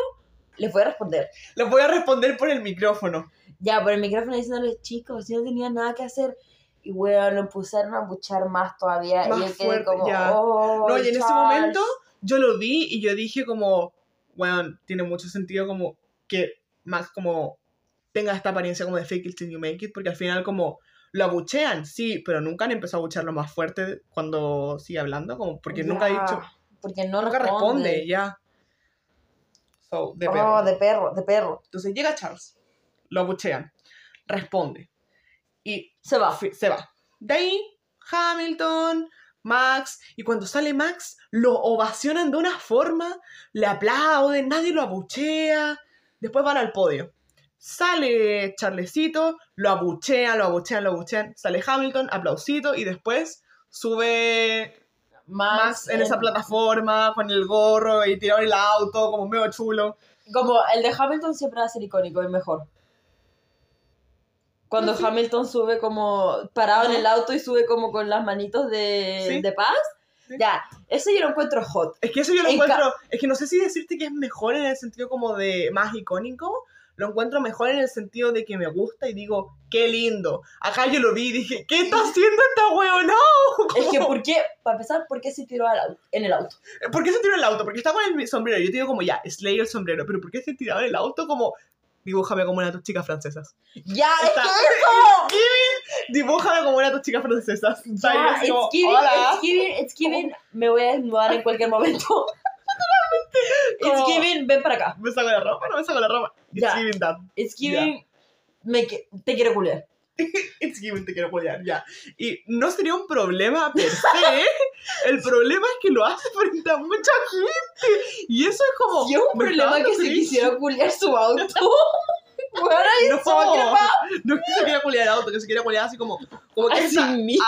Speaker 2: Les voy a responder.
Speaker 1: Les voy a responder por el micrófono.
Speaker 2: Ya, por el micrófono diciéndoles, chicos, yo no tenía nada que hacer. Y weón, lo pusieron a buchar más todavía.
Speaker 1: Más
Speaker 2: y yo quedé
Speaker 1: fuerte,
Speaker 2: como,
Speaker 1: ya.
Speaker 2: "Oh,
Speaker 1: No, y en ese
Speaker 2: Charles".
Speaker 1: momento yo lo vi y yo dije como, bueno, tiene mucho sentido como que Max como tenga esta apariencia como de fake it till you make it, porque al final como lo abuchean, sí, pero nunca han empezado a abuchearlo más fuerte cuando sigue hablando, como porque nunca ha
Speaker 2: Ya,
Speaker 1: dicho,
Speaker 2: Porque no
Speaker 1: nunca
Speaker 2: responde.
Speaker 1: responde, ya. So, de
Speaker 2: Oh,
Speaker 1: perro.
Speaker 2: de perro, de perro.
Speaker 1: Entonces llega Charles, lo abuchean, responde y
Speaker 2: Se va.
Speaker 1: fi- se va. De ahí, Hamilton, Max, y cuando sale Max, lo ovacionan de una forma, le aplauden, nadie lo abuchea, después van al podio. Sale Charlecito, lo abuchean, lo abuchean, lo abuchean, sale Hamilton, aplausito, y después sube
Speaker 2: Max,
Speaker 1: Max en
Speaker 2: eh,
Speaker 1: esa plataforma con el gorro y tirado el auto como medio chulo.
Speaker 2: Como el de Hamilton siempre va a ser icónico, es mejor. Cuando
Speaker 1: Sí.
Speaker 2: Hamilton sube como parado en el auto y sube como con las manitos de,
Speaker 1: Sí.
Speaker 2: de paz.
Speaker 1: Sí.
Speaker 2: Ya, eso yo lo encuentro hot.
Speaker 1: Es que eso yo lo
Speaker 2: En ca-
Speaker 1: encuentro. Es que no sé si decirte que es mejor en el sentido como de más icónico. Lo encuentro mejor en el sentido de que me gusta y digo, qué lindo. Acá yo lo vi y dije, ¿qué está haciendo esta huevona?
Speaker 2: Es que, ¿por qué? Para empezar, ¿por qué se tiró al au- en el auto?
Speaker 1: ¿Por qué se tiró el auto? Porque está con el sombrero. Yo te digo, como ya, Slayer el sombrero. Pero ¿por qué se tiraba el auto? Como, dibújame como una de tus chicas francesas.
Speaker 2: ¡Ya!
Speaker 1: Está-
Speaker 2: ¡Es que
Speaker 1: Dibújame como una de tus chicas francesas.
Speaker 2: eso!
Speaker 1: Y yo
Speaker 2: Ya,
Speaker 1: así
Speaker 2: it's
Speaker 1: como,
Speaker 2: giving,
Speaker 1: Hola.
Speaker 2: it's giving, it's giving. Me voy a desnudar en cualquier momento.
Speaker 1: Como-
Speaker 2: It's giving, ven para acá.
Speaker 1: Me saco la ropa, no me saco la ropa. It's
Speaker 2: Ya.
Speaker 1: giving that.
Speaker 2: It's giving, me, que- te quiero culiar.
Speaker 1: It's giving, te quiero apoyar, ya. Y no sería un problema per se. El problema es que lo hace frente a mucha gente. Y eso es como.
Speaker 2: Si es un
Speaker 1: me está
Speaker 2: problema
Speaker 1: dando
Speaker 2: que se
Speaker 1: cringe.
Speaker 2: quisiera culiar su auto. Bueno,
Speaker 1: No,
Speaker 2: eso, ¿qué le pasa?
Speaker 1: no es que se quiera culiar a otro, que se quiera culiar así como. Como que
Speaker 2: Así
Speaker 1: está
Speaker 2: mismo.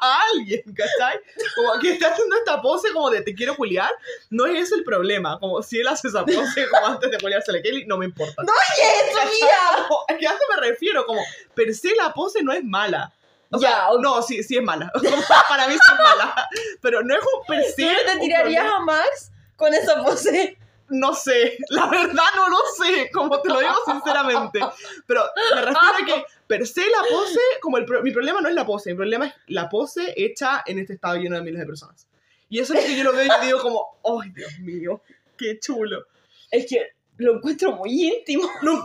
Speaker 1: a alguien, ¿cachai? Como que está haciendo esta pose como de te quiero culiar. No es ese el problema. Como si él hace esa pose como antes de culiársela a Kelly, no me importa.
Speaker 2: ¡Oye, eso, mía!
Speaker 1: Como, ¿A qué hace me refiero? Como, per se la pose no es mala. O
Speaker 2: Ya,
Speaker 1: sea,
Speaker 2: ok.
Speaker 1: no, sí, sí es mala. Para mí sí es mala. Pero no es un per se.
Speaker 2: ¿Tú no te
Speaker 1: un
Speaker 2: tirarías
Speaker 1: problema.
Speaker 2: a Max con esa pose?
Speaker 1: No sé. La verdad no lo sé. Como te lo digo sinceramente. Pero me
Speaker 2: Ah,
Speaker 1: refiero a que per se la pose, como el pro- mi problema no es la pose. Mi problema es la pose hecha en este estado lleno de miles de personas. Y eso es lo que yo lo veo y yo digo como, ¡ay, Dios mío! ¡Qué chulo!
Speaker 2: Es que lo encuentro muy íntimo.
Speaker 1: ¡Lo encuentro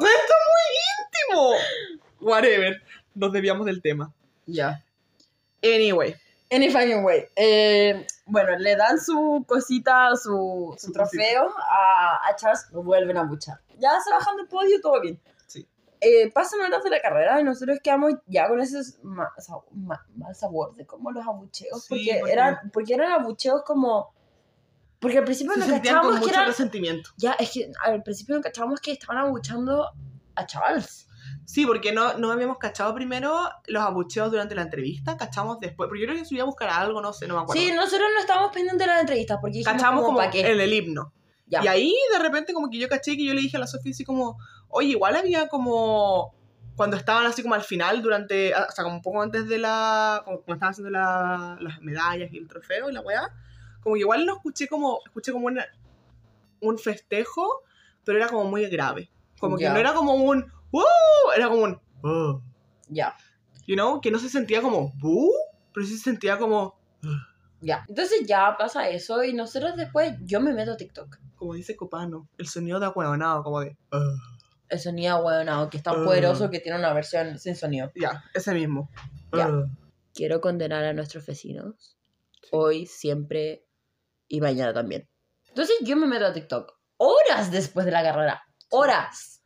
Speaker 1: muy íntimo! Whatever. Nos desviamos del tema.
Speaker 2: Ya.
Speaker 1: Anyway.
Speaker 2: Any fucking way. Eh, bueno, le dan su cosita, su, su
Speaker 1: Su
Speaker 2: trofeo a, a Charles, lo vuelven a buchar. Ya se bajan del podio, todo bien.
Speaker 1: Sí.
Speaker 2: Eh, pasan horas de la carrera y nosotros quedamos ya con ese ma- sa- ma- mal sabor de como los abucheos,
Speaker 1: Sí,
Speaker 2: porque,
Speaker 1: porque-
Speaker 2: Eran, porque eran abucheos como... Porque al principio
Speaker 1: se
Speaker 2: no
Speaker 1: sentían con
Speaker 2: cachábamos que
Speaker 1: mucho
Speaker 2: eran...
Speaker 1: resentimiento.
Speaker 2: Ya, es que al principio no cachábamos que estaban abuchando a Charles.
Speaker 1: Sí, porque no, no habíamos cachado primero los abucheos durante la entrevista, cachamos después, porque yo creo que subí a buscar algo, no sé, no me acuerdo.
Speaker 2: Sí, nosotros no estábamos pendientes de las entrevistas porque dijimos
Speaker 1: cachamos como,
Speaker 2: ¿pa' qué?
Speaker 1: el, el himno.
Speaker 2: Ya.
Speaker 1: Y ahí de repente como que yo caché que yo le dije a la Sofía así como, oye, igual había como cuando estaban así como al final, durante, ah, o sea, como un poco antes de la, como, como estaban haciendo la- las medallas y el trofeo y la weá, como que igual lo escuché como, escuché como una- un festejo, pero era como muy grave. Como que
Speaker 2: Ya.
Speaker 1: no era como un, ¡Woo! Era como un, "Oh",
Speaker 2: Ya,
Speaker 1: you know, que no se sentía como, "Boo", pero sí se sentía como,
Speaker 2: ya. Entonces ya pasa eso y nosotros después, yo me meto a TikTok.
Speaker 1: como dice Copano, el sonido de ahueonado, como de, "Ah".
Speaker 2: El sonido ahueonado, que es tan
Speaker 1: Ah.
Speaker 2: poderoso que tiene una versión sin sonido.
Speaker 1: ya, ese mismo.
Speaker 2: Ya.
Speaker 1: "Ah".
Speaker 2: Quiero condenar a nuestros vecinos. Hoy, siempre y mañana también. Entonces yo me meto a TikTok. Horas después de la carrera. Horas.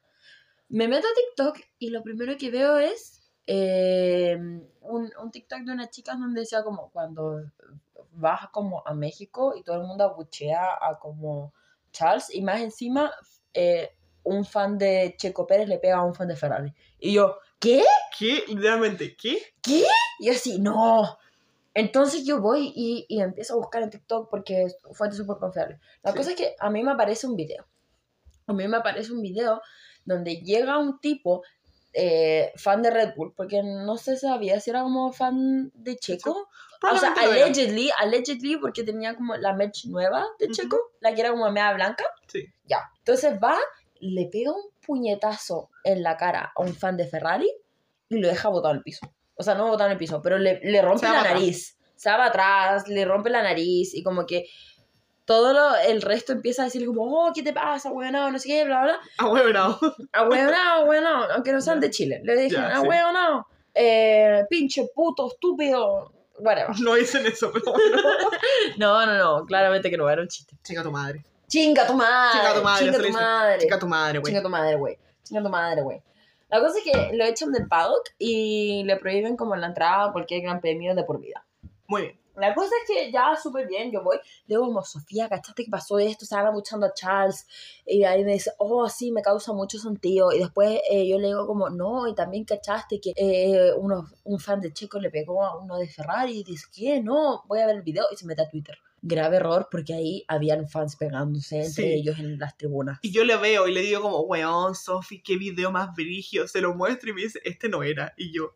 Speaker 2: Me meto a TikTok y lo primero que veo es eh, un, un TikTok de una chica donde decía como cuando vas como a México y todo el mundo abuchea a como Charles y más encima eh, un fan de Checo Pérez le pega a un fan de Ferrari. Y yo, ¿qué?
Speaker 1: ¿Qué? Literalmente, ¿qué?
Speaker 2: Y yo así, no. Entonces yo voy y, y empiezo a buscar en TikTok porque es fuente súper confiable. La
Speaker 1: Sí.
Speaker 2: cosa es que a mí me aparece un video. A mí me aparece un video donde llega un tipo eh, fan de Red Bull, porque no se sabía si era como fan de Checo. O sea,
Speaker 1: Probablemente lo era.
Speaker 2: allegedly, allegedly, porque tenía como la merch nueva de
Speaker 1: Ujú.
Speaker 2: Checo, la que era como media blanca.
Speaker 1: Sí.
Speaker 2: Ya. Entonces va, le pega un puñetazo en la cara a un fan de Ferrari y lo deja botado en el piso. O sea, no botado en el piso, pero le, le rompe
Speaker 1: Se va
Speaker 2: la
Speaker 1: para atrás.
Speaker 2: nariz. Se va para atrás, le rompe la nariz y como que todo lo- el resto empieza a decirle como, oh, ¿qué te pasa, weón? No sé qué, bla, bla.
Speaker 1: Ahueonado.
Speaker 2: Ah, weón, no, weón, no, aunque no sean de Chile. Le dije,
Speaker 1: Ya,
Speaker 2: ah,
Speaker 1: sí.
Speaker 2: weón, no. Eh, pinche puto, estúpido. Whatever.
Speaker 1: No dicen eso, pero bueno.
Speaker 2: No, no, no, claramente que no, era un chiste.
Speaker 1: Chica tu madre.
Speaker 2: Chinga tu madre.
Speaker 1: Chinga tu madre,
Speaker 2: Chinga
Speaker 1: se le
Speaker 2: tu
Speaker 1: dice.
Speaker 2: madre.
Speaker 1: Chica tu madre, güey.
Speaker 2: Chinga tu madre, güey. Chinga tu madre, güey. La cosa es que lo echan del paddock y le prohíben como la entrada a cualquier gran premio de por vida.
Speaker 1: Muy bien.
Speaker 2: La cosa es que ya súper bien, yo voy, le digo como, Sofía, ¿cachaste que pasó esto? Estaban abuchando a Charles. Y ahí me dice, oh, sí, me causa mucho sentido. Y después eh, yo le digo como, no, y también cachaste que eh, uno, un fan de Checo le pegó a uno de Ferrari. Y dice, ¿qué? No, voy a ver el video. Y se mete a Twitter. Grave error porque ahí habían fans pegándose entre
Speaker 1: Sí.
Speaker 2: ellos en las tribunas.
Speaker 1: Y yo le veo y le digo como, weón, Sofi, qué video más brígido. Se lo muestro y me dice, este no era. Y yo,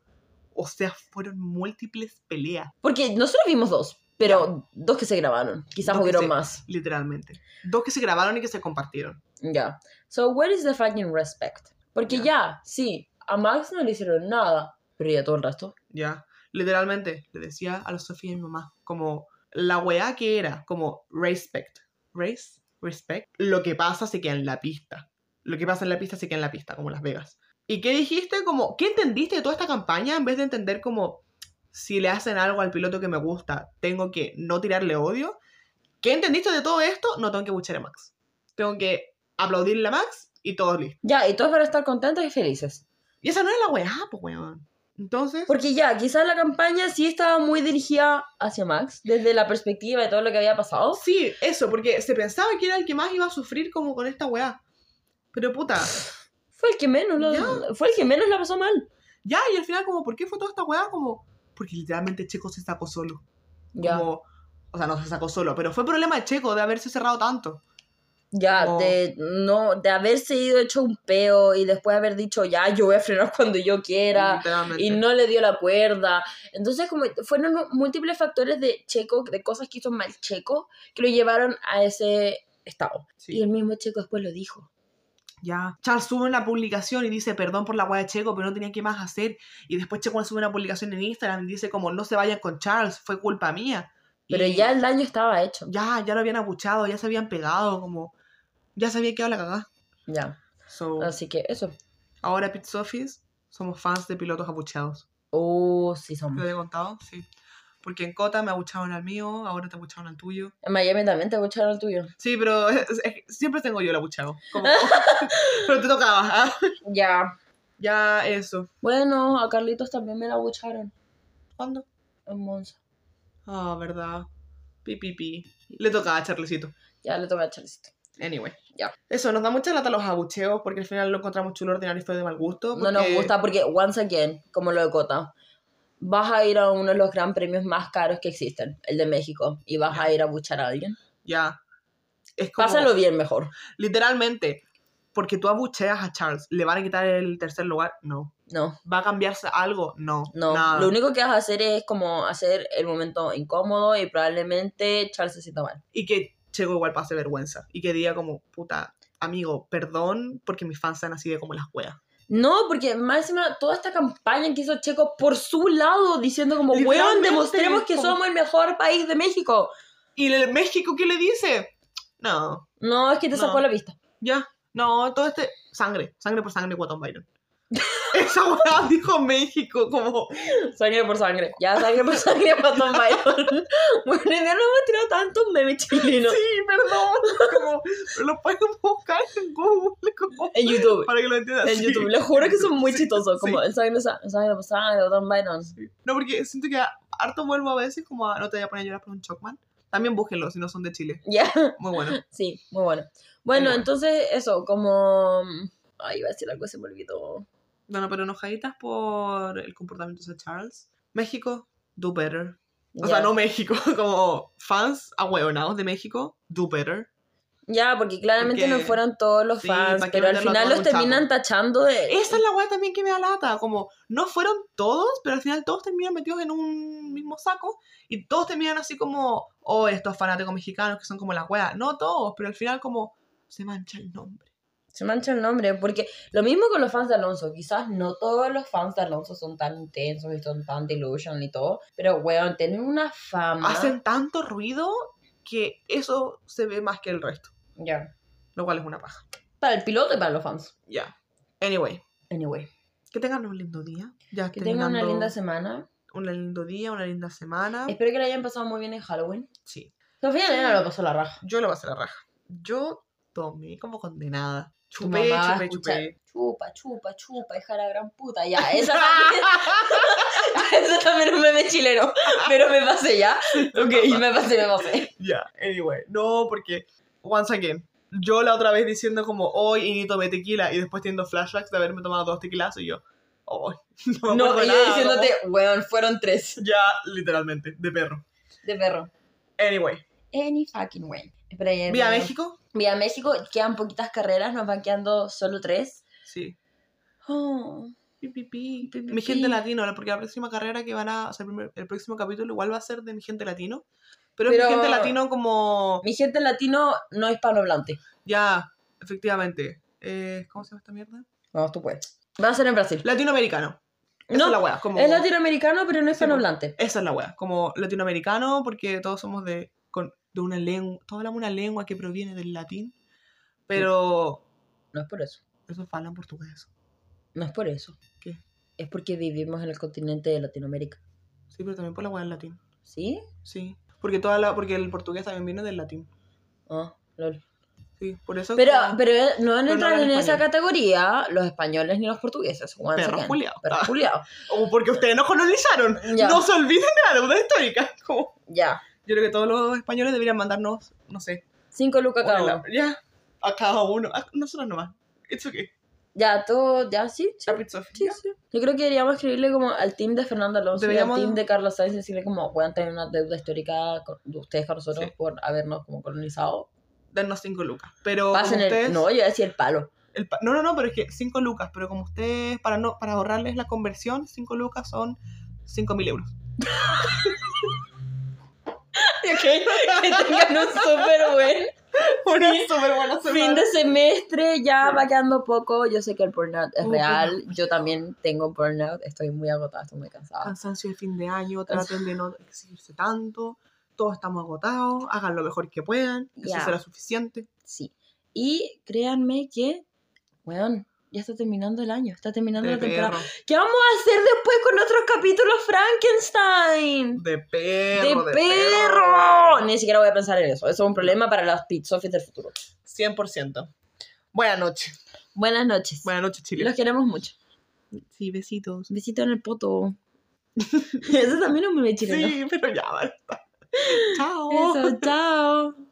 Speaker 1: o sea, fueron múltiples peleas,
Speaker 2: Porque nosotros vimos dos, pero dos que se grabaron. Quizás
Speaker 1: Dos que
Speaker 2: hubieron
Speaker 1: se-
Speaker 2: más.
Speaker 1: literalmente. Dos que se grabaron y que se compartieron.
Speaker 2: Ya. So, where is the fucking respect? Porque
Speaker 1: Ya.
Speaker 2: ya, sí, a Max no le hicieron nada, pero ya todo el resto.
Speaker 1: Ya, literalmente, le decía a la Sofía y mi mamá, como la weá que era, como respect. Race, respect. Lo que pasa se queda en la pista. Lo que pasa en la pista se queda en la pista, como Las Vegas. ¿Y qué dijiste? Como, ¿qué entendiste de toda esta campaña? En vez de entender como si le hacen algo al piloto que me gusta, tengo que no tirarle odio. ¿Qué entendiste de todo esto? No tengo que buchar a Max. Tengo que aplaudirle a Max y todo listo.
Speaker 2: Ya, y todos van a estar contentos y felices.
Speaker 1: Y esa no era la weá, pues weón. Entonces,
Speaker 2: Porque ya, quizás la campaña sí estaba muy dirigida hacia Max, desde la perspectiva de todo lo que había pasado.
Speaker 1: Sí, eso, porque se pensaba que era el que más iba a sufrir como con esta weá. Pero puta,
Speaker 2: Fue el que menos, lo-
Speaker 1: Ya.
Speaker 2: fue el que menos la pasó mal.
Speaker 1: ya, y al final como, ¿por qué fue toda esta weá? Como, porque literalmente Checo se sacó solo.
Speaker 2: Ya,
Speaker 1: Como, o sea, no se sacó solo, pero fue problema de Checo de haberse cerrado tanto.
Speaker 2: ya,
Speaker 1: como-
Speaker 2: de, no, de haberse ido hecho un peo y después haber dicho, ya, yo voy a frenar cuando yo quiera.
Speaker 1: literalmente.
Speaker 2: y no le dio la cuerda. Entonces, como fueron múltiples factores de Checo, de cosas que hizo mal Checo, que lo llevaron a ese estado.
Speaker 1: Sí,
Speaker 2: Y el mismo Checo después lo dijo.
Speaker 1: ya. Charles sube una publicación y dice, perdón por la weá de Checo, pero no tenía que más hacer. Y después Checo sube una publicación en Instagram y dice como, no se vayan con Charles, fue culpa mía.
Speaker 2: Pero
Speaker 1: Y-
Speaker 2: ya el daño estaba hecho.
Speaker 1: Ya, ya lo habían abuchado, ya se habían pegado, como, ya se había quedado la cagada.
Speaker 2: Ya.
Speaker 1: So,
Speaker 2: Así que eso.
Speaker 1: Ahora Pit Sofis somos fans de pilotos abucheados.
Speaker 2: Oh, sí,
Speaker 1: ¿Lo
Speaker 2: somos.
Speaker 1: había contado? Sí. Porque en Cota me abucharon al mío, ahora te abucharon al tuyo.
Speaker 2: En Miami también te escucharon el tuyo.
Speaker 1: Sí, pero es- es que siempre tengo yo el abuchado. Como- pero te tocaba. ¿ah?
Speaker 2: Ya.
Speaker 1: Ya, eso.
Speaker 2: Bueno, a Carlitos también me la bucharon
Speaker 1: ¿Cuándo?
Speaker 2: en Monza.
Speaker 1: Ah, verdad. Pi, pi, pi. Le tocaba a Charlecito.
Speaker 2: Ya le toca a Charlicito.
Speaker 1: Anyway.
Speaker 2: Ya.
Speaker 1: Eso, nos da mucha lata los abucheos porque al final lo encontramos chulo, ordinario y feo de mal gusto.
Speaker 2: No nos
Speaker 1: porque-
Speaker 2: gusta porque, once again, como lo de Cota, vas a ir a uno de los gran premios más caros que existen, el de México, y vas a ir a buchar a alguien.
Speaker 1: Ya. Es como...
Speaker 2: Pásalo bien mejor.
Speaker 1: Literalmente. Porque tú abucheas a Charles, ¿le van a quitar el tercer lugar? No.
Speaker 2: No,
Speaker 1: ¿Va a cambiarse algo? No.
Speaker 2: no.
Speaker 1: Nada.
Speaker 2: Lo único que vas a hacer es como hacer el momento incómodo y probablemente Charles se sienta mal.
Speaker 1: Y que Checo igual pase vergüenza. Y que diga como, puta, amigo, perdón porque mis fans son así de como las weas.
Speaker 2: No, porque más encima toda esta campaña que hizo Checo por su lado diciendo como, weón,
Speaker 1: Literalmente,
Speaker 2: demostremos que
Speaker 1: como-
Speaker 2: somos el mejor país de México.
Speaker 1: ¿Y el México qué le dice? No,
Speaker 2: No, es que te
Speaker 1: No.
Speaker 2: sacó la vista.
Speaker 1: ya. No, todo este... Sangre, sangre por sangre, Guatón Byron. Esa weá dijo México, como...
Speaker 2: Sangre por sangre. Ya, sangre por sangre para Tom Byron. bueno, ya no hemos tirado tantos memes chilenos
Speaker 1: Sí, perdón. Como, lo pueden buscar en Google, como...
Speaker 2: en YouTube.
Speaker 1: Para que lo entiendan.
Speaker 2: En
Speaker 1: sí.
Speaker 2: YouTube, les juro que son muy
Speaker 1: Sí,
Speaker 2: chistosos. Como
Speaker 1: sí.
Speaker 2: el sangre, sa- sangre por sangre, Tom Byron.
Speaker 1: Sí. No, porque siento que harto vuelvo a veces como a... No te voy a poner a llorar por un Chocman. También búsquenlo si no son de Chile.
Speaker 2: Ya.
Speaker 1: Muy bueno.
Speaker 2: Sí, muy bueno. Bueno,
Speaker 1: bueno.
Speaker 2: entonces eso, como... mm, Ay, iba a decir algo, se me olvidó.
Speaker 1: Bueno, pero enojaditas por el comportamiento de Charles. México, do better.
Speaker 2: Ya.
Speaker 1: O sea, no México, como fans ahueonados de México, do better.
Speaker 2: Ya, porque claramente
Speaker 1: Porque-
Speaker 2: no fueron todos los
Speaker 1: sí,
Speaker 2: fans,
Speaker 1: ¿para qué
Speaker 2: pero al
Speaker 1: meterlo a
Speaker 2: final
Speaker 1: todo
Speaker 2: los
Speaker 1: en un
Speaker 2: terminan tachando de...
Speaker 1: Esa es la weá también que me da lata, como no fueron todos, pero al final todos terminan metidos en un mismo saco y todos terminan así como, oh, estos fanáticos mexicanos que son como las weas. No todos, pero al final como se mancha el nombre.
Speaker 2: Se mancha el nombre, porque lo mismo con los fans de Alonso, quizás no todos los fans de Alonso son tan intensos y son tan delusional y todo, pero weón, tienen una fama...
Speaker 1: Hacen tanto ruido que eso se ve más que el resto,
Speaker 2: Ya.
Speaker 1: lo cual es una paja.
Speaker 2: Para el piloto y para los fans.
Speaker 1: Ya. Anyway,
Speaker 2: Anyway,
Speaker 1: que tengan un lindo día. Ya
Speaker 2: que tengan una
Speaker 1: terminando
Speaker 2: linda semana.
Speaker 1: un lindo día, una linda semana.
Speaker 2: Espero que la hayan pasado muy bien en Halloween.
Speaker 1: Sí.
Speaker 2: Sofía Elena lo pasó la raja.
Speaker 1: Yo lo pasé la raja. Yo tomé como condenada.
Speaker 2: Tu
Speaker 1: Chupé,
Speaker 2: mamá va a
Speaker 1: chupé,
Speaker 2: escuchar.
Speaker 1: chupé.
Speaker 2: Chupa, chupa, chupa, hija de la gran puta. Ya, esa también, esa también es un meme chileno. Pero me pasé ya. Ok, me pasé, me pasé.
Speaker 1: Ya, anyway. No, porque, once again, yo la otra vez diciendo como, hoy y ni tomé tequila, y después teniendo flashbacks de haberme tomado dos tequilazos, y yo, hoy no, me
Speaker 2: No,
Speaker 1: acuerdo
Speaker 2: y yo
Speaker 1: nada,
Speaker 2: diciéndote, weón, fueron tres
Speaker 1: como- Ya, literalmente, de perro.
Speaker 2: de perro.
Speaker 1: Anyway.
Speaker 2: Any fucking way. Espera, ya,
Speaker 1: Mira,
Speaker 2: ya.
Speaker 1: México.
Speaker 2: Vía México, quedan poquitas carreras, nos van quedando solo tres.
Speaker 1: Sí.
Speaker 2: Oh,
Speaker 1: Pi, pi, pi.
Speaker 2: Pi, pi,
Speaker 1: Mi gente
Speaker 2: pi.
Speaker 1: latina, porque la próxima carrera que van a, o sea, el, primer- el próximo capítulo igual va a ser de mi gente latino, pero, es
Speaker 2: Pero-
Speaker 1: mi gente latino como,
Speaker 2: Mi gente latino no hispanohablante.
Speaker 1: ya, efectivamente, Eh, ¿cómo se llama esta mierda?
Speaker 2: Vamos, tú puedes. Va a ser en Brasil.
Speaker 1: Latinoamericano. Esa
Speaker 2: no,
Speaker 1: es la wea. Como,
Speaker 2: es latinoamericano, pero no
Speaker 1: Sí, bueno.
Speaker 2: hispanohablante.
Speaker 1: Esa es la wea. Como latinoamericano, porque todos somos de, con, de una lengua. Todos hablamos una lengua que proviene del latín. Pero.
Speaker 2: No es por eso.
Speaker 1: Eso hablan portugués.
Speaker 2: No es por eso.
Speaker 1: ¿Qué?
Speaker 2: Es porque vivimos en el continente de Latinoamérica.
Speaker 1: Sí, pero también por la wea del latín.
Speaker 2: ¿Sí?
Speaker 1: Sí. Porque, toda la, porque el portugués también viene del latín.
Speaker 2: Ah, lol.
Speaker 1: Sí, por eso.
Speaker 2: Pero,
Speaker 1: como-
Speaker 2: pero no
Speaker 1: no
Speaker 2: entran
Speaker 1: hablan
Speaker 2: en esa
Speaker 1: español.
Speaker 2: categoría los españoles ni los portugueses. once
Speaker 1: Perros
Speaker 2: again.
Speaker 1: culiados.
Speaker 2: Perros
Speaker 1: Ah.
Speaker 2: culiados.
Speaker 1: o porque ustedes no colonizaron.
Speaker 2: Ya.
Speaker 1: No se olviden de la deuda histórica. Como,
Speaker 2: Ya.
Speaker 1: yo creo que todos los españoles deberían mandarnos, no sé.
Speaker 2: Cinco lucas cada
Speaker 1: una-
Speaker 2: uno.
Speaker 1: Ya. A cada uno. A nosotros nomás. It's okay.
Speaker 2: Ya, todo, ya, sí. sí.
Speaker 1: It's okay.
Speaker 2: Sí, sí. Yo creo que deberíamos escribirle como al team de Fernando Alonso
Speaker 1: Deberíamos-
Speaker 2: y al team de Carlos Sainz y decirle como puedan tener una deuda histórica con- de ustedes con nosotros
Speaker 1: Sí.
Speaker 2: por habernos como colonizado.
Speaker 1: darnos 5 lucas. Pero
Speaker 2: Pasen
Speaker 1: como ustedes,
Speaker 2: el... No, yo iba a decir el palo.
Speaker 1: el pa- no, no, no, pero es que 5 lucas, pero como ustedes, para no para ahorrarles la conversión, 5 lucas son 5.000 euros.
Speaker 2: Ok, que tengan un súper buen
Speaker 1: Una súper buena
Speaker 2: fin
Speaker 1: semana.
Speaker 2: de semestre. Ya
Speaker 1: Sí.
Speaker 2: va quedando poco. Yo sé que el burnout es
Speaker 1: Oh,
Speaker 2: real. Yo también tengo burnout. Estoy muy agotada, estoy muy cansada.
Speaker 1: Cansancio de fin de año, traten de no exigirse tanto. Todos estamos agotados, hagan lo mejor que puedan, eso
Speaker 2: Ya.
Speaker 1: será suficiente.
Speaker 2: Sí. Y créanme que, weón, ya está terminando el año. Está terminando
Speaker 1: De
Speaker 2: la temporada.
Speaker 1: perro,
Speaker 2: ¿Qué vamos a hacer después con nuestros capítulos Frankenstein?
Speaker 1: de perro,
Speaker 2: de,
Speaker 1: de
Speaker 2: perro. Ni siquiera voy a pensar en eso. Eso es un problema para las pizzofis del futuro.
Speaker 1: 100%. Buenas noches.
Speaker 2: Buenas noches.
Speaker 1: Buenas noches, Chile.
Speaker 2: Los queremos mucho.
Speaker 1: Sí, besitos.
Speaker 2: Besito en el poto. Eso también es un meme chileno.
Speaker 1: Sí, pero ya, basta. Chao.
Speaker 2: Eso, chao.